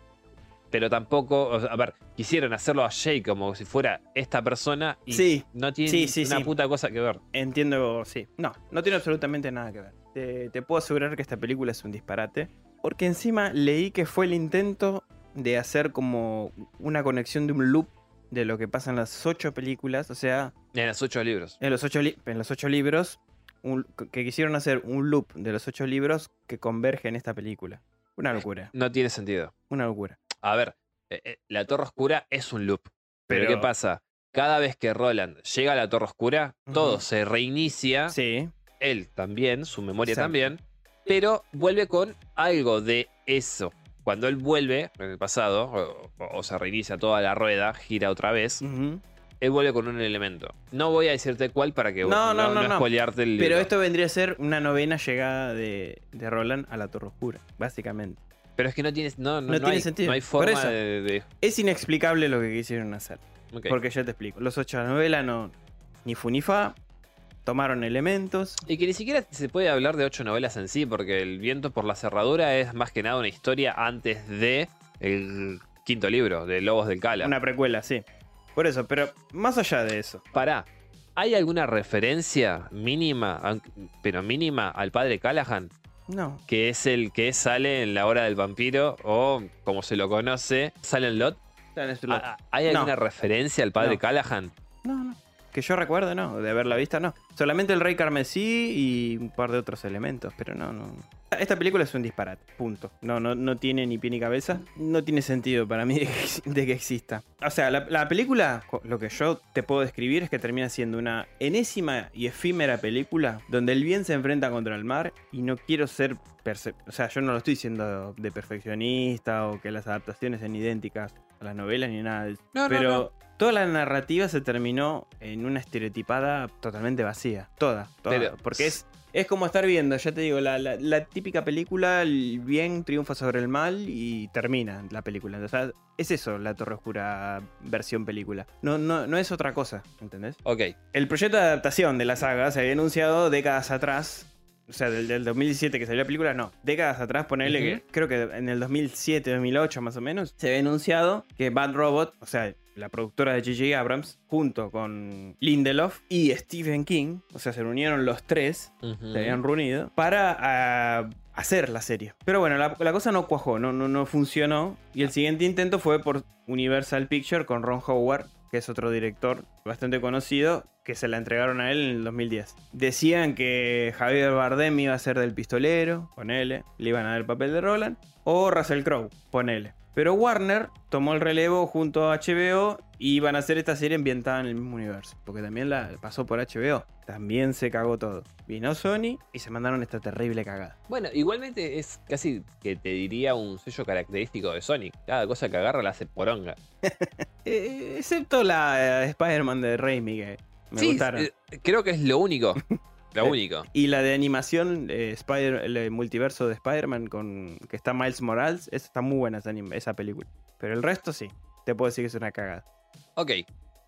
Speaker 3: Pero tampoco, o sea, a ver, quisieron hacerlo a Jake como si fuera esta persona y
Speaker 1: Sí,
Speaker 3: no tiene
Speaker 1: Sí, sí,
Speaker 3: una
Speaker 1: sí.
Speaker 3: puta cosa que ver.
Speaker 1: entiendo, sí. No, no tiene absolutamente nada que ver. Te, te puedo asegurar que esta película es un disparate. Porque encima leí que fue el intento de hacer como una conexión de un loop de lo que pasa en las ocho películas. O sea,
Speaker 3: En los ocho libros.
Speaker 1: En los ocho, li- en los ocho libros, un- que quisieron hacer un loop de los ocho libros que converge en esta película. Una locura,
Speaker 3: No tiene sentido.
Speaker 1: una locura.
Speaker 3: A ver, eh, eh, La Torre Oscura es un loop. Pero,
Speaker 1: Pero-
Speaker 3: ¿qué pasa? Cada vez que Roland llega a la Torre Oscura, todo
Speaker 1: Ujú.
Speaker 3: se reinicia.
Speaker 1: Sí,
Speaker 3: él también, su memoria
Speaker 1: Exacto.
Speaker 3: también, pero vuelve con algo de eso. Cuando él vuelve en el pasado, o, o se reinicia toda la rueda, gira otra vez,
Speaker 1: ujú.
Speaker 3: él vuelve con un elemento. No voy a decirte cuál para que
Speaker 1: No,
Speaker 3: vos-
Speaker 1: no, no, no.
Speaker 3: spoilearte el
Speaker 1: pero
Speaker 3: libro.
Speaker 1: esto vendría a ser una novena llegada de, de Roland a la Torre Oscura, básicamente.
Speaker 3: Pero es que no tiene, no, no-
Speaker 1: No
Speaker 3: no
Speaker 1: tiene
Speaker 3: hay,
Speaker 1: sentido.
Speaker 3: No hay
Speaker 1: Por
Speaker 3: forma
Speaker 1: eso.
Speaker 3: de... de-
Speaker 1: Es inexplicable lo que quisieron hacer,
Speaker 3: ok.
Speaker 1: porque ya te explico. Los ocho novelas no, ni fu ni fa, tomaron elementos.
Speaker 3: Y que ni siquiera se puede hablar de ocho novelas en sí, porque El viento por la cerradura es más que nada una historia antes de el quinto libro, de Lobos del Cala.
Speaker 1: Una precuela, sí. Por eso, pero más allá de eso.
Speaker 3: Pará. ¿Hay alguna referencia mínima, aunque- pero mínima, al padre Callahan?
Speaker 1: No.
Speaker 3: Que es el que sale en la hora del vampiro, o como se lo conoce, Silent Lot. ¿Ha- ¿Hay
Speaker 1: No.
Speaker 3: alguna referencia al padre
Speaker 1: No.
Speaker 3: Callahan?
Speaker 1: No, no. Que yo recuerdo, no. De haberla vista, no. Solamente el Rey Carmesí y un par de otros elementos, pero no, no. Esta película es un disparate, punto. No, no, no tiene ni pie ni cabeza. No tiene sentido para mí de que, ex- de que exista. O sea, la, la película, co- lo que yo te puedo describir es que termina siendo una enésima y efímera película donde el bien se enfrenta contra el mar y no quiero ser... perse- O sea, yo no lo estoy diciendo de perfeccionista o que las adaptaciones sean idénticas a las novelas ni nada. del-
Speaker 3: No, no,
Speaker 1: pero
Speaker 3: no.
Speaker 1: toda la narrativa se terminó en una estereotipada totalmente vacía. Toda, toda.
Speaker 3: Pero-
Speaker 1: porque es, es como estar viendo, ya te digo, la, la- la típica película, el bien triunfa sobre el mal y termina la película. O sea, es eso, la Torre Oscura versión película. No, no, no es otra cosa, ¿entendés?
Speaker 3: Ok.
Speaker 1: El proyecto de adaptación de la saga se había anunciado décadas atrás. O sea, del, del 2017 que salió la película, no. Décadas atrás, ponerle
Speaker 3: Ujú.
Speaker 1: que creo que en el 2007, 2008 más o menos, se había anunciado que Bad Robot, o sea, la productora de J.J. Abrams, junto con Lindelof y Stephen King, o sea, se reunieron los tres
Speaker 3: Ujú.
Speaker 1: se habían reunido para ah, hacer la serie. Pero bueno, la, la cosa no cuajó, no, no, no funcionó. Y el siguiente intento fue por Universal Picture con Ron Howard, que es otro director bastante conocido, que se la entregaron a él en el 2010. Decían que Javier Bardem iba a ser del pistolero, ponele, le iban a dar el papel de Roland, o Russell Crowe, ponele. Pero Warner tomó el relevo junto a HBO y iban a hacer esta serie ambientada en el mismo universo. Porque también la pasó por HBO. También se cagó todo. Vino Sony y se mandaron esta terrible cagada.
Speaker 3: Bueno, igualmente es casi que te diría un sello característico de Sonic. Cada cosa que agarra la hace poronga.
Speaker 1: Eh, excepto la eh, Spider-Man de Raimi que me
Speaker 3: Sí,
Speaker 1: gustaron.
Speaker 3: eh, creo que es lo único. Lo
Speaker 1: Eh,
Speaker 3: único.
Speaker 1: Y la de animación, eh, Spider- el eh, multiverso de Spider-Man con que está Miles Morales, esa está muy buena esa, anim- esa película. Pero el resto sí, te puedo decir que es una cagada.
Speaker 3: Ok.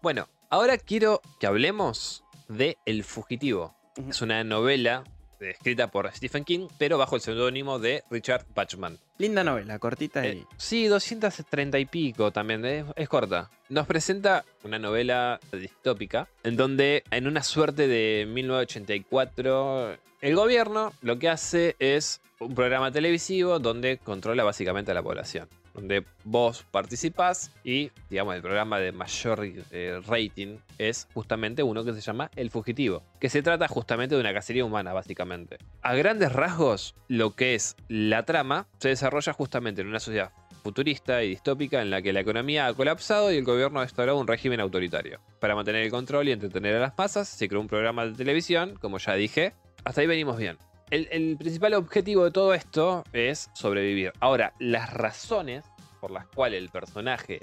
Speaker 3: Bueno, ahora quiero que hablemos de El Fugitivo.
Speaker 1: Ujú.
Speaker 3: Es una novela eh, escrita por Stephen King, pero bajo el seudónimo de Richard Bachman.
Speaker 1: Linda novela, cortita
Speaker 3: Eh,
Speaker 1: y...
Speaker 3: sí, 230 y pico también, es, es corta. Nos presenta una novela distópica en donde en una suerte de 1984 el gobierno lo que hace es un programa televisivo donde controla básicamente a la población. Donde vos participás y, digamos, el programa de mayor eh, rating es justamente uno que se llama El Fugitivo, que se trata justamente de una cacería humana, básicamente. A grandes rasgos, lo que es la trama se desarrolla justamente en una sociedad futurista y distópica en la que la economía ha colapsado y el gobierno ha instaurado un régimen autoritario. Para mantener el control y entretener a las masas, se creó un programa de televisión, como ya dije. Hasta ahí venimos bien. El, el principal objetivo de todo esto es sobrevivir. Ahora, las razones por las cuales el personaje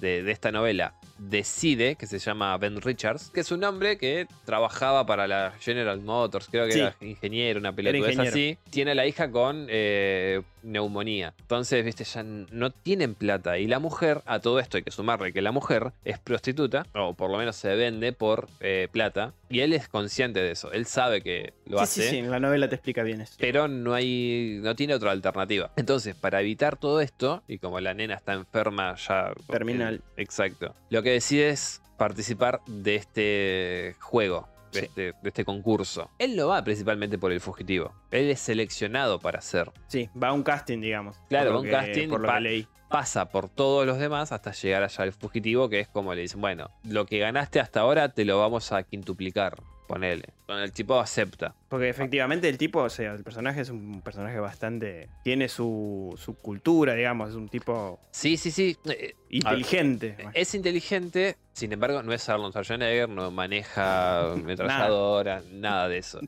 Speaker 3: de, de esta novela decide, que se llama Ben Richards, que es un hombre que trabajaba para la General Motors, creo que
Speaker 1: Sí.
Speaker 3: era ingeniero, una pelota es
Speaker 1: ingeniero.
Speaker 3: así. Tiene a la hija con eh, neumonía. Entonces, viste, ya n- no tienen plata. Y la mujer, a todo esto hay que sumarle que la mujer es prostituta, o por lo menos se vende por eh, plata. Y él es consciente de eso. Él sabe que lo
Speaker 1: Sí,
Speaker 3: hace Eh,
Speaker 1: sí, sí, en la novela te explica bien eso.
Speaker 3: pero no hay no tiene otra alternativa. Entonces, para evitar todo esto y como la nena está enferma ya
Speaker 1: Terminal.
Speaker 3: exacto. Lo que decide es participar de este juego, de,
Speaker 1: Sí.
Speaker 3: este, de este concurso. Él no va principalmente por el fugitivo. Él es seleccionado para ser.
Speaker 1: Sí, va a un casting, digamos.
Speaker 3: Claro,
Speaker 1: por lo
Speaker 3: va a un
Speaker 1: que-
Speaker 3: casting
Speaker 1: Por lo
Speaker 3: pa-
Speaker 1: que leí.
Speaker 3: Pasa por todos los demás hasta llegar allá al fugitivo, que es como le dicen, bueno, lo que ganaste hasta ahora te lo vamos a quintuplicar. Ponele. Bueno, el tipo acepta.
Speaker 1: Porque efectivamente el tipo, o sea, el personaje es un personaje bastante. Tiene su, su cultura, digamos, es un tipo
Speaker 3: Sí, sí, sí. eh,
Speaker 1: inteligente. Bueno,
Speaker 3: Es inteligente, sin embargo, no es Arnold Schwarzenegger, no maneja metralladora, nada. de eso.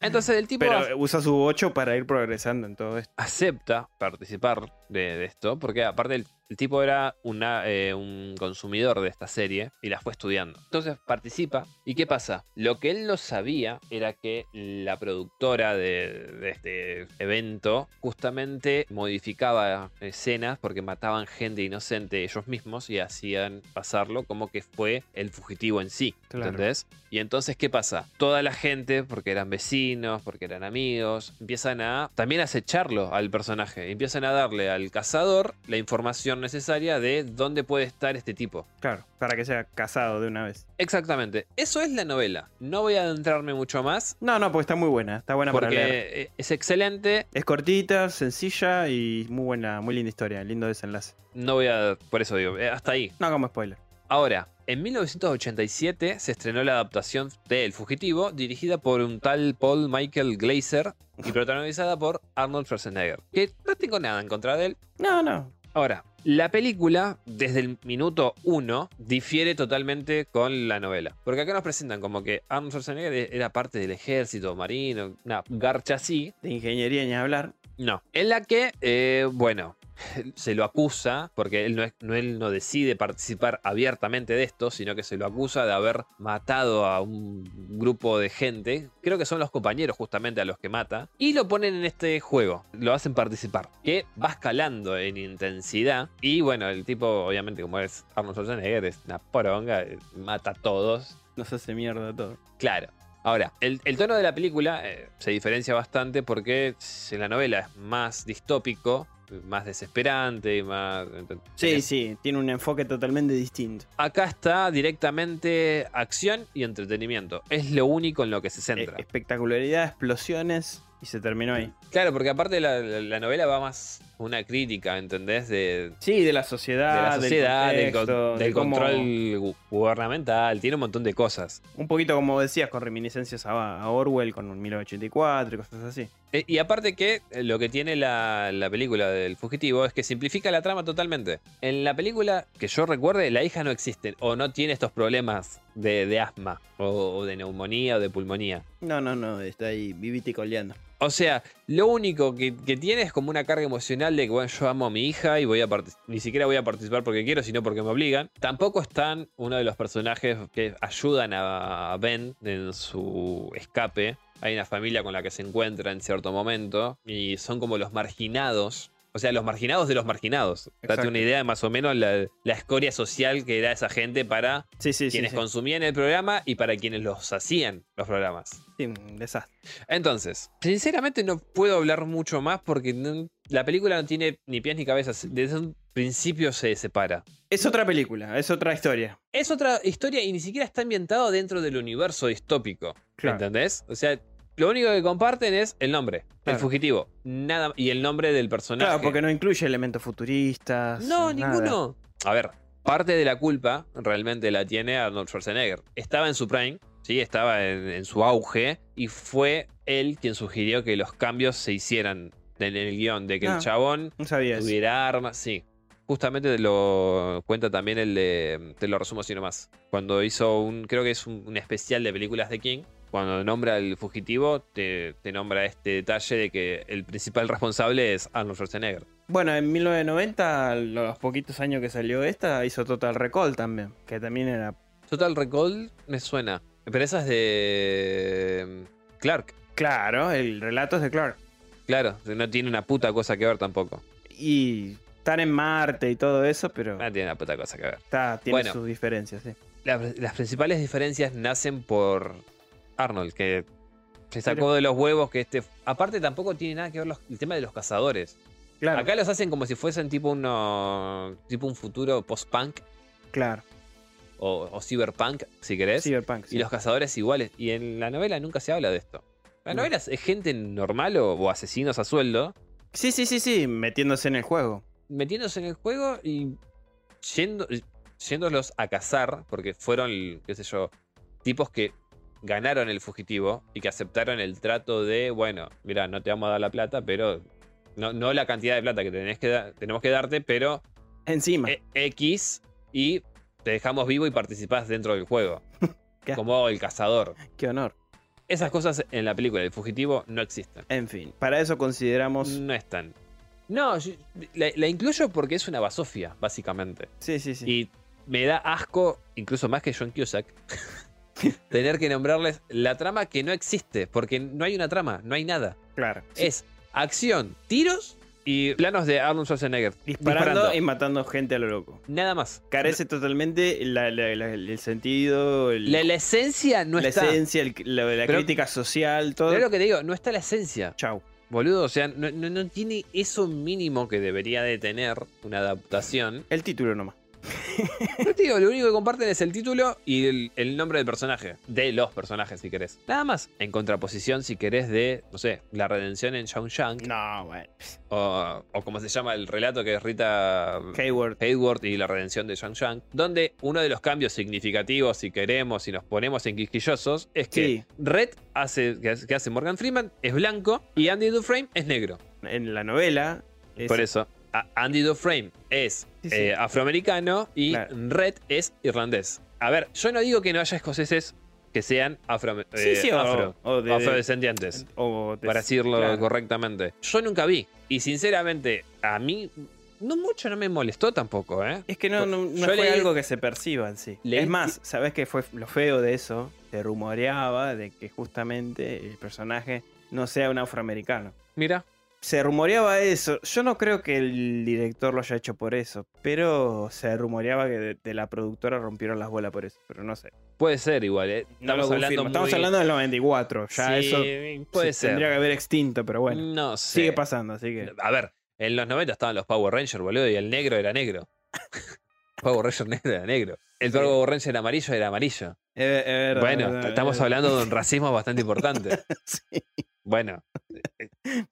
Speaker 3: Entonces el tipo
Speaker 1: Pero usa su bocho para ir progresando en todo esto.
Speaker 3: acepta participar de, de esto, porque aparte el, el tipo era una, eh, un consumidor de esta serie y la fue estudiando. Entonces participa. ¿Y qué pasa? Lo que él no sabía era que la productora de, de este evento justamente modificaba escenas porque mataban gente inocente ellos mismos y hacían pasarlo como que fue el fugitivo en sí.
Speaker 1: Claro.
Speaker 3: ¿Entendés? Y entonces, ¿qué pasa? Toda la gente, porque eran vecinos, porque eran amigos, empiezan a también acecharlo al personaje. Empiezan a darle al cazador la información información necesaria de dónde puede estar este tipo.
Speaker 1: Claro, para que sea casado de una vez.
Speaker 3: Exactamente, eso es la novela. No voy a adentrarme mucho más
Speaker 1: No, no, porque está muy buena. Está buena para leer.
Speaker 3: porque e, es excelente.
Speaker 1: Es cortita, sencilla y muy buena, muy linda historia, lindo desenlace.
Speaker 3: No voy a. Por eso digo, eh, hasta ahí.
Speaker 1: No hagamos spoiler.
Speaker 3: Ahora, en 1987 se estrenó la adaptación de El Fugitivo, dirigida por un tal Paul Michael Glazer y protagonizada por Arnold Schwarzenegger. Que no tengo nada en contra de él.
Speaker 1: No, no.
Speaker 3: Ahora, la película, desde el minuto uno, difiere totalmente con la novela. Porque acá nos presentan como que Arnold Schwarzenegger era parte del ejército marino, una garcha así,
Speaker 1: De ingeniería ni hablar.
Speaker 3: no. En la que, eh, bueno, se lo acusa, porque él no, es- no- él no decide participar abiertamente de esto, sino que se lo acusa de haber matado a un grupo de gente. Creo que son los compañeros justamente a los que mata. Y lo ponen en este juego, lo hacen participar, que va escalando en intensidad. Y bueno, el tipo, obviamente, como es Arnold Schwarzenegger, es una poronga, eh, mata a todos.
Speaker 1: Nos hace mierda todo.
Speaker 3: Claro. Ahora, el, el tono de la película eh, se diferencia bastante porque en la novela es más distópico, más desesperante, más...
Speaker 1: Sí, sí, tiene un enfoque totalmente distinto.
Speaker 3: Acá está directamente acción y entretenimiento. Es lo único en lo que se centra.
Speaker 1: Eh, espectacularidad, explosiones y se terminó ahí.
Speaker 3: Claro, porque aparte la, la- la novela va más una crítica, ¿entendés? De,
Speaker 1: Sí, de la
Speaker 3: de
Speaker 1: sociedad,
Speaker 3: la sociedad, del, con-
Speaker 1: Ah, contexto,
Speaker 3: del
Speaker 1: de cómo-
Speaker 3: control gu- gubernamental, tiene un montón de cosas.
Speaker 1: Un poquito como decías, con reminiscencias a, a Orwell, con un 1984 y cosas así.
Speaker 3: E- Y aparte que eh, lo que tiene la, la película del fugitivo es que simplifica la trama totalmente. En la película, que yo recuerde, la hija no existe o no tiene estos problemas de, de asma o, o de neumonía o de pulmonía.
Speaker 1: No, no, no, está ahí vivite y coleando.
Speaker 3: O sea, lo único que, que tiene es como una carga emocional de que, bueno, yo amo a mi hija y voy a partic- ni siquiera voy a participar porque quiero, sino porque me obligan. Tampoco están uno de los personajes que ayudan a a Ben en su escape. Hay una familia con la que se encuentra en cierto momento y son como los marginados. O sea, los marginados de los marginados. Date
Speaker 1: Exacto.
Speaker 3: una idea de más o menos la, la escoria social que era esa gente para
Speaker 1: Sí, sí, sí,
Speaker 3: quienes
Speaker 1: sí.
Speaker 3: consumían el programa y para quienes los hacían los programas.
Speaker 1: Sí, un desastre.
Speaker 3: Entonces, sinceramente no puedo hablar mucho más porque no- la película no tiene ni pies ni cabezas. Desde un principio se separa.
Speaker 1: Es otra película, es otra historia.
Speaker 3: Es otra historia y ni siquiera está ambientado dentro del universo distópico.
Speaker 1: Claro.
Speaker 3: ¿Entendés? O sea, lo único que comparten es el nombre, el
Speaker 1: Claro.
Speaker 3: fugitivo. Nada, y el nombre del personaje.
Speaker 1: Claro, porque no incluye elementos futuristas.
Speaker 3: No,
Speaker 1: nada.
Speaker 3: ninguno. A ver, parte de la culpa realmente la tiene Arnold Schwarzenegger. Estaba en su prime, sí, estaba en, en su auge y fue él quien sugirió que los cambios se hicieran en el guión, de que
Speaker 1: Ah,
Speaker 3: el chabón
Speaker 1: No sabía eso.
Speaker 3: tuviera armas, sí. Justamente lo cuenta también el de, te lo resumo así nomás, cuando hizo un, creo que es un, un especial de películas de King. Cuando nombra al fugitivo, te, te nombra este detalle de que el principal responsable es Arnold Schwarzenegger.
Speaker 1: Bueno, en 1990, los poquitos años que salió esta, hizo Total Recall también, que también era
Speaker 3: Total Recall me suena. Pero esa es de. em, Clark.
Speaker 1: claro, el relato es de Clark.
Speaker 3: Claro, no tiene una puta cosa que ver tampoco.
Speaker 1: Y están en Marte y todo eso, pero
Speaker 3: No tiene una puta cosa que ver.
Speaker 1: está, tiene
Speaker 3: Bueno.
Speaker 1: sus diferencias, sí.
Speaker 3: La- las principales diferencias nacen por Arnold, que se sacó
Speaker 1: Pero-
Speaker 3: de los huevos que este. Aparte, tampoco tiene nada que ver los- el tema de los cazadores.
Speaker 1: Claro,
Speaker 3: Acá los hacen como si fuesen tipo uno. tipo un futuro post-punk
Speaker 1: claro.
Speaker 3: o, o cyberpunk, si querés.
Speaker 1: Cyberpunk, sí.
Speaker 3: Y los cazadores iguales. Y en la novela nunca se habla de esto. La
Speaker 1: No.
Speaker 3: novela es es gente normal o, o asesinos a sueldo
Speaker 1: sí, sí, sí, sí, metiéndose en el juego.
Speaker 3: metiéndose en el juego y yendo, yéndolos a cazar, porque fueron, qué sé yo, tipos que ganaron el fugitivo y que aceptaron el trato de, bueno, mira, no te vamos a dar la plata, pero no, no la cantidad de plata que, tenés que da- tenemos que darte, pero
Speaker 1: Encima.
Speaker 3: e- X y te dejamos vivo y participás dentro del juego.
Speaker 1: Qué-
Speaker 3: Como el cazador.
Speaker 1: Qué honor.
Speaker 3: Esas cosas en la película, el fugitivo, no existen.
Speaker 1: En fin, para eso consideramos.
Speaker 3: No están. No, yo- la, la incluyo porque es una basofia, básicamente.
Speaker 1: Sí, sí, sí.
Speaker 3: Y me da asco, incluso más que John Cusack, tener que nombrarles la trama que no existe, porque no hay una trama, no hay nada.
Speaker 1: claro.
Speaker 3: Es acción, tiros y planos de Arnold Schwarzenegger.
Speaker 1: disparando,
Speaker 3: disparando.
Speaker 1: y matando gente a lo loco.
Speaker 3: Nada más.
Speaker 1: Carece totalmente la- la- la- el sentido, el-
Speaker 3: La, la esencia no
Speaker 1: la
Speaker 3: está.
Speaker 1: esencia, el- la, la
Speaker 3: Pero-
Speaker 1: crítica social, todo.
Speaker 3: Pero es lo que te digo, no está la esencia.
Speaker 1: Chau.
Speaker 3: Boludo, o sea, no, no- no tiene eso mínimo que debería de tener una adaptación.
Speaker 1: El título nomás.
Speaker 3: Pero te digo, lo único que comparten es el título y el, el nombre del personaje. De los personajes, si querés. Nada más. En contraposición, si querés, de, no sé, la redención en Shawshank.
Speaker 1: No, bueno.
Speaker 3: O, o como se llama el relato que es Rita
Speaker 1: Hayward.
Speaker 3: Hayward y la redención de Shawshank. Donde uno de los cambios significativos, si queremos, si nos ponemos en quisquillosos, es que
Speaker 1: Sí.
Speaker 3: Red hace, que hace- que hace Morgan Freeman es blanco y Andy Dufresne es negro.
Speaker 1: En la novela. es-
Speaker 3: Por eso, a- Andy Dufresne es
Speaker 1: Sí, sí.
Speaker 3: eh, afroamericano y
Speaker 1: Claro.
Speaker 3: Red es irlandés. A ver, yo no digo que no haya escoceses que sean afro,
Speaker 1: Sí,
Speaker 3: eh,
Speaker 1: sí, o,
Speaker 3: afro-
Speaker 1: o de-
Speaker 3: afrodescendientes,
Speaker 1: o de-
Speaker 3: para decirlo
Speaker 1: claro.
Speaker 3: correctamente. Yo nunca vi. Y sinceramente, a mí no mucho no me molestó tampoco, ¿eh?
Speaker 1: Es que no, no, no
Speaker 3: Yo
Speaker 1: fue
Speaker 3: leí-
Speaker 1: algo que se perciba en sí.
Speaker 3: leí-
Speaker 1: Es más, ¿sabes qué fue lo feo de eso? Se rumoreaba de que justamente el personaje no sea un afroamericano.
Speaker 3: Mira.
Speaker 1: Se rumoreaba eso. Yo no creo que el director lo haya hecho por eso, pero se rumoreaba que de, de la productora rompieron las bolas por eso. Pero no sé.
Speaker 3: Puede ser igual, ¿eh?
Speaker 1: No lo
Speaker 3: Estamos, hablando,
Speaker 1: confirmo. Estamos
Speaker 3: muy-
Speaker 1: hablando del 94. Ya
Speaker 3: Sí,
Speaker 1: eso
Speaker 3: puede
Speaker 1: se
Speaker 3: ser. Mm,
Speaker 1: tendría que haber extinto, pero bueno.
Speaker 3: no sé.
Speaker 1: Sigue pasando, así que.
Speaker 3: A ver, en los 90 estaban los Power Rangers, boludo, y el negro era negro. Power Ranger negro era negro. El
Speaker 1: Sí.
Speaker 3: Power Ranger amarillo era amarillo.
Speaker 1: Eh, eh, verdad,
Speaker 3: bueno,
Speaker 1: verdad,
Speaker 3: estamos
Speaker 1: verdad.
Speaker 3: hablando de un racismo bastante importante.
Speaker 1: Sí,
Speaker 3: Bueno,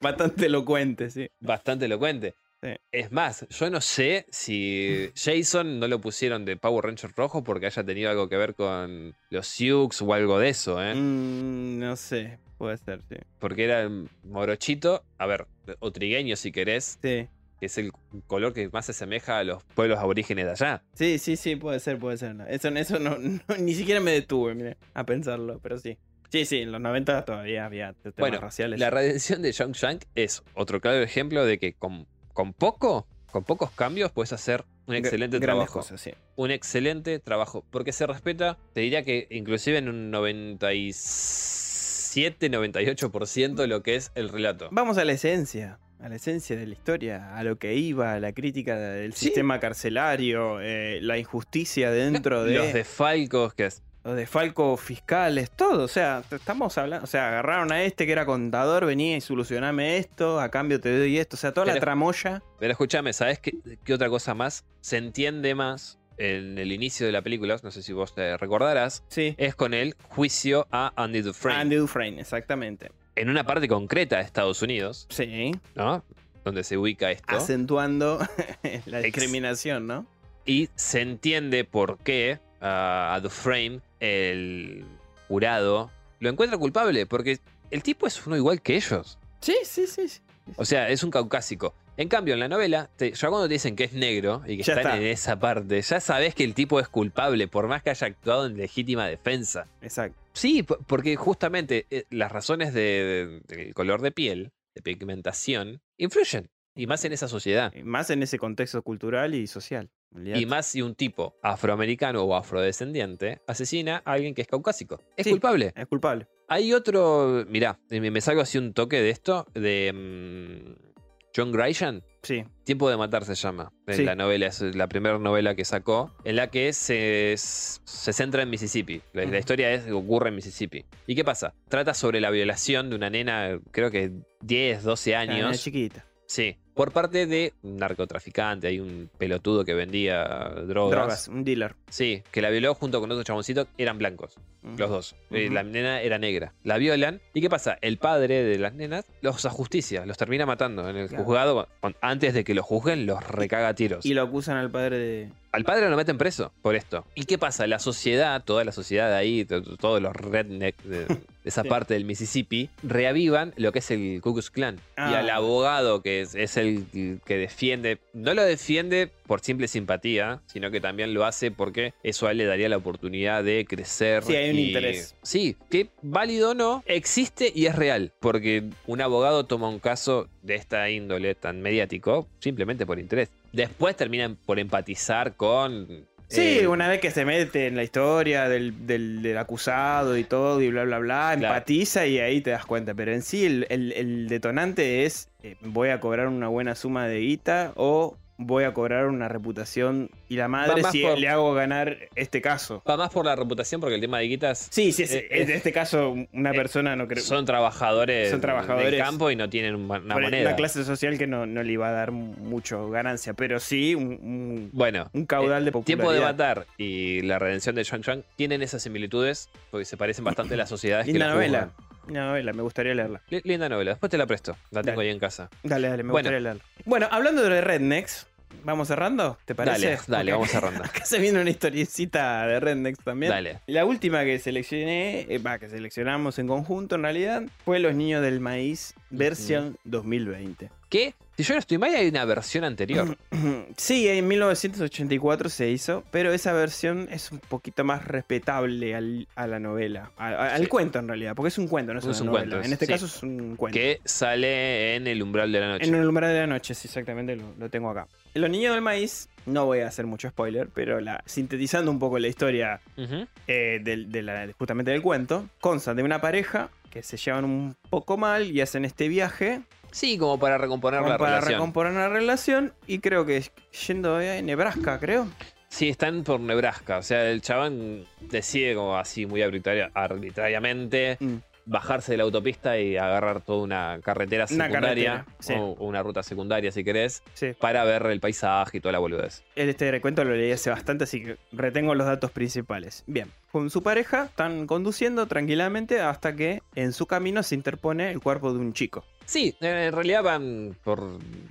Speaker 1: bastante elocuente, sí.
Speaker 3: bastante elocuente.
Speaker 1: Sí.
Speaker 3: Es más, yo no sé si Jason no lo pusieron de Power Ranger rojo porque haya tenido algo que ver con los Sioux o algo de eso, ¿eh?
Speaker 1: Mm, no sé, puede ser, sí.
Speaker 3: Porque era mm, morochito, a ver, o trigueño si querés,
Speaker 1: Sí,
Speaker 3: que es el color que más se asemeja a los pueblos aborígenes de allá.
Speaker 1: sí, sí, sí, puede ser, puede ser. no. Eso, eso no, no- ni siquiera me detuve, mira, a pensarlo, pero sí. Sí, sí, en los 90 todavía había temas
Speaker 3: Bueno,
Speaker 1: raciales.
Speaker 3: La redención de Shang Shank es otro claro ejemplo de que con, con poco, con pocos cambios, puedes hacer un
Speaker 1: Gra-
Speaker 3: excelente
Speaker 1: grandes
Speaker 3: trabajo.
Speaker 1: cosas, sí.
Speaker 3: Un excelente trabajo. Porque se respeta, te diría que inclusive en un 97, 98% lo que es el relato.
Speaker 1: Vamos a la esencia, a la esencia de la historia, a lo que iba, a la crítica del
Speaker 3: Sí.
Speaker 1: sistema carcelario, eh, la injusticia dentro de
Speaker 3: Los defalcos que es.
Speaker 1: los defalcos fiscales, todo. O sea, te- estamos hablando. O sea, agarraron a este que era contador, venía y solucioname esto, a cambio te doy esto. O sea, toda la
Speaker 3: Pero-
Speaker 1: tramoya.
Speaker 3: Pero escúchame, ¿sabes qué, qué otra cosa más? Se entiende más en el inicio de la película, no sé si vos te recordarás,
Speaker 1: Sí.
Speaker 3: es con el juicio a Andy Dufresne.
Speaker 1: Andy Dufresne, exactamente.
Speaker 3: En una parte concreta de Estados Unidos,
Speaker 1: Sí.
Speaker 3: ¿no? Donde se ubica esto.
Speaker 1: Acentuando la
Speaker 3: Ex-
Speaker 1: discriminación, ¿no?
Speaker 3: Y se entiende por qué ah, a Dufresne, el jurado, lo encuentra culpable, porque el tipo es uno igual que ellos.
Speaker 1: Sí, sí, sí. sí.
Speaker 3: O sea, es un caucásico. En cambio, en la novela, te- ya cuando te dicen que es negro y que
Speaker 1: Ya
Speaker 3: están
Speaker 1: está.
Speaker 3: en esa parte, ya sabes que el tipo es culpable, por más que haya actuado en legítima defensa.
Speaker 1: Exacto.
Speaker 3: Sí, po- porque justamente eh, las razones de- de- del color de piel, de pigmentación, influyen. Y más en esa sociedad.
Speaker 1: Más en ese contexto cultural y social.
Speaker 3: Y más si un tipo afroamericano o afrodescendiente asesina a alguien que es caucásico. Es
Speaker 1: Sí.
Speaker 3: culpable.
Speaker 1: Es culpable.
Speaker 3: Hay otro. Mirá, eh, me, me salgo así un toque de esto, de mm, John Grisham.
Speaker 1: Sí.
Speaker 3: Tiempo de matar se llama. Es
Speaker 1: Sí.
Speaker 3: la novela, es la primera novela que sacó, en la que se, se centra en Mississippi. La, la
Speaker 1: Ujú.
Speaker 3: historia es, ocurre en Mississippi. ¿Y qué pasa? Trata sobre la violación de una nena, creo que 10, 12
Speaker 1: La nena
Speaker 3: años.
Speaker 1: chiquita.
Speaker 3: Sí, por parte de un narcotraficante, hay un pelotudo que vendía drogas.
Speaker 1: Drogas, un dealer.
Speaker 3: Sí, que la violó junto con otro chaboncito, eran blancos,
Speaker 1: Mm.
Speaker 3: los dos. Eh,
Speaker 1: Ujú.
Speaker 3: La nena era negra. La violan, ¿y qué pasa? El padre de las nenas los ajusticia, los termina matando en el
Speaker 1: Claro.
Speaker 3: juzgado. con- Antes de que los juzguen, los recaga a tiros.
Speaker 1: Y lo acusan al padre de.
Speaker 3: Al padre lo meten preso por esto. ¿Y qué pasa? La sociedad, toda la sociedad de ahí, to- to- todos los redneck de, de esa
Speaker 1: Sí.
Speaker 3: parte del Mississippi, reavivan lo que es el Ku Klux Klan. Y
Speaker 1: Ah.
Speaker 3: al abogado, que es, es el que defiende, no lo defiende por simple simpatía, sino que también lo hace porque eso a él le daría la oportunidad de crecer.
Speaker 1: Sí, hay un
Speaker 3: y-
Speaker 1: interés.
Speaker 3: Sí, que válido o no, existe y es real. Porque un abogado toma un caso de esta índole tan mediático simplemente por interés. Después terminan por empatizar con.
Speaker 1: Sí,
Speaker 3: eh,
Speaker 1: una vez que se mete en la historia del, del- del acusado y todo, y bla, bla, bla,
Speaker 3: Claro.
Speaker 1: empatiza y ahí te das cuenta. Pero en sí, el, el- el detonante es: eh, voy a cobrar una buena suma de guita o voy a cobrar una reputación y la madre
Speaker 3: más
Speaker 1: si
Speaker 3: por-
Speaker 1: le hago ganar este caso.
Speaker 3: Va más por la reputación porque el tema de guitas
Speaker 1: Sí, sí, sí,
Speaker 3: Eh,
Speaker 1: en
Speaker 3: eh,
Speaker 1: este caso una persona no creo...
Speaker 3: son trabajadores,
Speaker 1: Son trabajadores.
Speaker 3: del campo y no tienen una
Speaker 1: por
Speaker 3: moneda.
Speaker 1: Una clase social que no, no le iba a dar mucho ganancia, pero sí un, un-
Speaker 3: Bueno,
Speaker 1: un caudal de popularidad.
Speaker 3: Eh, Tiempo de Matar y La Redención de John Chang tienen esas similitudes porque se parecen bastante a las sociedades que
Speaker 1: Linda
Speaker 3: la
Speaker 1: novela. Una novela, me gustaría leerla.
Speaker 3: Linda novela, después te la presto, la tengo
Speaker 1: Dale.
Speaker 3: ahí en casa.
Speaker 1: Dale, dale, me
Speaker 3: Bueno.
Speaker 1: gustaría leerla. Bueno, hablando de Rednecks, ¿vamos cerrando? ¿Te parece?
Speaker 3: Dale, dale,
Speaker 1: Ok.
Speaker 3: vamos a ronda.
Speaker 1: Acá se viene una historiecita de Rednecks también.
Speaker 3: Dale.
Speaker 1: La última que seleccioné, eh, va, que seleccionamos en conjunto en realidad, fue Los Niños del Maíz, versión 2020.
Speaker 3: ¿Qué? Si yo no estoy mal, hay una versión
Speaker 1: Mm,
Speaker 3: anterior.
Speaker 1: Sí, en 1984 se hizo, pero esa versión es un poquito más respetable al- a la novela, a- a- al
Speaker 3: Sí.
Speaker 1: cuento en realidad, porque es un cuento, no es,
Speaker 3: Es
Speaker 1: una
Speaker 3: un
Speaker 1: novela.
Speaker 3: cuento,
Speaker 1: en este
Speaker 3: sí.
Speaker 1: caso es un cuento.
Speaker 3: que sale en el umbral de la noche.
Speaker 1: En el umbral de la noche, sí, exactamente lo, lo tengo acá. Los niños del maíz, no voy a hacer mucho spoiler, pero la, sintetizando un poco la historia
Speaker 3: Ujú.
Speaker 1: eh, del- de la- justamente del cuento, consta de una pareja que se llevan un poco mal y hacen este viaje
Speaker 3: Sí, como para recomponer
Speaker 1: como
Speaker 3: la
Speaker 1: para
Speaker 3: relación.
Speaker 1: recomponer la relación y creo que es yendo a Nebraska, creo.
Speaker 3: Sí, están por Nebraska. O sea, el chabón decide como así muy arbitraria- arbitrariamente
Speaker 1: Mm.
Speaker 3: bajarse de la autopista y agarrar toda una carretera
Speaker 1: Una
Speaker 3: secundaria
Speaker 1: carretera, sí.
Speaker 3: o o una ruta secundaria si querés
Speaker 1: Sí.
Speaker 3: para ver el paisaje y toda la boludez.
Speaker 1: Este recuento lo leí hace bastante, así que retengo los datos principales. Bien, con su pareja están conduciendo tranquilamente hasta que en su camino se interpone el cuerpo de un chico.
Speaker 3: Sí, en- en realidad van por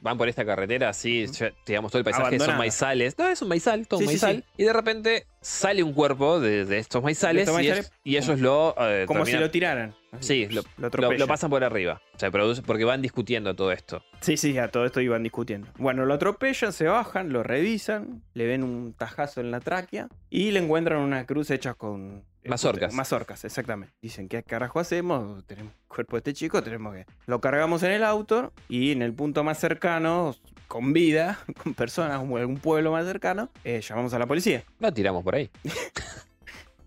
Speaker 3: van por esta carretera, así, ya- digamos, todo el paisaje
Speaker 1: Abandonada.
Speaker 3: son maizales. No, es un maizal, todo
Speaker 1: Sí,
Speaker 3: un
Speaker 1: sí,
Speaker 3: maizal. Y de repente sale un cuerpo de, de estos maizales,
Speaker 1: estos
Speaker 3: y,
Speaker 1: maizales,
Speaker 3: es- y ellos lo... eh,
Speaker 1: Como si
Speaker 3: terminan-
Speaker 1: lo tiraran.
Speaker 3: Sí, lo- lo,
Speaker 1: atropellan.
Speaker 3: lo pasan por arriba. Se produce porque van discutiendo todo esto.
Speaker 1: Sí, sí, a todo esto iban discutiendo. Bueno, lo atropellan, se bajan, lo revisan, le ven un tajazo en la tráquea y le encuentran una cruz hecha con... eh,
Speaker 3: Mazorcas.
Speaker 1: Mazorcas, exactamente. Dicen, ¿qué carajo hacemos? Tenemos el cuerpo de este chico, tenemos que... Lo cargamos en el auto y en el punto más cercano, con vida, con personas, o algún pueblo más cercano, eh, llamamos a la policía.
Speaker 3: No tiramos por ahí.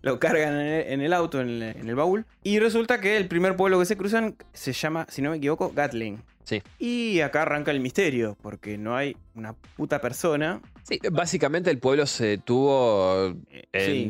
Speaker 1: Lo cargan en el, en el auto, en el, en el baúl. Y resulta que el primer pueblo que se cruzan se llama, si no me equivoco, Gatling.
Speaker 3: Sí.
Speaker 1: Y acá arranca el misterio, porque no hay una puta persona.
Speaker 3: Sí, básicamente el pueblo se tuvo
Speaker 1: eh,
Speaker 3: en
Speaker 1: sí, sí,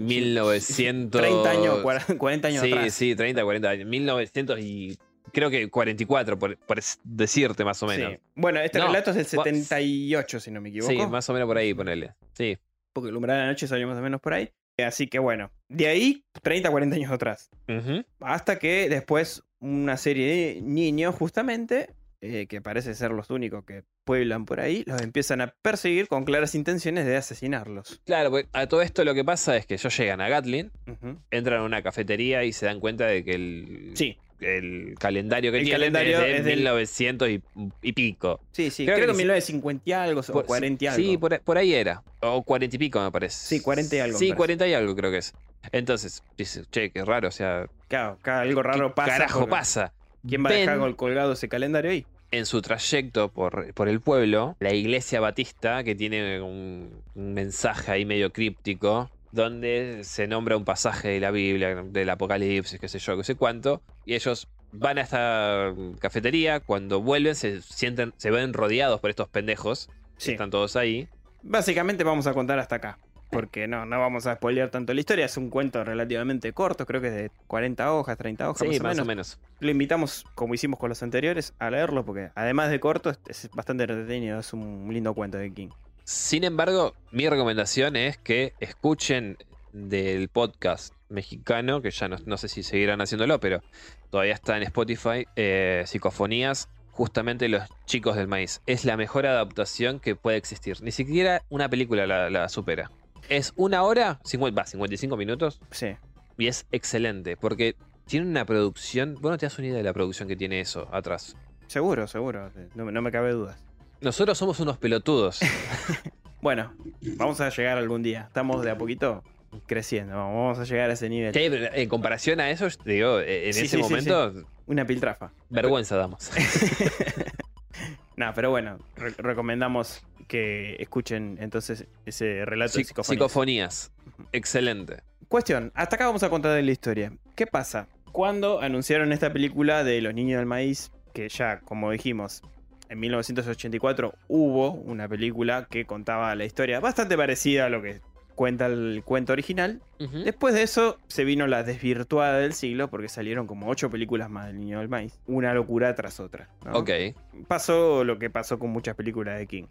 Speaker 3: 1900.
Speaker 1: 30 años, 40, 40 años
Speaker 3: sí,
Speaker 1: atrás.
Speaker 3: sí, 30, 40 años. 1900 y creo que 44, por, por es- decirte más o menos.
Speaker 1: Sí. Bueno, este
Speaker 3: No,
Speaker 1: relato es del
Speaker 3: vos-
Speaker 1: 78, si no me equivoco.
Speaker 3: Sí, más o menos por ahí, ponele. Sí.
Speaker 1: Porque el umbral de la noche salió más o menos por ahí. Eh, Así que bueno, de ahí 30, 40 años atrás.
Speaker 3: Ujú.
Speaker 1: Hasta que después una serie de niños, justamente, eh, que parece ser los únicos que pueblan por ahí, los empiezan a perseguir con claras intenciones de asesinarlos.
Speaker 3: Claro, porque a todo esto lo que pasa es que ellos llegan a Gatlin,
Speaker 1: Ujú.
Speaker 3: entran a una cafetería y se dan cuenta de que el,
Speaker 1: Sí,
Speaker 3: el calendario que
Speaker 1: El
Speaker 3: tienen
Speaker 1: calendario
Speaker 3: es de
Speaker 1: es del-
Speaker 3: 1900 y, y pico.
Speaker 1: sí, sí. Creo,
Speaker 3: Creo que
Speaker 1: que
Speaker 3: ni si-
Speaker 1: 1950 y algo o
Speaker 3: Por-
Speaker 1: 40 y algo.
Speaker 3: Sí, pues, por, por ahí era. O 40 y pico, me parece.
Speaker 1: Sí, 40 y algo, me
Speaker 3: Sí,
Speaker 1: parece.
Speaker 3: 40 y algo creo que es. Entonces, dice, che, qué raro, o sea.
Speaker 1: Claro, acá algo
Speaker 3: ¿qué
Speaker 1: raro pasa.
Speaker 3: Carajo
Speaker 1: porque
Speaker 3: pasa.
Speaker 1: ¿Quién va a dejar
Speaker 3: Ven.
Speaker 1: col- colgado ese calendario ahí?
Speaker 3: En su trayecto por, por el pueblo, la iglesia batista, que tiene un, un mensaje ahí medio críptico, donde se nombra un pasaje de la Biblia, del Apocalipsis, qué sé yo, qué sé cuánto, y ellos van a esta cafetería, cuando vuelven se sienten, se ven rodeados por estos pendejos,
Speaker 1: Sí.
Speaker 3: están todos ahí,
Speaker 1: Básicamente vamos a contar hasta acá. Porque no, no vamos a spoilear tanto la historia. Es un cuento relativamente corto, creo que es de 40 hojas, 30 hojas,
Speaker 3: sí,
Speaker 1: más, o menos.
Speaker 3: menos.
Speaker 1: Lo invitamos, como hicimos con los anteriores, a leerlo porque además de corto, es- es bastante entretenido, es un lindo cuento de King.
Speaker 3: Sin embargo, mi recomendación es que escuchen del podcast mexicano, que ya no, no sé si seguirán haciéndolo, pero todavía está en Spotify, eh, Psicofonías, justamente Los Chicos del Maíz. Es la mejor adaptación que puede existir. Ni siquiera una película la, la supera. Es una hora, 50, va, 55 minutos,
Speaker 1: Sí.
Speaker 3: y es excelente, porque tiene una producción, bueno, te das una idea de la producción que tiene eso atrás.
Speaker 1: Seguro, seguro. No, me- no me cabe dudas.
Speaker 3: Nosotros somos unos pelotudos.
Speaker 1: Bueno, vamos a llegar algún día. Estamos de a poquito creciendo. Vamos a llegar a ese nivel.
Speaker 3: Sí, pero en comparación a eso, te digo, eh, en
Speaker 1: Sí,
Speaker 3: ese
Speaker 1: sí, sí,
Speaker 3: momento,
Speaker 1: Una piltrafa.
Speaker 3: vergüenza damos.
Speaker 1: Nada, pero bueno, re- recomendamos que escuchen entonces ese relato de
Speaker 3: Psicofonías.
Speaker 1: psicofonía.
Speaker 3: Excelente.
Speaker 1: Cuestión, hasta acá vamos a contar de la historia. ¿Qué pasa? Cuando anunciaron esta película de Los Niños del Maíz, que ya, como dijimos, en 1984 hubo una película que contaba la historia bastante parecida a lo que cuenta el cuento original.
Speaker 3: Ujú.
Speaker 1: Después de eso se vino la desvirtuada del siglo porque salieron como ocho películas más del Niño del Maíz. Una locura tras otra. ¿no?
Speaker 3: Ok.
Speaker 1: pasó lo que pasó con muchas películas de King.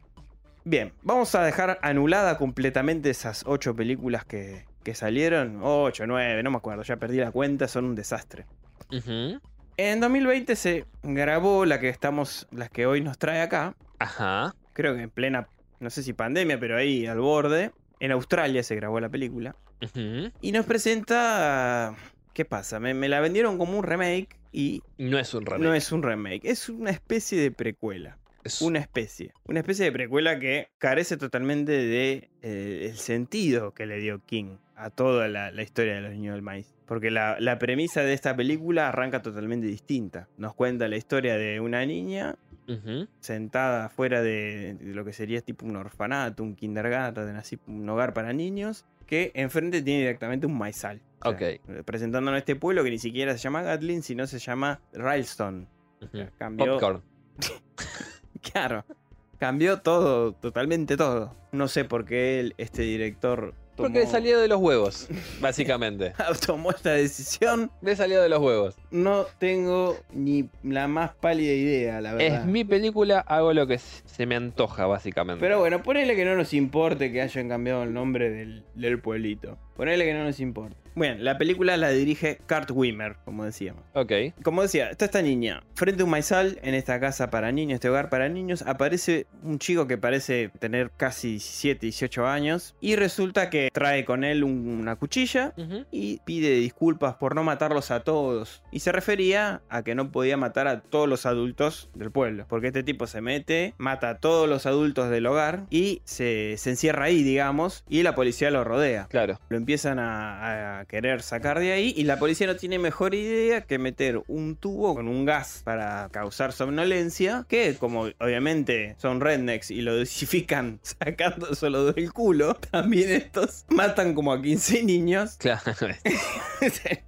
Speaker 1: Bien, vamos a dejar anulada completamente esas ocho películas que, que salieron. Ocho, nueve, no me acuerdo, ya perdí la cuenta, son un desastre.
Speaker 3: Ujú.
Speaker 1: En 2020 se grabó la que estamos, las que hoy nos trae acá.
Speaker 3: Ajá.
Speaker 1: Creo que en plena, no sé si pandemia, pero ahí al borde. En Australia se grabó la película.
Speaker 3: Ujú.
Speaker 1: Y nos presenta... ¿Qué pasa? Me, me la vendieron como un remake y
Speaker 3: No es un remake.
Speaker 1: no es un remake, es una especie de precuela.
Speaker 3: Es-
Speaker 1: una especie. Una especie de precuela que carece totalmente de eh, el sentido que le dio King a toda la, la historia de los niños del maíz. Porque la, la premisa de esta película arranca totalmente distinta. Nos cuenta la historia de una niña
Speaker 3: Ujú.
Speaker 1: sentada fuera de, de lo que sería tipo un orfanato, un kindergarten, así, un hogar para niños, que enfrente tiene directamente un maizal.
Speaker 3: Ok.
Speaker 1: Presentándonos este pueblo que ni siquiera se llama Gatlin, sino se llama Rylestone.
Speaker 3: Ujú.
Speaker 1: Cambió-
Speaker 3: Popcorn.
Speaker 1: Claro. Cambió todo, totalmente todo. No sé por qué el- este director tomó,
Speaker 3: Porque salió de los huevos, básicamente.
Speaker 1: tomó esta decisión.
Speaker 3: Le salió de los huevos.
Speaker 1: No tengo ni la más pálida idea, la verdad.
Speaker 3: Es mi película, hago lo que s- se me antoja, básicamente.
Speaker 1: Pero bueno, ponele que no nos importe que hayan cambiado el nombre del, del pueblito. Ponele que no nos importe. Bueno, la película la dirige Kurt Wimmer, como decíamos.
Speaker 3: Ok.
Speaker 1: Como decía, está esta niña. Frente a un maizal, en esta casa para niños, este hogar para niños, aparece un chico que parece tener casi 17, 18 años. Y resulta que trae con él un- una cuchilla
Speaker 3: Ujú.
Speaker 1: y pide disculpas por no matarlos a todos. Y se refería a que no podía matar a todos los adultos del pueblo. Porque este tipo se mete, mata a todos los adultos del hogar y se, se encierra ahí, digamos. Y la policía lo rodea
Speaker 3: Claro.
Speaker 1: lo empiezan a, a querer sacar de ahí y la policía no tiene mejor idea que meter un tubo con un gas para causar somnolencia, que como obviamente son rednecks y lo dosifican sacándoselo del culo, también estos matan como a 15 niños.
Speaker 3: Claro.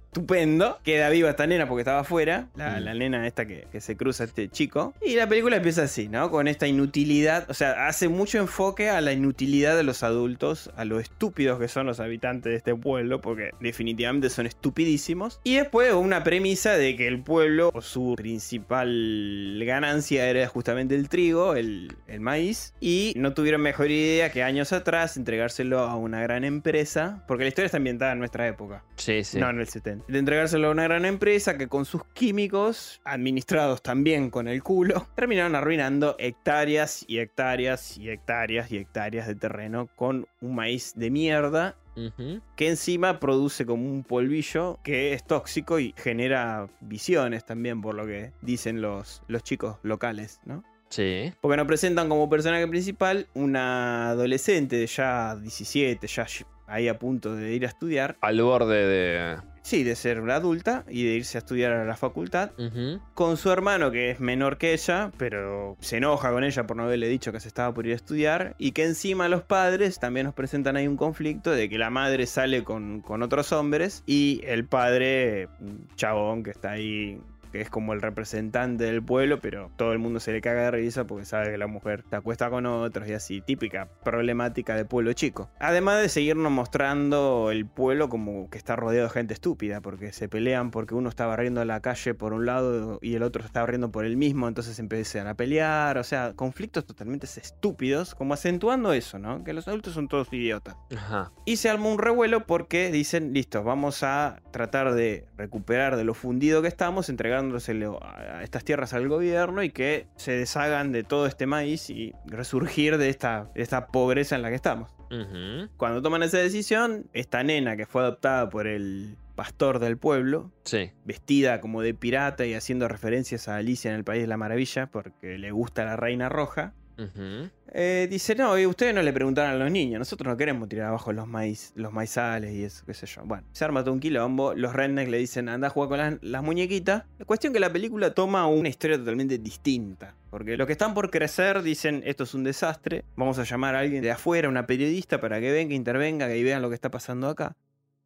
Speaker 1: Estupendo. Queda viva esta nena porque estaba afuera. La,
Speaker 3: Mm.
Speaker 1: la nena esta que, que se cruza este chico. Y la película empieza así, ¿no? Con esta inutilidad. O sea, hace mucho enfoque a la inutilidad de los adultos, a lo estúpidos que son los habitantes de este pueblo, porque definitivamente son estupidísimos. Y después una premisa de que el pueblo, o su principal ganancia era justamente el trigo, el, el maíz. Y no tuvieron mejor idea que años atrás entregárselo a una gran empresa, porque la historia está ambientada en nuestra época.
Speaker 3: Sí, sí.
Speaker 1: No, en el 70. De entregárselo a una gran empresa que con sus químicos, administrados también con el culo, terminaron arruinando hectáreas y hectáreas y hectáreas y hectáreas de terreno con un maíz de mierda
Speaker 3: Ujú.
Speaker 1: que encima produce como un polvillo que es tóxico y genera visiones también, por lo que dicen los, los chicos locales, ¿no?
Speaker 3: Sí.
Speaker 1: Porque nos presentan como personaje principal una adolescente de ya 17, ya ahí a punto de ir a estudiar,
Speaker 3: Al borde de.
Speaker 1: Sí, de ser una adulta y de irse a estudiar a la facultad.
Speaker 3: Ujú.
Speaker 1: Con su hermano, que es menor que ella, pero se enoja con ella por no haberle dicho que se estaba por ir a estudiar. Y que encima los padres también nos presentan ahí un conflicto de que la madre sale con, con otros hombres y el padre, un chabón que está ahí, que es como el representante del pueblo, pero todo el mundo se le caga de risa porque sabe que la mujer se acuesta con otros y así, típica problemática de pueblo chico. Además de seguirnos mostrando el pueblo como que está rodeado de gente estúpida, porque se pelean porque uno está barriendo la calle por un lado y el otro está barriendo por el mismo, entonces empiezan a pelear, o sea, conflictos totalmente estúpidos, como acentuando eso, ¿no? Que los adultos son todos idiotas.
Speaker 3: Ajá.
Speaker 1: Y se armó un revuelo porque dicen, listo, vamos a tratar de recuperar de lo fundido que estamos, entregándoselo a a estas tierras al gobierno y que se deshagan de todo este maíz y resurgir de esta, de esta pobreza en la que estamos.
Speaker 3: Ujú.
Speaker 1: Cuando toman esa decisión, esta nena que fue adoptada por el pastor del pueblo,
Speaker 3: Sí.
Speaker 1: vestida como de pirata y haciendo referencias a Alicia en el País de la Maravilla porque le gusta la Reina Roja,
Speaker 3: Ujú.
Speaker 1: eh, dice, no, y ustedes no le preguntaron a los niños, nosotros no queremos tirar abajo los maíz, los maizales y eso, qué sé yo. Bueno, se arma todo un quilombo, los rednecks le dicen, anda a jugar con las, las muñequitas. La cuestión que la película toma una historia totalmente distinta, porque los que están por crecer dicen, esto es un desastre, vamos a llamar a alguien de afuera, una periodista, para que venga, intervenga, que vean lo que está pasando acá.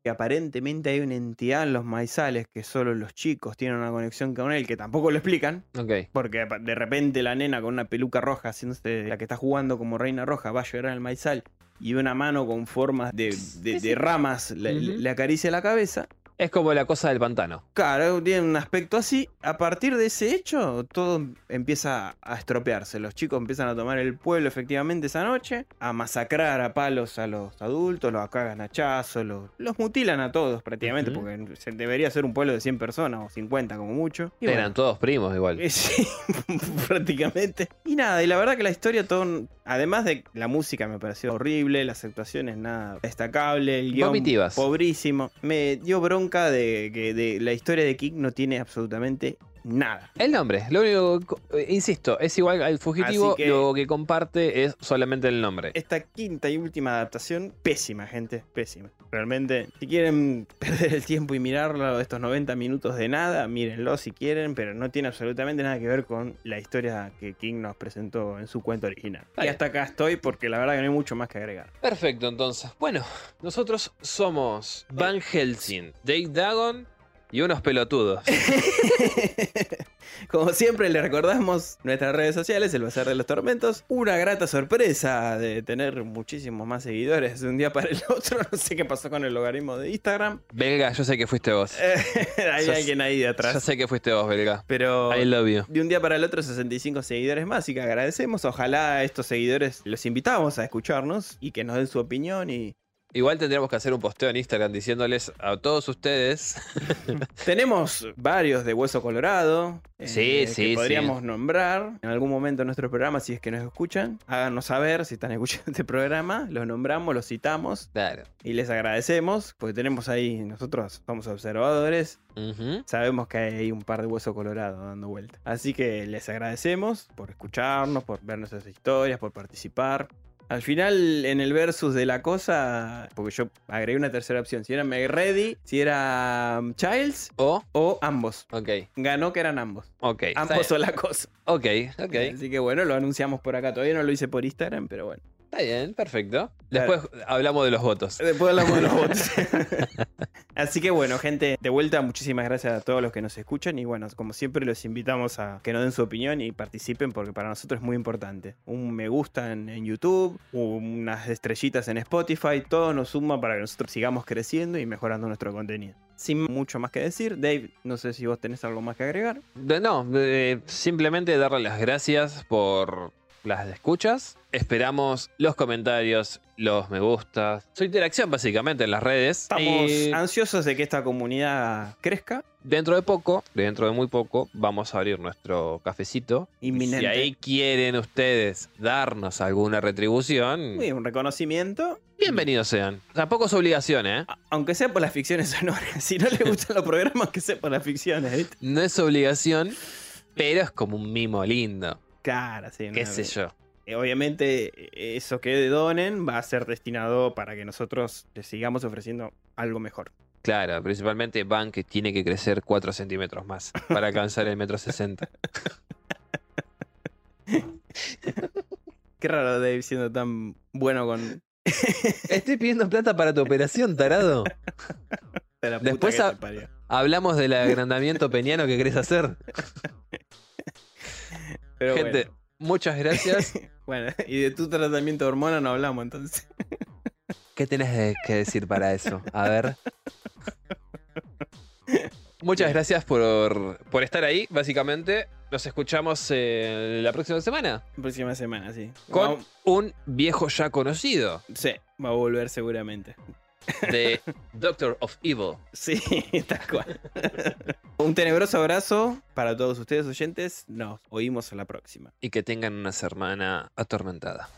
Speaker 1: que aparentemente hay una entidad en los maizales que solo los chicos tienen una conexión con él, que tampoco lo explican,
Speaker 3: Ok.
Speaker 1: porque pa- de repente la nena con una peluca roja, haciéndose la que está jugando como reina roja, va a llorar al maizal y una mano con formas de, de- de ramas le,
Speaker 3: Ujú.
Speaker 1: le acaricia la cabeza.
Speaker 3: Es como la cosa del pantano.
Speaker 1: Claro, tiene un aspecto así. A partir de ese hecho, todo empieza a estropearse. Los chicos empiezan a tomar el pueblo efectivamente esa noche, a masacrar a palos a los adultos, los cagan a chazos, los, los mutilan a todos prácticamente,
Speaker 3: Ujú.
Speaker 1: porque se debería ser un pueblo de 100 personas o 50 como mucho. Y bueno,
Speaker 3: Eran todos primos igual.
Speaker 1: eh, Sí, prácticamente. Y nada, y la verdad que la historia, todo. un- Además de la música me pareció horrible, las actuaciones nada destacable, el guión
Speaker 3: Vomitivas.
Speaker 1: pobrísimo. Me dio bronca de que de la historia de Kick no tiene absolutamente nada.
Speaker 3: El nombre, lo único, eh, insisto, es igual al fugitivo,
Speaker 1: Así que-
Speaker 3: lo que comparte es solamente el nombre.
Speaker 1: Esta quinta y última adaptación, pésima, gente, pésima. Realmente, si quieren perder el tiempo y mirarlo, estos 90 minutos de nada, mírenlo si quieren, pero no tiene absolutamente nada que ver con la historia que King nos presentó en su cuento original.
Speaker 3: Está
Speaker 1: Y
Speaker 3: bien.
Speaker 1: hasta acá estoy porque la verdad que no hay mucho más que agregar.
Speaker 3: Perfecto, entonces. Bueno, nosotros somos Van Helsing, Dave Dagon y unos pelotudos.
Speaker 1: Como siempre, le recordamos nuestras redes sociales, el Bazar de los Tormentos. Una grata sorpresa de tener muchísimos más seguidores de un día para el otro. No sé qué pasó con el logaritmo de Instagram.
Speaker 3: Belga, yo sé que fuiste vos.
Speaker 1: Eh, hay
Speaker 3: Ya
Speaker 1: alguien ahí de
Speaker 3: Yo
Speaker 1: atrás.
Speaker 3: sé que fuiste vos, Belga.
Speaker 1: Pero
Speaker 3: I love you.
Speaker 1: de un día para el otro, 65 seguidores más. Así que agradecemos. Ojalá a estos seguidores los invitamos a escucharnos y que nos den su opinión. Y
Speaker 3: Igual tendremos que hacer un posteo en Instagram diciéndoles a todos ustedes.
Speaker 1: tenemos varios de Hueso Colorado. eh,
Speaker 3: Sí,
Speaker 1: que
Speaker 3: sí, sí.
Speaker 1: Podríamos nombrar en algún momento en nuestro programa si es que nos escuchan. Háganos saber si están escuchando este programa. Los nombramos, los citamos
Speaker 3: Claro.
Speaker 1: y les agradecemos porque tenemos ahí, nosotros somos observadores.
Speaker 3: Ujú.
Speaker 1: Sabemos que hay un par de hueso colorado dando vuelta. Así que les agradecemos por escucharnos, por ver nuestras historias, por participar. Al final, en el versus de la cosa, porque yo agregué una tercera opción, si era Meg Ready, si era um, Childs
Speaker 3: O,
Speaker 1: o ambos.
Speaker 3: ok,
Speaker 1: Ganó que eran ambos.
Speaker 3: ok. está
Speaker 1: Ambos
Speaker 3: bien.
Speaker 1: o la cosa.
Speaker 3: Ok, ok.
Speaker 1: Así que bueno, lo anunciamos por acá. Todavía no lo hice por Instagram, pero bueno.
Speaker 3: Está bien, perfecto.
Speaker 1: Claro.
Speaker 3: Después hablamos de los votos.
Speaker 1: Después hablamos de los bots. Así que bueno, gente, de vuelta, muchísimas gracias a todos los que nos escuchan. Y bueno, como siempre, los invitamos a que nos den su opinión y participen, porque para nosotros es muy importante. Un me gusta en, en YouTube, unas estrellitas en Spotify, todo nos suma para que nosotros sigamos creciendo y mejorando nuestro contenido. Sin mucho más que decir, Dave, no sé si vos tenés algo más que agregar.
Speaker 3: De- No, de- simplemente darle las gracias por las escuchas. Esperamos los comentarios, los me gustas, su interacción básicamente en las redes.
Speaker 1: Estamos
Speaker 3: Y
Speaker 1: ansiosos de que esta comunidad crezca.
Speaker 3: dentro de poco, dentro de muy poco, vamos a abrir nuestro cafecito.
Speaker 1: Inminente.
Speaker 3: Si ahí quieren ustedes darnos alguna retribución,
Speaker 1: Y un reconocimiento.
Speaker 3: bienvenidos sean. Tampoco es obligación, ¿eh?
Speaker 1: A- Aunque sea por las ficciones sonoras. Si no le gustan los programas, que sea por las ficciones, ¿viste?
Speaker 3: No es obligación, pero es como un mimo lindo.
Speaker 1: Claro, sí.
Speaker 3: Qué
Speaker 1: no,
Speaker 3: sé yo.
Speaker 1: eh, Obviamente, eh, eso que donen va a ser destinado para que nosotros les sigamos ofreciendo algo mejor.
Speaker 3: Claro, principalmente Van que tiene que crecer 4 centímetros más para alcanzar el metro 60.
Speaker 1: Qué raro Dave siendo tan bueno con
Speaker 3: Estoy pidiendo plata para tu operación, tarado.
Speaker 1: de la puta
Speaker 3: Después
Speaker 1: que
Speaker 3: a-
Speaker 1: te parió.
Speaker 3: Hablamos del agrandamiento peñano que querés hacer.
Speaker 1: Pero
Speaker 3: Gente, muchas gracias.
Speaker 1: Bueno, bueno, y de tu tratamiento de hormona no hablamos entonces.
Speaker 3: ¿Qué tenés de- que decir para eso? A ver. Muchas gracias por, por estar ahí, básicamente. Nos escuchamos eh, la próxima semana
Speaker 1: Próxima semana, sí.
Speaker 3: con
Speaker 1: Va-
Speaker 3: un viejo ya conocido
Speaker 1: sí, va a volver seguramente.
Speaker 3: de Doctor of Evil.
Speaker 1: Sí, tal cual. Un tenebroso abrazo para todos ustedes oyentes. Nos oímos a la próxima.
Speaker 3: y que tengan una semana atormentada.